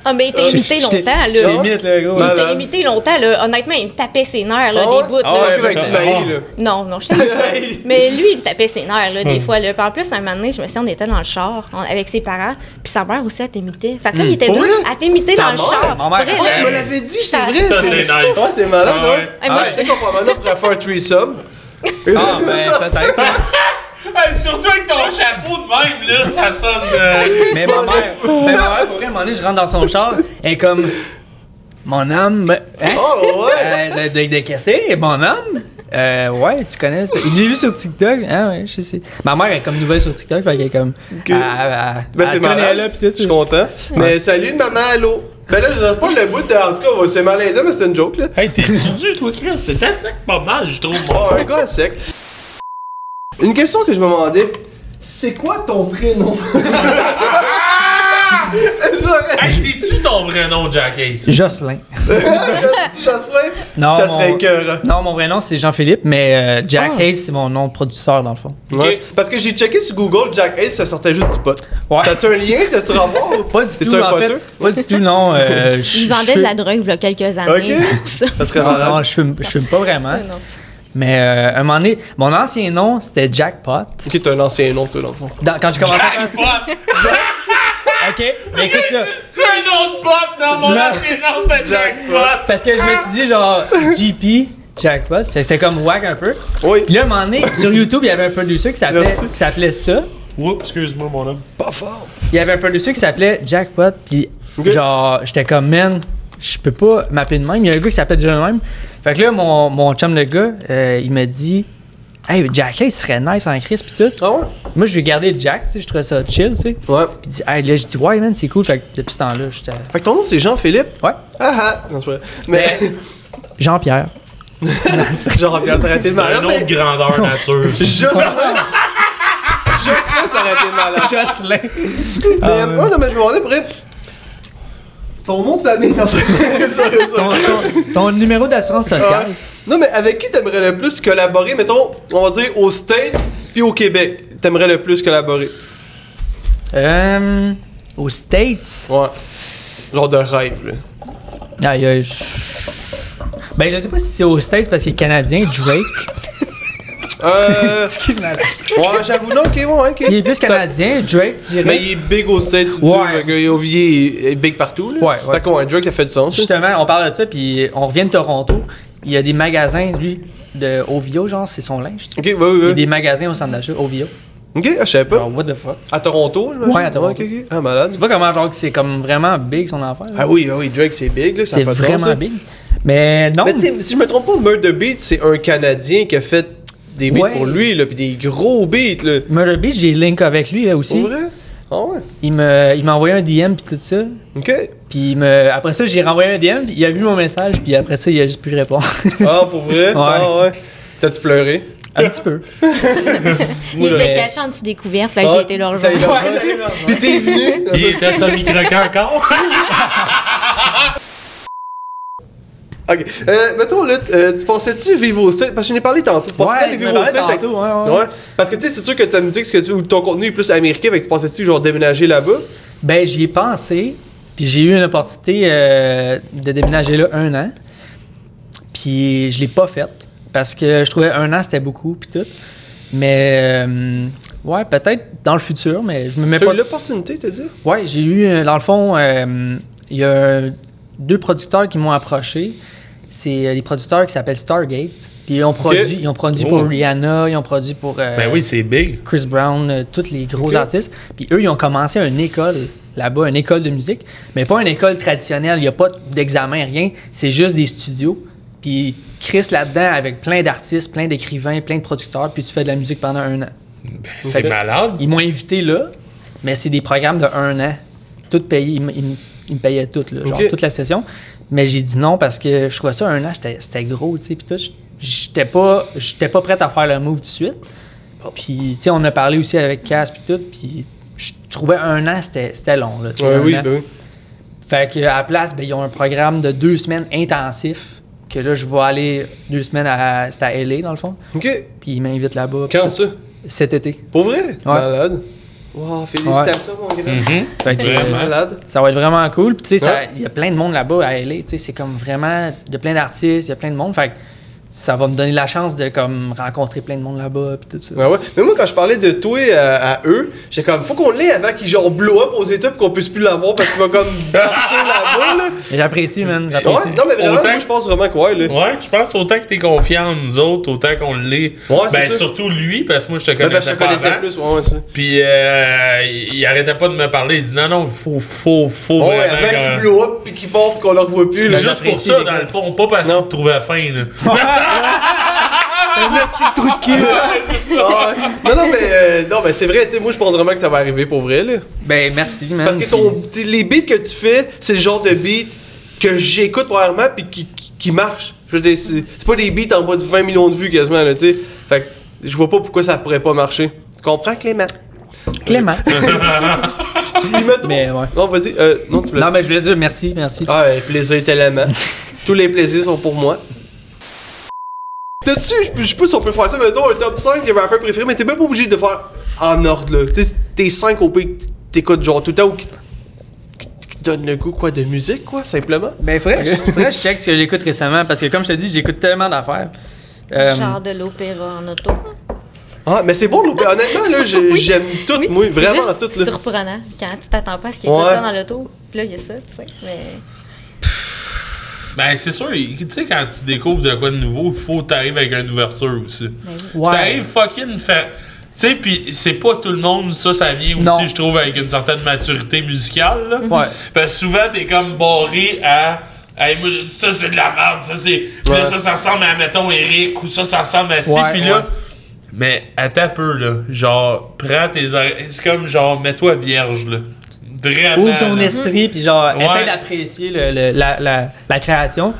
Speaker 6: Ah, mais il t'a imité
Speaker 3: Je t'ai-
Speaker 6: longtemps,
Speaker 3: je
Speaker 6: là.
Speaker 3: t'imite, là, gros.
Speaker 6: Il t'a
Speaker 1: Malade.
Speaker 6: imité longtemps, là. Honnêtement, il me tapait ses nerfs, là,
Speaker 1: Ah ouais?
Speaker 6: des bouts,
Speaker 1: Ah
Speaker 6: là.
Speaker 1: ouais,
Speaker 3: ben,
Speaker 1: avec du maïs, là.
Speaker 6: Non, non, je sais pas. Mais lui, il me tapait ses nerfs, là, des fois. Là. Puis en plus, un moment donné, je me souviens, on était dans le char on- avec ses parents, puis sa mère aussi, elle t'imitait. Fait que là, il était
Speaker 1: Pour
Speaker 6: deux
Speaker 1: vrai?
Speaker 6: à t'imiter
Speaker 3: Ta
Speaker 6: dans le
Speaker 3: mère?
Speaker 6: char.
Speaker 3: Ma mère,
Speaker 6: Vrai,
Speaker 3: elle-
Speaker 1: Oh,
Speaker 6: là.
Speaker 1: tu me l'avais dit, c'est
Speaker 6: Ça-
Speaker 1: vrai.
Speaker 2: Ça, c'est nice.
Speaker 1: Oh, c'est malade,
Speaker 2: Ah ouais.
Speaker 1: hein?
Speaker 6: Eh, moi,
Speaker 1: Je sais qu'on probablement pourrait faire un threesome.
Speaker 3: Ah, ben peut-être.
Speaker 2: Hey, surtout avec ton chapeau de même, là, ça sonne. euh,
Speaker 3: Mais
Speaker 1: peux
Speaker 3: ma mère, mais ma mère, pour vrai, à un moment donné, je rentre dans son char, elle est comme. Mon homme. Hein?
Speaker 1: Oh, ouais.
Speaker 3: Euh, de, de, de casser, et mon homme. Euh, ouais, tu connais. ce- J'ai vu sur TikTok. Ah ouais, je sais. Ma mère est comme nouvelle sur TikTok, fait qu'elle est comme. Elle, elle-
Speaker 1: Ben,
Speaker 3: elle
Speaker 1: c'est
Speaker 3: connaît,
Speaker 1: malade.
Speaker 3: là, pis
Speaker 1: Je
Speaker 3: tout.
Speaker 1: suis content. Mais salut, maman, allô. Ben là, je ne pas le bout de. En tout cas, c'est malaisant, mais c'est une joke, là.
Speaker 2: Hey, t'es du toi, Chris? T'es assez pas mal, je trouve.
Speaker 1: Oh, un gars sec. Une question que je me demandais, c'est quoi ton prénom?
Speaker 2: Hey, c'est-tu ton vrai nom, Jack Ace?
Speaker 3: Jocelyn.
Speaker 1: Jocelyn?
Speaker 3: Non,
Speaker 1: ça serait
Speaker 3: mon-
Speaker 1: écœurant.
Speaker 3: Non, mon vrai nom, c'est Jean-Philippe, mais euh, Jack
Speaker 6: Ah.
Speaker 3: Hayes, c'est mon nom de producteur, dans le fond.
Speaker 1: Ouais. Parce que j'ai checké sur Google, Jack Hayes, ça sortait juste du pot.
Speaker 3: Ouais.
Speaker 1: Ça a un lien, ça se rapport ou
Speaker 3: Pas du
Speaker 1: T'es-tu
Speaker 3: tout,
Speaker 1: un
Speaker 3: en fait.
Speaker 1: poteux?
Speaker 3: Pas du tout, non. euh, je-
Speaker 6: Il
Speaker 3: je
Speaker 6: vendait de
Speaker 3: fume-
Speaker 6: la drogue il y a quelques années.
Speaker 1: Ok.
Speaker 6: Ah, c'est pour ça.
Speaker 1: Ça serait
Speaker 3: Non, non,
Speaker 1: malade.
Speaker 3: je fume, je fume pas vraiment.
Speaker 6: Non.
Speaker 3: Mais euh, un moment donné, mon ancien nom, c'était Jackpot.
Speaker 1: Ok, t'as un ancien nom, toi, dans le fond.
Speaker 3: Dans- quand j'ai commencé.
Speaker 2: Jack Pot!
Speaker 3: Ok, mais écoute ça.
Speaker 2: C'est un nom de pot, non, mon
Speaker 3: Jack-
Speaker 2: ancien nom, c'était Jack Pot!
Speaker 3: Parce que je me suis dit, genre, GP, Jackpot. Fait que C'était comme whack un peu.
Speaker 1: Oui.
Speaker 3: Puis là, un moment donné, sur YouTube, il y avait un producer qui s'appelait
Speaker 1: Merci.
Speaker 3: qui s'appelait ça.
Speaker 2: Oups, excuse-moi, mon homme.
Speaker 1: Pas fort.
Speaker 3: Il y avait un producer qui s'appelait Jackpot. Puis
Speaker 1: Ok.
Speaker 3: genre, j'étais comme, man, je peux pas m'appeler de même. Il y a un gars qui s'appelle déjà de même. Fait que là, mon, mon chum, le gars, euh, il m'a dit, hey, Jack, il serait nice en Chris, pis tout.
Speaker 1: Ah ouais?
Speaker 3: Moi, je vais garder Jack, tu sais, je trouvais ça chill, tu sais.
Speaker 1: Ouais.
Speaker 3: Puis dit, hey, là, je dis, ouais, man, c'est cool. Fait que depuis ce temps-là, j'étais.
Speaker 1: Fait que ton nom, c'est Jean-Philippe?
Speaker 3: Ouais.
Speaker 1: Ah ah! Non, c'est pas vrai. Mais.
Speaker 3: Jean-Pierre.
Speaker 1: Jean-Pierre, ça aurait été
Speaker 2: C'est un
Speaker 1: malade.
Speaker 2: nom
Speaker 1: mais-
Speaker 2: de grandeur nature.
Speaker 1: Jocelyn! Jocelyn, ça aurait été malade.
Speaker 3: Jocelyn.
Speaker 1: Mais, euh, ouais, non, mais je me demandais, bref. Ton nom de famille, non, c'est- c'est sûr.
Speaker 3: ton, ton- ton numéro d'assurance sociale.
Speaker 1: Ouais. Euh, Non, mais avec qui t'aimerais le plus collaborer, mettons, on va dire aux States puis au Québec? T'aimerais le plus collaborer?
Speaker 3: Euh, aux States.
Speaker 1: Ouais. Genre de rêve, là.
Speaker 3: Aïe, aïe, je- Ben, je sais pas si c'est aux States parce qu'il est canadien, Drake.
Speaker 1: Euh. ouais, j'avoue, non, ok, ouais, ok.
Speaker 3: Il est plus
Speaker 1: Ça-
Speaker 3: canadien, Drake, je dirais.
Speaker 1: Mais il est big aux States, tu
Speaker 3: Ouais.
Speaker 1: dis, fait que Ovier est- est big partout, là.
Speaker 3: Ouais, ouais.
Speaker 1: Fait qu'on a un drug, ça fait du sens. là.
Speaker 3: Justement, on parle de ça, puis on revient de Toronto. Il y a des magasins, lui, de Ovio, genre, c'est son linge.
Speaker 1: Ok, ouais, ouais,
Speaker 3: Il y a
Speaker 1: ouais.
Speaker 3: des magasins au centre d'achat, Ovio.
Speaker 1: Ok, ah, je savais pas.
Speaker 3: Genre, what the fuck?
Speaker 1: À Toronto, là?
Speaker 3: Ouais, à Toronto.
Speaker 1: ok, ok. Ah, malade.
Speaker 3: Tu vois comment, genre, que c'est comme vraiment big son affaire. là?
Speaker 1: Ah oui, ah oui, Drake c'est big, là, ça a
Speaker 3: c'est
Speaker 1: pas de sens, ça.
Speaker 3: vraiment big. Mais non.
Speaker 1: Mais tu sais, si je me trompe pas, Murder Beat, c'est un Canadien qui a fait des beats
Speaker 3: Ouais.
Speaker 1: pour lui, là, pis des gros beats, là.
Speaker 3: Murder Beach, j'ai link avec lui là,
Speaker 1: C'est
Speaker 3: aussi.
Speaker 1: vrai? Ah ouais.
Speaker 3: Il me- il m'a envoyé un DM puis tout ça.
Speaker 1: Ok.
Speaker 3: Puis il me, après ça, j'ai renvoyé un DM, puis il a vu mon message, puis après ça, il a juste pu répondre.
Speaker 1: Ah, pour vrai? Ah ouais. T'as-tu pleuré?
Speaker 3: un petit peu.
Speaker 6: Il était
Speaker 3: j'aurais-
Speaker 6: caché en dessous découverte, fait que
Speaker 1: Ah,
Speaker 6: j'ai été le
Speaker 1: t'as été
Speaker 6: rejoindre.
Speaker 1: le rejoindre. Pis t'es venu?
Speaker 2: Il était son micro encore.
Speaker 1: ok. Euh, mettons, là, t- euh, tu pensais-tu vivre au States? Parce que je n'ai parlé tantôt. Tu pensais
Speaker 3: je
Speaker 1: aller
Speaker 3: me
Speaker 1: vivre au
Speaker 3: parlais
Speaker 1: States? avec-
Speaker 3: tantôt, ouais, ouais.
Speaker 1: Ouais. Parce que tu sais, c'est sûr que ta musique, ce que tu, ou ton contenu est plus américain, fait que tu pensais-tu genre déménager là-bas?
Speaker 3: Ben, j'y ai pensé, puis j'ai eu une opportunité euh, de déménager là un an, puis je l'ai pas faite, parce que je trouvais un an, c'était beaucoup, puis tout. Mais, euh, ouais, peut-être dans le futur, mais je me mets
Speaker 1: T'as
Speaker 3: pas...
Speaker 1: eu l'opportunité, t'as dit?
Speaker 3: Ouais, j'ai eu, euh, dans le fond, euh, il y a deux producteurs qui m'ont approché. C'est euh, des producteurs qui s'appellent Stargate. Puis ils ont produit, ils ont produit pour
Speaker 2: Oh.
Speaker 3: Rihanna, ils ont produit pour euh,
Speaker 2: Ben oui, c'est big.
Speaker 3: Chris Brown, euh, tous les gros
Speaker 1: Ok.
Speaker 3: artistes. Puis eux, ils ont commencé une école là-bas, une école de musique, mais pas une école traditionnelle. Il n'y a pas d'examen, rien. C'est juste des studios. Puis Chris là-dedans avec plein d'artistes, plein d'écrivains, plein de producteurs. Puis tu fais de la musique pendant un an.
Speaker 2: C'est malade.
Speaker 3: Ils m'ont invité là, mais c'est des programmes de un an. Tout payé, ils, me- ils me- ils me payaient tout, là, genre
Speaker 1: Ok.
Speaker 3: toute la session. Mais j'ai dit non parce que je trouvais ça un an, j'étais- c'était gros, tu sais, puis tout. j- J'étais pas, j'étais pas prête à faire le move tout de suite. Puis, tu sais, on a parlé aussi avec Cass, puis tout, puis je trouvais un an, c'était c'était long, là. tu sais,
Speaker 1: Ouais,
Speaker 3: un
Speaker 1: oui,
Speaker 3: an.
Speaker 1: ben oui.
Speaker 3: Tu Fait que, à la place, ben, ils ont un programme de deux semaines intensif. Que là, je vais aller deux semaines à. C'était à LA, dans le fond.
Speaker 1: Ok.
Speaker 3: Puis ils m'invitent là-bas. puis
Speaker 1: Quand ça?
Speaker 3: tout. Cet été.
Speaker 1: Pour vrai? Malade. Wow, félicitations, mon gars.
Speaker 3: Fait que,
Speaker 2: Vraiment.
Speaker 3: euh,
Speaker 1: Malade.
Speaker 3: ça va être vraiment cool. Puis, tu sais, ça-
Speaker 1: Ouais.
Speaker 3: il y a plein de monde là-bas à LA. Tu sais, c'est comme vraiment. Il y a plein d'artistes, il y a plein de monde. Fait que ça va me donner la chance de comme rencontrer plein de monde là-bas. Puis tout ça.
Speaker 1: Ouais, ouais. Mais moi, quand je parlais de toi euh, à eux, j'ai comme, faut qu'on l'ait avant qu'ils genre blow up aux États pis qu'on puisse plus l'avoir parce qu'il va comme partir là-bas, là.
Speaker 3: Mais J'apprécie, man. J'apprécie.
Speaker 1: Ouais, non, mais vraiment,
Speaker 2: Autant-
Speaker 1: moi, je pense vraiment que ouais, là.
Speaker 2: Ouais, je pense autant que t'es confiant en nous autres, autant qu'on l'est.
Speaker 1: Ouais, c'est
Speaker 2: ben,
Speaker 1: ça.
Speaker 2: surtout lui, parce que moi, je te
Speaker 1: Ben, ben,
Speaker 2: connaissais
Speaker 1: je te
Speaker 2: pas
Speaker 1: connaissais
Speaker 2: avant.
Speaker 1: plus, ouais, ouais, ça.
Speaker 2: Puis, euh, il il arrêtait pas de me parler. Il dit non, non, faut, faut, faut
Speaker 1: Ouais,
Speaker 2: vraiment.
Speaker 1: avant qu'ils
Speaker 2: que-
Speaker 1: blow up pis qu'ils partent pis qu'on leur revoit plus, là.
Speaker 2: Juste pour ça, dans le fond, pas parce
Speaker 1: Non.
Speaker 2: qu'il te trouvait fin, là.
Speaker 1: Oh, Ah, non, non, mais, euh, non, mais c'est vrai, tu sais, moi, je pense vraiment que ça va arriver pour vrai, là.
Speaker 3: Ben, merci, man.
Speaker 1: Parce que ton, t'es- les beats que tu fais, c'est le genre de beat que j'écoute premièrement puis qui, qui, qui marche. Je veux dire, c'est c'est pas des beats en bas de 20 millions de vues quasiment, là, tu sais. Fait que je vois pas pourquoi ça pourrait pas marcher. Tu comprends, Clément?
Speaker 3: Clément.
Speaker 1: Puis, mettons-
Speaker 3: mais ouais.
Speaker 1: Non, vas-y. Euh, non, tu me
Speaker 3: Non,
Speaker 1: laisses.
Speaker 3: mais je voulais dire merci, merci.
Speaker 1: Ah, euh, plaisir tellement. Tous les plaisirs sont pour moi. T'as-tu, je je sais pas si on peut faire ça, mais mettons un top 5 des rappeurs préférés, mais t'es même pas obligé de faire en ordre, là. Tu sais, T'es 5 au pays que t'écoutes genre tout le temps ou qui, qui- qui te donnent le goût, quoi, de musique, quoi, simplement.
Speaker 3: Ben, faudrait, que je- faudrait que je check ce que j'écoute récemment. Parce que, comme je te dis, j'écoute tellement d'affaires. Euh,
Speaker 6: Genre de l'opéra en auto.
Speaker 1: Ah, mais c'est bon, l'opé- honnêtement, là, j'ai-
Speaker 6: Oui.
Speaker 1: j'aime tout, moi,
Speaker 6: C'est
Speaker 1: vraiment
Speaker 6: juste
Speaker 1: tout, là.
Speaker 6: surprenant quand tu t'attends pas à ce qu'il y ait
Speaker 1: Ouais.
Speaker 6: ça dans l'auto. Puis là, il y a ça, tu sais. Mais
Speaker 2: Ben, c'est sûr, il- tu sais, quand tu découvres de quoi de nouveau, il faut que t'arrives avec une ouverture aussi.
Speaker 3: Ouais.
Speaker 2: Ça arrive fucking fait. Tu sais, pis c'est pas tout le monde, ça, ça vient aussi,
Speaker 3: Non.
Speaker 2: je trouve, avec une certaine maturité musicale, là.
Speaker 3: Ouais.
Speaker 2: Parce que souvent, t'es comme barré à. Hey, moi, je- ça, c'est de la merde, ça, c'est. Puis Là, ça, ça ressemble à, mettons, Eric, ou ça, ça ressemble à ci,
Speaker 3: Ouais,
Speaker 2: pis
Speaker 3: ouais.
Speaker 2: là. Mais attends un peu, là. Genre, prends tes oreilles. C'est comme, genre, mets-toi vierge, là. Vraiment.
Speaker 3: Ouvre ton
Speaker 1: Mm-hmm.
Speaker 2: là.
Speaker 3: esprit, puis genre,
Speaker 2: Ouais.
Speaker 3: essaie d'apprécier le- le- la, la- la création.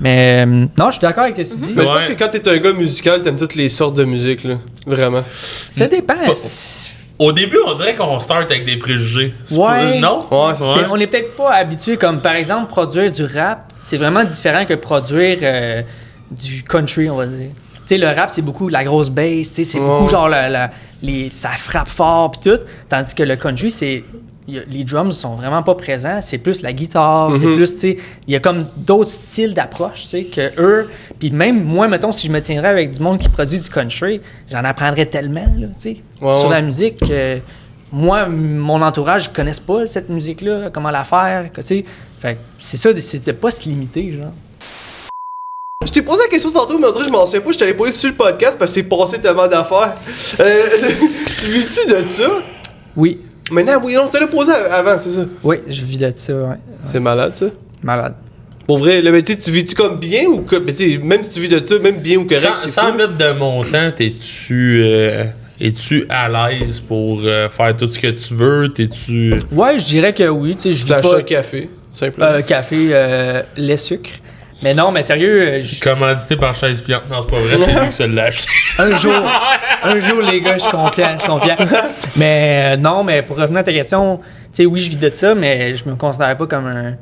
Speaker 3: Mais euh, non, je suis d'accord avec ce que tu dis.
Speaker 1: Mais je pense que
Speaker 2: Ouais.
Speaker 1: quand t'es un gars musical, t'aimes toutes les sortes de musique, là. Vraiment.
Speaker 3: Ça dépend.
Speaker 2: Pas-
Speaker 3: Si-
Speaker 2: Au début, on dirait qu'on start avec des préjugés. C'est
Speaker 3: Ouais.
Speaker 2: pas- Non?
Speaker 1: Ouais, c'est
Speaker 3: Mais On n'est peut-être pas habitué, comme par exemple, produire du rap, c'est vraiment différent que produire euh, du country, on va dire. Tu sais, le rap, c'est beaucoup la grosse bass, tu sais, c'est
Speaker 1: Ouais.
Speaker 3: beaucoup genre la- la- les, ça frappe fort puis tout, tandis que le country, c'est y a- les drums sont vraiment pas présents, c'est plus la guitare,
Speaker 1: Mm-hmm.
Speaker 3: c'est plus, tu sais, il y a comme d'autres styles d'approche, tu sais, que eux, puis même moi, mettons, si je me tiendrais avec du monde qui produit du country, j'en apprendrais tellement, là, tu sais,
Speaker 1: Ouais,
Speaker 3: sur
Speaker 1: ouais.
Speaker 3: la musique que moi, m- mon entourage, ne connaissent pas cette musique-là, comment la faire, que, tu sais. Fait que c'est ça, c'était pas se limiter, genre.
Speaker 1: Je t'ai posé la question tantôt, mais en vrai, je m'en souviens pas, je t'avais posé sur le podcast parce que c'est passé tellement d'affaires. Euh, tu vis-tu de ça?
Speaker 3: Oui,
Speaker 1: Maintenant, oui, on te l'a posé av- avant, c'est ça.
Speaker 3: oui, je vis de ça, ouais.
Speaker 1: C'est malade, ça.
Speaker 3: Malade.
Speaker 1: Pour vrai, le métier, tu vis-tu comme bien ou comme. Mais tu sais, même si tu vis de ça, même bien ou correct,
Speaker 2: Sans,
Speaker 1: c'est
Speaker 2: sans
Speaker 1: fou.
Speaker 2: mettre de montant, t'es-tu euh, es-tu à l'aise pour euh, faire tout ce que tu veux? T'es-tu.
Speaker 3: Ouais, je dirais que oui, tu sais, je
Speaker 1: Tu
Speaker 3: vis
Speaker 1: achètes
Speaker 3: pas
Speaker 1: un café, simplement.
Speaker 3: euh, café, euh, lait, sucre. Mais non, mais sérieux, euh, je-
Speaker 2: Commandité par chaise pliante? Non, c'est pas vrai, c'est lui qui se l'a acheté.
Speaker 3: un jour, un jour, les gars, je suis confiant, je suis confiant. Mais euh, non, mais pour revenir à ta question, tu sais, oui, je vis de ça, mais je me considère pas comme un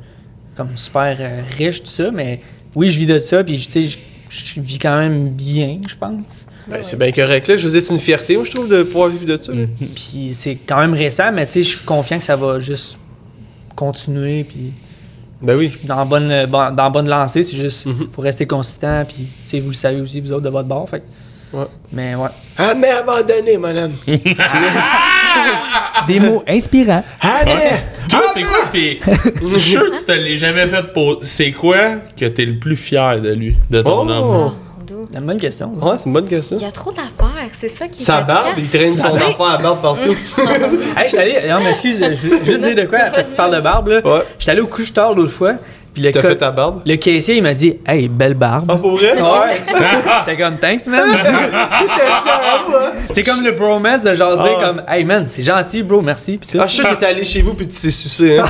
Speaker 3: comme super euh, riche, tout ça, mais oui, je vis de ça, puis tu sais, je- je vis quand même bien, je pense.
Speaker 1: Ben, c'est bien correct, là. Je veux dire, c'est une fierté, moi, je trouve, de pouvoir vivre de ça. là.
Speaker 3: Puis c'est quand même récent, mais tu sais, je suis confiant que ça va juste continuer, puis
Speaker 1: Ben oui.
Speaker 3: dans la bonne, euh, bon- dans la bonne lancée, c'est juste pour rester consistant, puis tu sais, vous le savez aussi, vous autres, de votre bord, fait que-
Speaker 1: Ouais.
Speaker 3: Mais ouais.
Speaker 1: Ah, mais abandonné, madame.
Speaker 3: Des mots inspirants.
Speaker 1: Ah, mais.
Speaker 2: Toi, c'est
Speaker 3: Ah,
Speaker 2: quoi
Speaker 3: ben!
Speaker 2: que t'es. Je suis sûr que tu te l'es jamais fait pour. C'est quoi que t'es le plus fier de lui, de ton
Speaker 1: Oh!
Speaker 2: homme?
Speaker 6: d'où?
Speaker 3: La bonne question. ça.
Speaker 1: Ouais, c'est une bonne question.
Speaker 6: Il y a trop d'affaires, c'est ça qui est
Speaker 1: Sa
Speaker 6: fatigant.
Speaker 1: barbe, il traîne son
Speaker 6: Tu sais-
Speaker 1: enfant à barbe partout.
Speaker 3: Hey, je suis allé. Non, m'excuse, je veux juste dire de quoi, parce que tu parles de barbe, là.
Speaker 1: Ouais.
Speaker 3: Je suis allé au couche-tard l'autre fois, puis le,
Speaker 1: T'as
Speaker 3: co-
Speaker 1: fait ta barbe?
Speaker 3: le caissier, il m'a dit Hey, belle barbe.
Speaker 1: Ah, pour vrai?
Speaker 3: Ouais. J'étais comme Thanks, man. c'est comme le bromance de genre dire
Speaker 1: Ah.
Speaker 3: comme Hey, man, c'est gentil, bro, merci. Puis tout.
Speaker 1: Ah, je suis sûr que t'es allé chez vous pis tu t'es sucé, hein.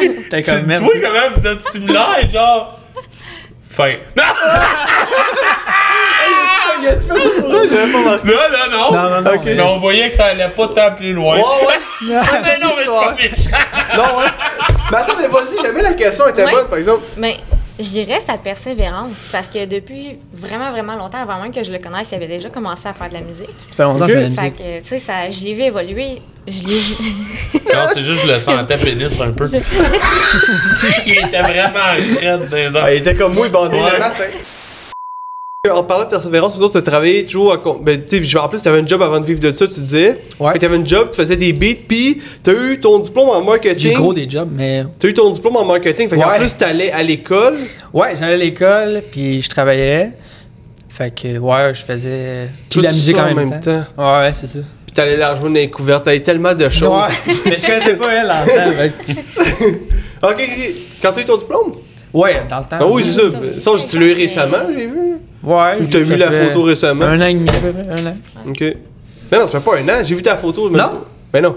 Speaker 3: J'étais
Speaker 2: Tu,
Speaker 3: comme
Speaker 2: tu
Speaker 3: Merci.
Speaker 2: vois comment vous êtes similaires, genre. Fin. Non,
Speaker 1: Tu fais ça pour vrai? J'avais pas marqué.
Speaker 2: non, non, non.
Speaker 3: Non, non, non.
Speaker 1: Ok.
Speaker 2: Mais on voyait que ça allait pas tant plus loin.
Speaker 1: Ouais, ouais.
Speaker 2: Ah, mais non, mais c'est pas
Speaker 1: Histoire.
Speaker 2: méchant.
Speaker 1: Non, ouais. Mais attends, mais vas-y, jamais la question était
Speaker 6: Ouais.
Speaker 1: bonne, par exemple.
Speaker 6: Mais je dirais sa persévérance, parce que depuis vraiment, vraiment longtemps, avant même que je le connaisse, il avait déjà commencé à faire de la musique.
Speaker 8: Ça fait longtemps que je fais de la
Speaker 6: Fait
Speaker 8: musique.
Speaker 6: que, tu sais, ça- je l'ai vu évoluer. Je l'ai vu.
Speaker 2: Non, c'est juste que je le sentais pénis un peu. Il était vraiment raide des
Speaker 1: Ah,
Speaker 2: ans.
Speaker 1: il était comme moi, il bandait
Speaker 2: Ouais.
Speaker 1: le matin. En parlant de persévérance, vous autres, tu travaillé toujours à. com- Ben, tu sais, je me rappelle, tu avais un job avant de vivre de ça, tu disais.
Speaker 8: Ouais.
Speaker 1: Fait que tu avais un job, tu faisais des beats, puis tu as eu ton diplôme en
Speaker 8: J'ai
Speaker 1: marketing.
Speaker 8: gros des jobs, mais
Speaker 1: Tu as eu ton diplôme en marketing, fait qu'en
Speaker 8: Ouais.
Speaker 1: plus, tu allais à l'école.
Speaker 8: ouais, j'allais à l'école, puis je travaillais. Fait que ouais, je faisais puis
Speaker 1: Tout
Speaker 8: la musique
Speaker 1: ça
Speaker 8: en même, temps. Ouais, ouais, c'est ça.
Speaker 1: Puis tu allais la rejoindre dans les couvertes, tu tellement de choses.
Speaker 8: Ouais, mais je connaissais pas
Speaker 3: hein,
Speaker 8: elle en temps. fait que-
Speaker 1: Ok, ok. quand tu as eu ton diplôme
Speaker 8: Ouais, dans le temps.
Speaker 1: Ah oui, c'est ça. Ça, tu l'as eu récemment, j'ai vu.
Speaker 8: Ouais.
Speaker 1: Ou t'as
Speaker 8: j'ai- ça
Speaker 1: vu la
Speaker 8: fait
Speaker 1: photo récemment.
Speaker 8: Un an et demi, à peu près, un an.
Speaker 1: Ok. Non, non, ça fait pas un an. J'ai vu ta photo. mais-
Speaker 8: Non?
Speaker 1: Mais non.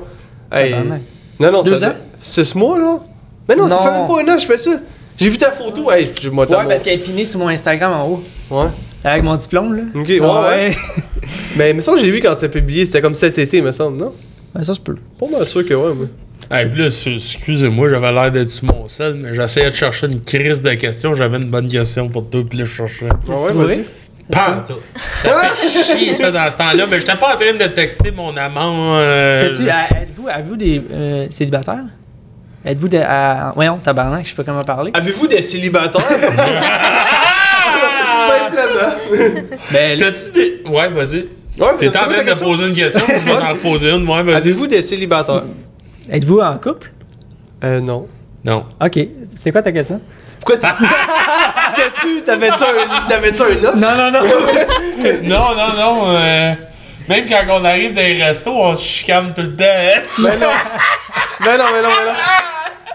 Speaker 1: Hey.
Speaker 8: Tabarnak.
Speaker 1: Non, non,
Speaker 8: Deux
Speaker 1: ça
Speaker 8: ans?
Speaker 1: fait- Six mois, genre? Mais non, ça
Speaker 8: Non.
Speaker 1: fait même pas un an, je fais ça. J'ai vu ta photo. Hey, je moi,
Speaker 8: Ouais, parce qu'elle est pinée sur mon Instagram en haut.
Speaker 1: Ouais.
Speaker 8: Avec mon diplôme, là. Ah
Speaker 1: Ok, ouais, ouais. Ben, Mais me semble que j'ai vu quand c'est publié, c'était comme cet été, me semble, non?
Speaker 8: Ben, ça, je peux.
Speaker 1: Pas mal sûr que ouais, moi.
Speaker 2: Hey, puis là, c'est- excusez-moi, j'avais l'air d'être sur mon sel, mais j'essayais de chercher une crise de questions. J'avais une bonne question pour toi, puis là, je cherchais.
Speaker 1: Ah ouais,
Speaker 8: trouvé?
Speaker 1: vas-y.
Speaker 2: Pas tout. Ça fait chier, ça, dans ce temps-là, mais j'étais pas en train de texter mon amant. euh,
Speaker 8: T'as-tu- à- Êtes-vous avez-vous des euh, célibataires? Êtes-vous des. à- voyons, tabarnak, je sais pas comment parler.
Speaker 1: Avez-vous des célibataires? Simplement.
Speaker 8: Ben,
Speaker 2: T'as-tu des. Ouais, vas-y.
Speaker 1: Ouais,
Speaker 2: T'es
Speaker 1: c'est
Speaker 2: en
Speaker 1: quoi
Speaker 2: train
Speaker 1: ta
Speaker 2: de
Speaker 1: question?
Speaker 2: poser une question, je vais t'en poser une, ouais, vas-y.
Speaker 1: Avez-vous des célibataires?
Speaker 8: êtes-vous en couple?
Speaker 1: Euh, non.
Speaker 2: Non.
Speaker 8: Ok. C'est quoi ta question?
Speaker 1: Pourquoi tu. T'as-tu. T'avais-tu un. T'avais-tu un offre?
Speaker 8: Non, non, non!
Speaker 2: Non, non, non. euh, Même quand on arrive dans les restos, on se chicane tout le temps. hein.
Speaker 1: Mais non. mais non, mais non, mais non.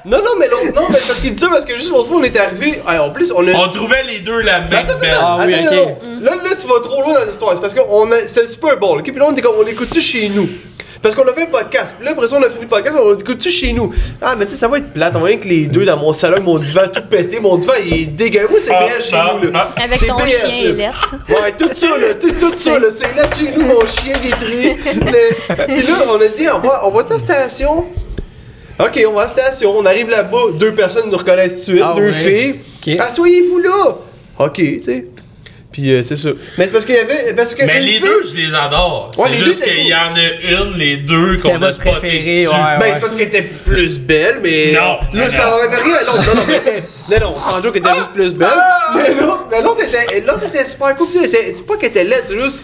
Speaker 1: Non, non, mais non, non, mais parce qu'il dit ça parce que juste l'autre fois, on était arrivé. En plus, on a.
Speaker 2: On trouvait les deux la
Speaker 1: Mais
Speaker 2: même
Speaker 1: Attends, attends,
Speaker 2: belle.
Speaker 1: attends,
Speaker 8: Ah oui,
Speaker 1: attends,
Speaker 8: ok.
Speaker 1: non. Là, là, tu vas trop loin dans l'histoire. C'est parce que on a- c'est le Super Bowl, ok? Puis là, on était comme, on l'écoute-tu chez nous? Parce qu'on a fait un podcast. Puis là, après ça, on a fait le podcast, on l'écoute-tu chez nous? Ah, mais tu sais, ça va être plate. On va rien que les deux dans mon salon, mon divan tout pété. Mon divan, il est dégueulasse. Moi, c'est
Speaker 2: Ah,
Speaker 1: BS chez
Speaker 2: ah,
Speaker 1: nous, là.
Speaker 2: ah.
Speaker 6: Avec
Speaker 1: C'est
Speaker 6: ton
Speaker 1: BS,
Speaker 6: chien
Speaker 1: là.
Speaker 6: ailette.
Speaker 1: Ouais, tout ça, là, tu sais, tout ça, là, c'est là chez nous, mon chien détruit. Mais, puis là, on a dit, on va, on va à la station. Ok, on va à la station, on arrive là-bas, deux personnes nous reconnaissent tout de suite,
Speaker 8: Ah
Speaker 1: deux
Speaker 8: ouais.
Speaker 1: filles.
Speaker 8: Ok.
Speaker 1: Asseyez-vous là! Ok, tu sais. Puis euh, c'est ça. Mais c'est parce qu'il y avait. Parce que
Speaker 2: Mais
Speaker 1: une
Speaker 2: les
Speaker 1: fille-
Speaker 2: deux, je les adore.
Speaker 1: Ouais, les
Speaker 2: c'est
Speaker 1: deux,
Speaker 2: juste
Speaker 1: c'est
Speaker 2: qu'il
Speaker 1: cool.
Speaker 2: y en a une, les deux, qu'on a
Speaker 8: votre
Speaker 2: spoté
Speaker 8: préférée,
Speaker 2: dessus.
Speaker 8: Ah ouais.
Speaker 1: Ben, c'est parce qu'elle était plus belle, mais.
Speaker 2: Non,
Speaker 1: Là,
Speaker 2: non,
Speaker 1: ça
Speaker 2: non.
Speaker 1: n'enlève rien à l'autre. Non, non, mais elle était- Non, non, on s'en joue qu'elle était juste plus belle.
Speaker 2: Ah!
Speaker 1: Mais l'autre, mais l'autre était, l'autre était super cool. puis elle était- C'est pas qu'elle était laide, c'est juste.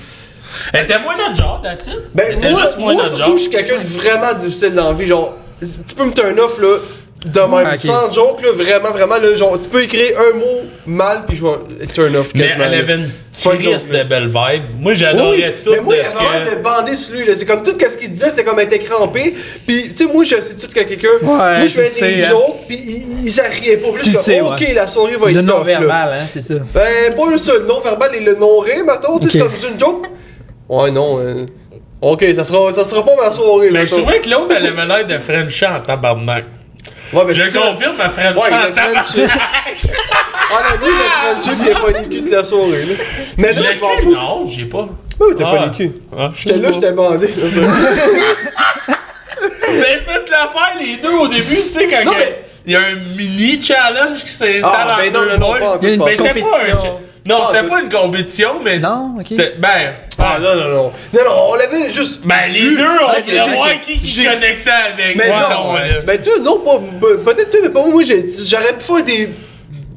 Speaker 2: Elle était moins notre genre, Datine. Elle
Speaker 1: Ben,
Speaker 2: était
Speaker 1: moi,
Speaker 2: juste moins
Speaker 1: moi
Speaker 2: notre
Speaker 1: surtout,
Speaker 2: genre.
Speaker 1: je suis quelqu'un de vraiment difficile dans la vie. Genre, tu peux me turn off, là, de même.
Speaker 8: Ouais, Ah, ok.
Speaker 1: Sans joke, là, vraiment, vraiment, là, genre, tu peux écrire un mot mal, puis je vais turn off
Speaker 2: Mais
Speaker 1: quasiment.
Speaker 2: elle
Speaker 1: là.
Speaker 2: avait une
Speaker 1: C'est pas une
Speaker 2: crise
Speaker 1: joke, là.
Speaker 2: de belle vibe. Moi,
Speaker 1: Oui,
Speaker 2: j'adorais tout
Speaker 1: mais moi,
Speaker 2: de
Speaker 1: il
Speaker 2: ce
Speaker 1: vraiment
Speaker 2: que...
Speaker 1: été bandé sur lui. là. C'est comme tout ce qu'il disait, c'est comme elle était crampé. Puis, tu sais, moi, je sais tout de suite quand quelqu'un. moi, je
Speaker 8: tu le
Speaker 1: faisais des
Speaker 8: sais, hein.
Speaker 1: jokes, puis il, il s'en riait pas.
Speaker 8: Tu le
Speaker 1: Puis là, je suis
Speaker 8: sais,
Speaker 1: comme, ok,
Speaker 8: ouais.
Speaker 1: la soirée va être
Speaker 8: Le
Speaker 1: tough, là.
Speaker 8: non-verbal, hein, c'est ça.
Speaker 1: Ben, pas juste ça, le non-verbal et le non-ré, mettons. Tu sais,
Speaker 8: Ok.
Speaker 1: c'est comme une joke. Ouais, non. euh, Ok, ça sera, ça sera pas ma soirée,
Speaker 2: Mais je
Speaker 1: mettons.
Speaker 2: trouvais que l'autre, elle avait l'air de Frenchie en tabarnak.
Speaker 1: Ouais, ben,
Speaker 2: Je
Speaker 1: c'est ça.
Speaker 2: confirme, ma Frenchie
Speaker 1: Ouais,
Speaker 2: en
Speaker 1: le
Speaker 2: tabarnak.
Speaker 1: friendship. Ah, là, lui, le friendship, il a pas les cul de la soirée, là. Mais là,
Speaker 2: Le
Speaker 1: je m'en
Speaker 2: cul,
Speaker 1: fous.
Speaker 2: Non, j'ai pas.
Speaker 1: Bah oui, t'as
Speaker 2: Ah.
Speaker 1: pas les cul.
Speaker 2: Ah,
Speaker 1: J'étais là, j'étais bandé. là, ça.
Speaker 2: Mais Ben, c'est parce que l'affaire, les deux, au début, tu sais, quand
Speaker 1: Non,
Speaker 2: que-
Speaker 1: mais-
Speaker 2: il y a un mini-challenge qui s'installe
Speaker 1: Ah, ben
Speaker 2: entre
Speaker 1: non,
Speaker 2: deux
Speaker 1: non, non,
Speaker 2: boys.
Speaker 1: pas en tout,
Speaker 8: Il y a une
Speaker 1: pas en
Speaker 2: Mais
Speaker 1: tout.
Speaker 2: c'était pas un...
Speaker 8: Compétition.
Speaker 2: Non,
Speaker 1: Pas en
Speaker 2: c'était
Speaker 1: tout.
Speaker 2: pas une compétition, mais...
Speaker 8: Non, ok.
Speaker 2: c'était- Ben...
Speaker 1: Ah, non, non, non. Non, non, on l'avait juste.
Speaker 2: Ben, les
Speaker 1: vu.
Speaker 2: deux, on
Speaker 1: Ok, j'ai-
Speaker 2: voulait voir qui qui
Speaker 1: j'ai-
Speaker 2: connectait avec
Speaker 1: Mais
Speaker 2: moi.
Speaker 1: non,
Speaker 2: donc, là.
Speaker 1: ben tu vois, non, pas, ben, peut-être toi, mais pas moi, j'ai- j'aurais pu faire des...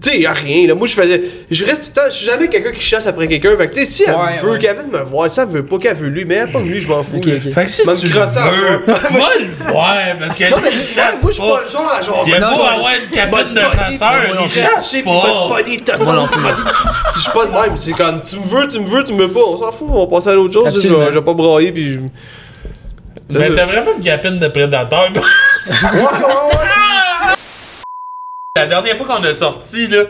Speaker 1: Tu sais, y a rien, là, moi je faisais... Je reste tout le temps, je suis jamais quelqu'un qui chasse après quelqu'un, fait que tu sais, si elle
Speaker 8: Ouais,
Speaker 1: veut
Speaker 8: ouais.
Speaker 1: qu'elle vienne me voir, ça elle veut pas qu'elle veut lui, mais elle pas que lui, je m'en fous.
Speaker 8: Ok,
Speaker 1: là.
Speaker 8: ok.
Speaker 2: Fait que si
Speaker 1: Même
Speaker 2: tu le veux,
Speaker 1: crosser à soir.
Speaker 2: va le voir, parce que
Speaker 1: Non, mais je
Speaker 2: lui, il
Speaker 1: suis pas-
Speaker 2: chasse
Speaker 1: moi je suis
Speaker 2: pas.
Speaker 1: pas le genre à genre...
Speaker 2: Il a
Speaker 1: ben,
Speaker 2: beau
Speaker 1: non,
Speaker 2: avoir une cabine de
Speaker 1: body,
Speaker 2: chasseur,
Speaker 1: body
Speaker 2: il chasse
Speaker 1: crasher, puis
Speaker 2: pas.
Speaker 1: body total. Si je suis pas de même, c'est quand tu me veux, tu me veux, tu me veux pas, on s'en fout, on va passer à l'autre chose, je
Speaker 8: Absolument.
Speaker 1: vais je vais pas brailler, puis... je-
Speaker 2: Mais
Speaker 1: C'est
Speaker 2: Ben, t'as
Speaker 1: ça.
Speaker 2: vraiment une capine de prédateur.
Speaker 1: Ouais, ouais, ouais.
Speaker 2: La dernière fois qu'on a sorti, là,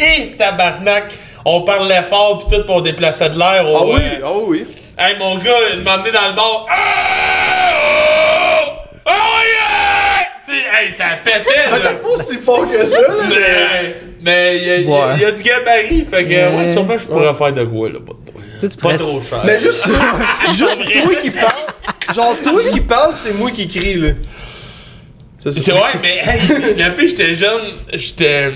Speaker 2: et tabarnak, on parlait fort pis tout, pis on déplaçait de l'air.
Speaker 1: Ah
Speaker 2: au,
Speaker 1: oui,
Speaker 2: euh,
Speaker 1: ah oui.
Speaker 2: Hey, mon gars, il m'a emmené dans le bar. Ah! Oh! Oh yeah! Tu sais, hey, ça pétait, là.
Speaker 1: Peut-être pas si fort que ça, là, mais...
Speaker 2: Mais, mais il y, a-
Speaker 8: Tu vois,
Speaker 2: il y a du gabarit, fait que,
Speaker 8: Ouais.
Speaker 2: ouais, sûrement, je pourrais faire de quoi, là, pas de quoi.
Speaker 8: Tu sais, tu
Speaker 2: Pas
Speaker 8: pourrais-
Speaker 2: trop cher.
Speaker 1: Mais juste, juste toi qui parles, genre toi qui parles, c'est moi qui crie là. Ça,
Speaker 2: C'est ouais, mais hey, le pire, j'étais jeune, j'étais.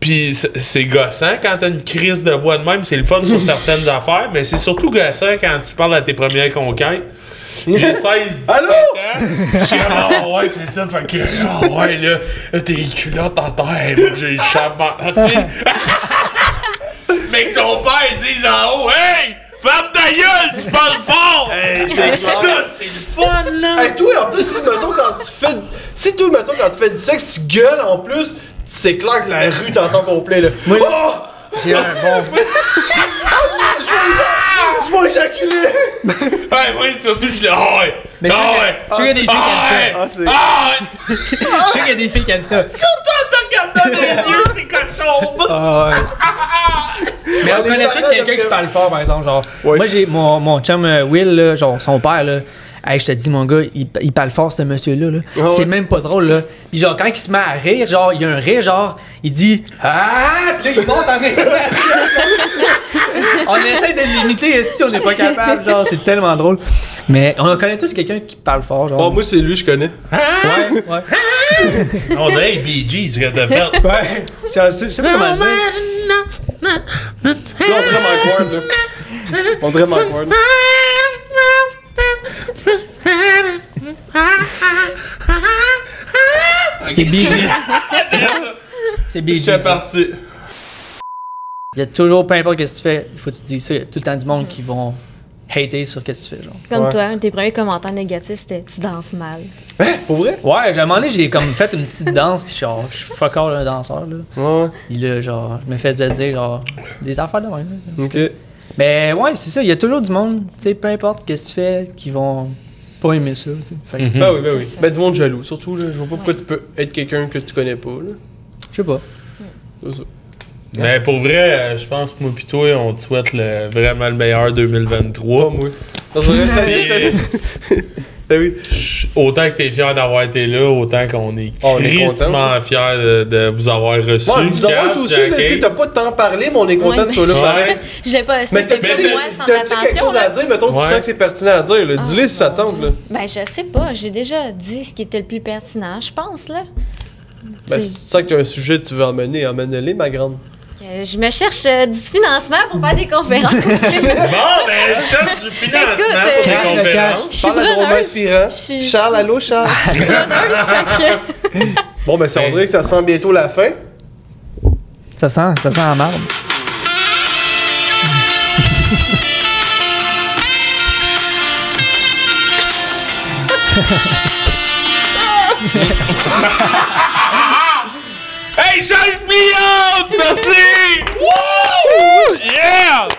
Speaker 2: Puis c'est- c'est gossant quand t'as une crise de voix de même, c'est le fun pour certaines affaires, mais c'est surtout gossant quand tu parles à tes premières conquêtes. J'ai 16
Speaker 1: Allô?
Speaker 2: ans. Je suis comme, Ah ouais, c'est ça, fait que. Ah ouais, là, là, t'es culotte en terre, là, j'ai le chabot. Ah, tu sais. mais que ton père il dise en haut, hey! Femme de gueule, tu parles fort!
Speaker 1: c'est
Speaker 2: ça, c'est le fun, là!
Speaker 1: Hey, toi, en plus, si, mettons, quand tu fais. Si, toi, mettons, quand tu fais du sexe, tu gueules en plus, c'est clair que la rue t'entend complet, là. oh! Ah,
Speaker 3: J'ai un bon.
Speaker 1: Je vais éjaculer!
Speaker 2: Ouais, moi, surtout, je suis là, ah ouais!
Speaker 3: Mais
Speaker 2: ah
Speaker 3: je-
Speaker 2: ouais!
Speaker 3: je sais qu'il y a des filles qui aiment
Speaker 1: Ah,
Speaker 3: ça.
Speaker 1: c'est.
Speaker 2: Ah ouais!
Speaker 3: Je sais qu'il y a des filles qui aiment ça.
Speaker 2: Surtout en te regardant dans les yeux, c'est cochon!
Speaker 1: Ah,
Speaker 3: Mais on
Speaker 1: des
Speaker 3: connaît
Speaker 1: parents
Speaker 3: tous quelqu'un
Speaker 1: d'après-
Speaker 3: qui parle fort, par exemple. Genre,
Speaker 1: Ouais.
Speaker 3: moi, j'ai mon, mon chum euh, Will, là, genre, son père, là. Hey, je te dis, mon gars, il, il parle fort, ce monsieur-là. Là.
Speaker 1: Ah ouais.
Speaker 3: C'est même pas drôle, là. Puis, genre, quand il se met à rire, genre, il y a un rire, genre, il dit Ah! Puis là, il monte en respiration. on essaie de le limiter, si on n'est pas capable, genre, c'est tellement drôle. Mais on en connaît tous quelqu'un qui parle fort, genre.
Speaker 1: Oh, moi, c'est lui, je connais.
Speaker 3: ouais, ouais.
Speaker 2: On dirait les Bee Gees, serait de faire.
Speaker 3: ouais. Je sais- je sais pas comment le dire.
Speaker 1: Là, on dirait Mike Ward, là. On dirait Mike Ward.
Speaker 3: C'est Bee Gees. C'est Bee
Speaker 2: J'étais
Speaker 3: Gees.
Speaker 2: parti.
Speaker 3: Il y a toujours, peu importe ce que tu fais, il faut que tu dises ça. Il y a tout le temps du monde qui vont hater sur ce que tu fais. Genre.
Speaker 6: Comme
Speaker 1: Ouais.
Speaker 6: toi, un de tes premiers commentaires négatifs, c'était tu danses mal.
Speaker 1: Hein? Pour vrai?
Speaker 3: Ouais, j'ai un moment donné, j'ai comme fait une petite danse, puis genre, je suis fuck all un danseur. Là.
Speaker 1: Ouais.
Speaker 3: Puis là, genre, je me faisais dire, genre, des affaires de même. là.
Speaker 1: Ok.
Speaker 3: Mais ouais, c'est ça, il y a toujours du monde, tu sais, peu importe ce que tu fais, qui vont pas aimer ça. tu sais. Fait que,
Speaker 1: Ben oui, ben oui.
Speaker 6: C'est ça.
Speaker 1: Ben du monde jaloux, surtout, là. Je vois pas pourquoi tu peux être quelqu'un que tu connais pas, là.
Speaker 3: Je sais pas.
Speaker 1: C'est ça.
Speaker 2: Mais pour vrai, euh, je pense que moi pis toi, on te souhaite le- vraiment le meilleur 2023.
Speaker 1: Pas moi. Dans un reste, t'as- t'as- Ben oui.
Speaker 2: Ch- Autant que t'es fier d'avoir été là, autant qu'on est
Speaker 1: Oh, On est content,
Speaker 2: crissement fiers de, de vous avoir reçu.
Speaker 1: Ouais, vous avoir
Speaker 2: Cash,
Speaker 1: tous
Speaker 2: Jack
Speaker 1: là, tu sais, t'as
Speaker 2: Hayes.
Speaker 1: pas tant parlé, mais on est content
Speaker 6: Ouais,
Speaker 1: de ce là
Speaker 2: mais-
Speaker 1: pareil.
Speaker 2: Ouais.
Speaker 6: J'ai pas.
Speaker 1: Mais
Speaker 6: C'était
Speaker 1: t'as-tu
Speaker 6: pas
Speaker 1: des-
Speaker 6: moi sans
Speaker 1: t'as-tu quelque
Speaker 6: attention.
Speaker 1: chose à
Speaker 6: là. Ah.
Speaker 1: dire, mettons, que tu
Speaker 2: Ouais.
Speaker 1: sens que c'est pertinent à dire, là. Dis-le si ça tente, là.
Speaker 6: Ben, je sais pas. J'ai déjà dit ce qui était le plus pertinent, je pense, là.
Speaker 1: Ben,
Speaker 6: Tu-
Speaker 1: si tu sens que t'as un sujet que tu veux emmener, emmène-le, ma grande.
Speaker 6: que je me cherche euh, du financement pour faire des conférences. je
Speaker 2: Bon, ben, je cherche du financement
Speaker 6: Écoute,
Speaker 2: pour tes
Speaker 6: euh,
Speaker 3: cash, le cash.
Speaker 2: conférences.
Speaker 6: suis
Speaker 1: Parle à ton
Speaker 6: preneuse.
Speaker 1: inspirant.
Speaker 6: Je suis-
Speaker 1: Charles, allô, Charles.
Speaker 6: Je suis preneuse, fait que-
Speaker 1: Bon, ben, ça, on
Speaker 2: Hey.
Speaker 1: dirait que ça sent bientôt la fin.
Speaker 3: Ça sent, ça sent la marde.
Speaker 2: Hey, Jace me up! Merci! Wouh! Yeah!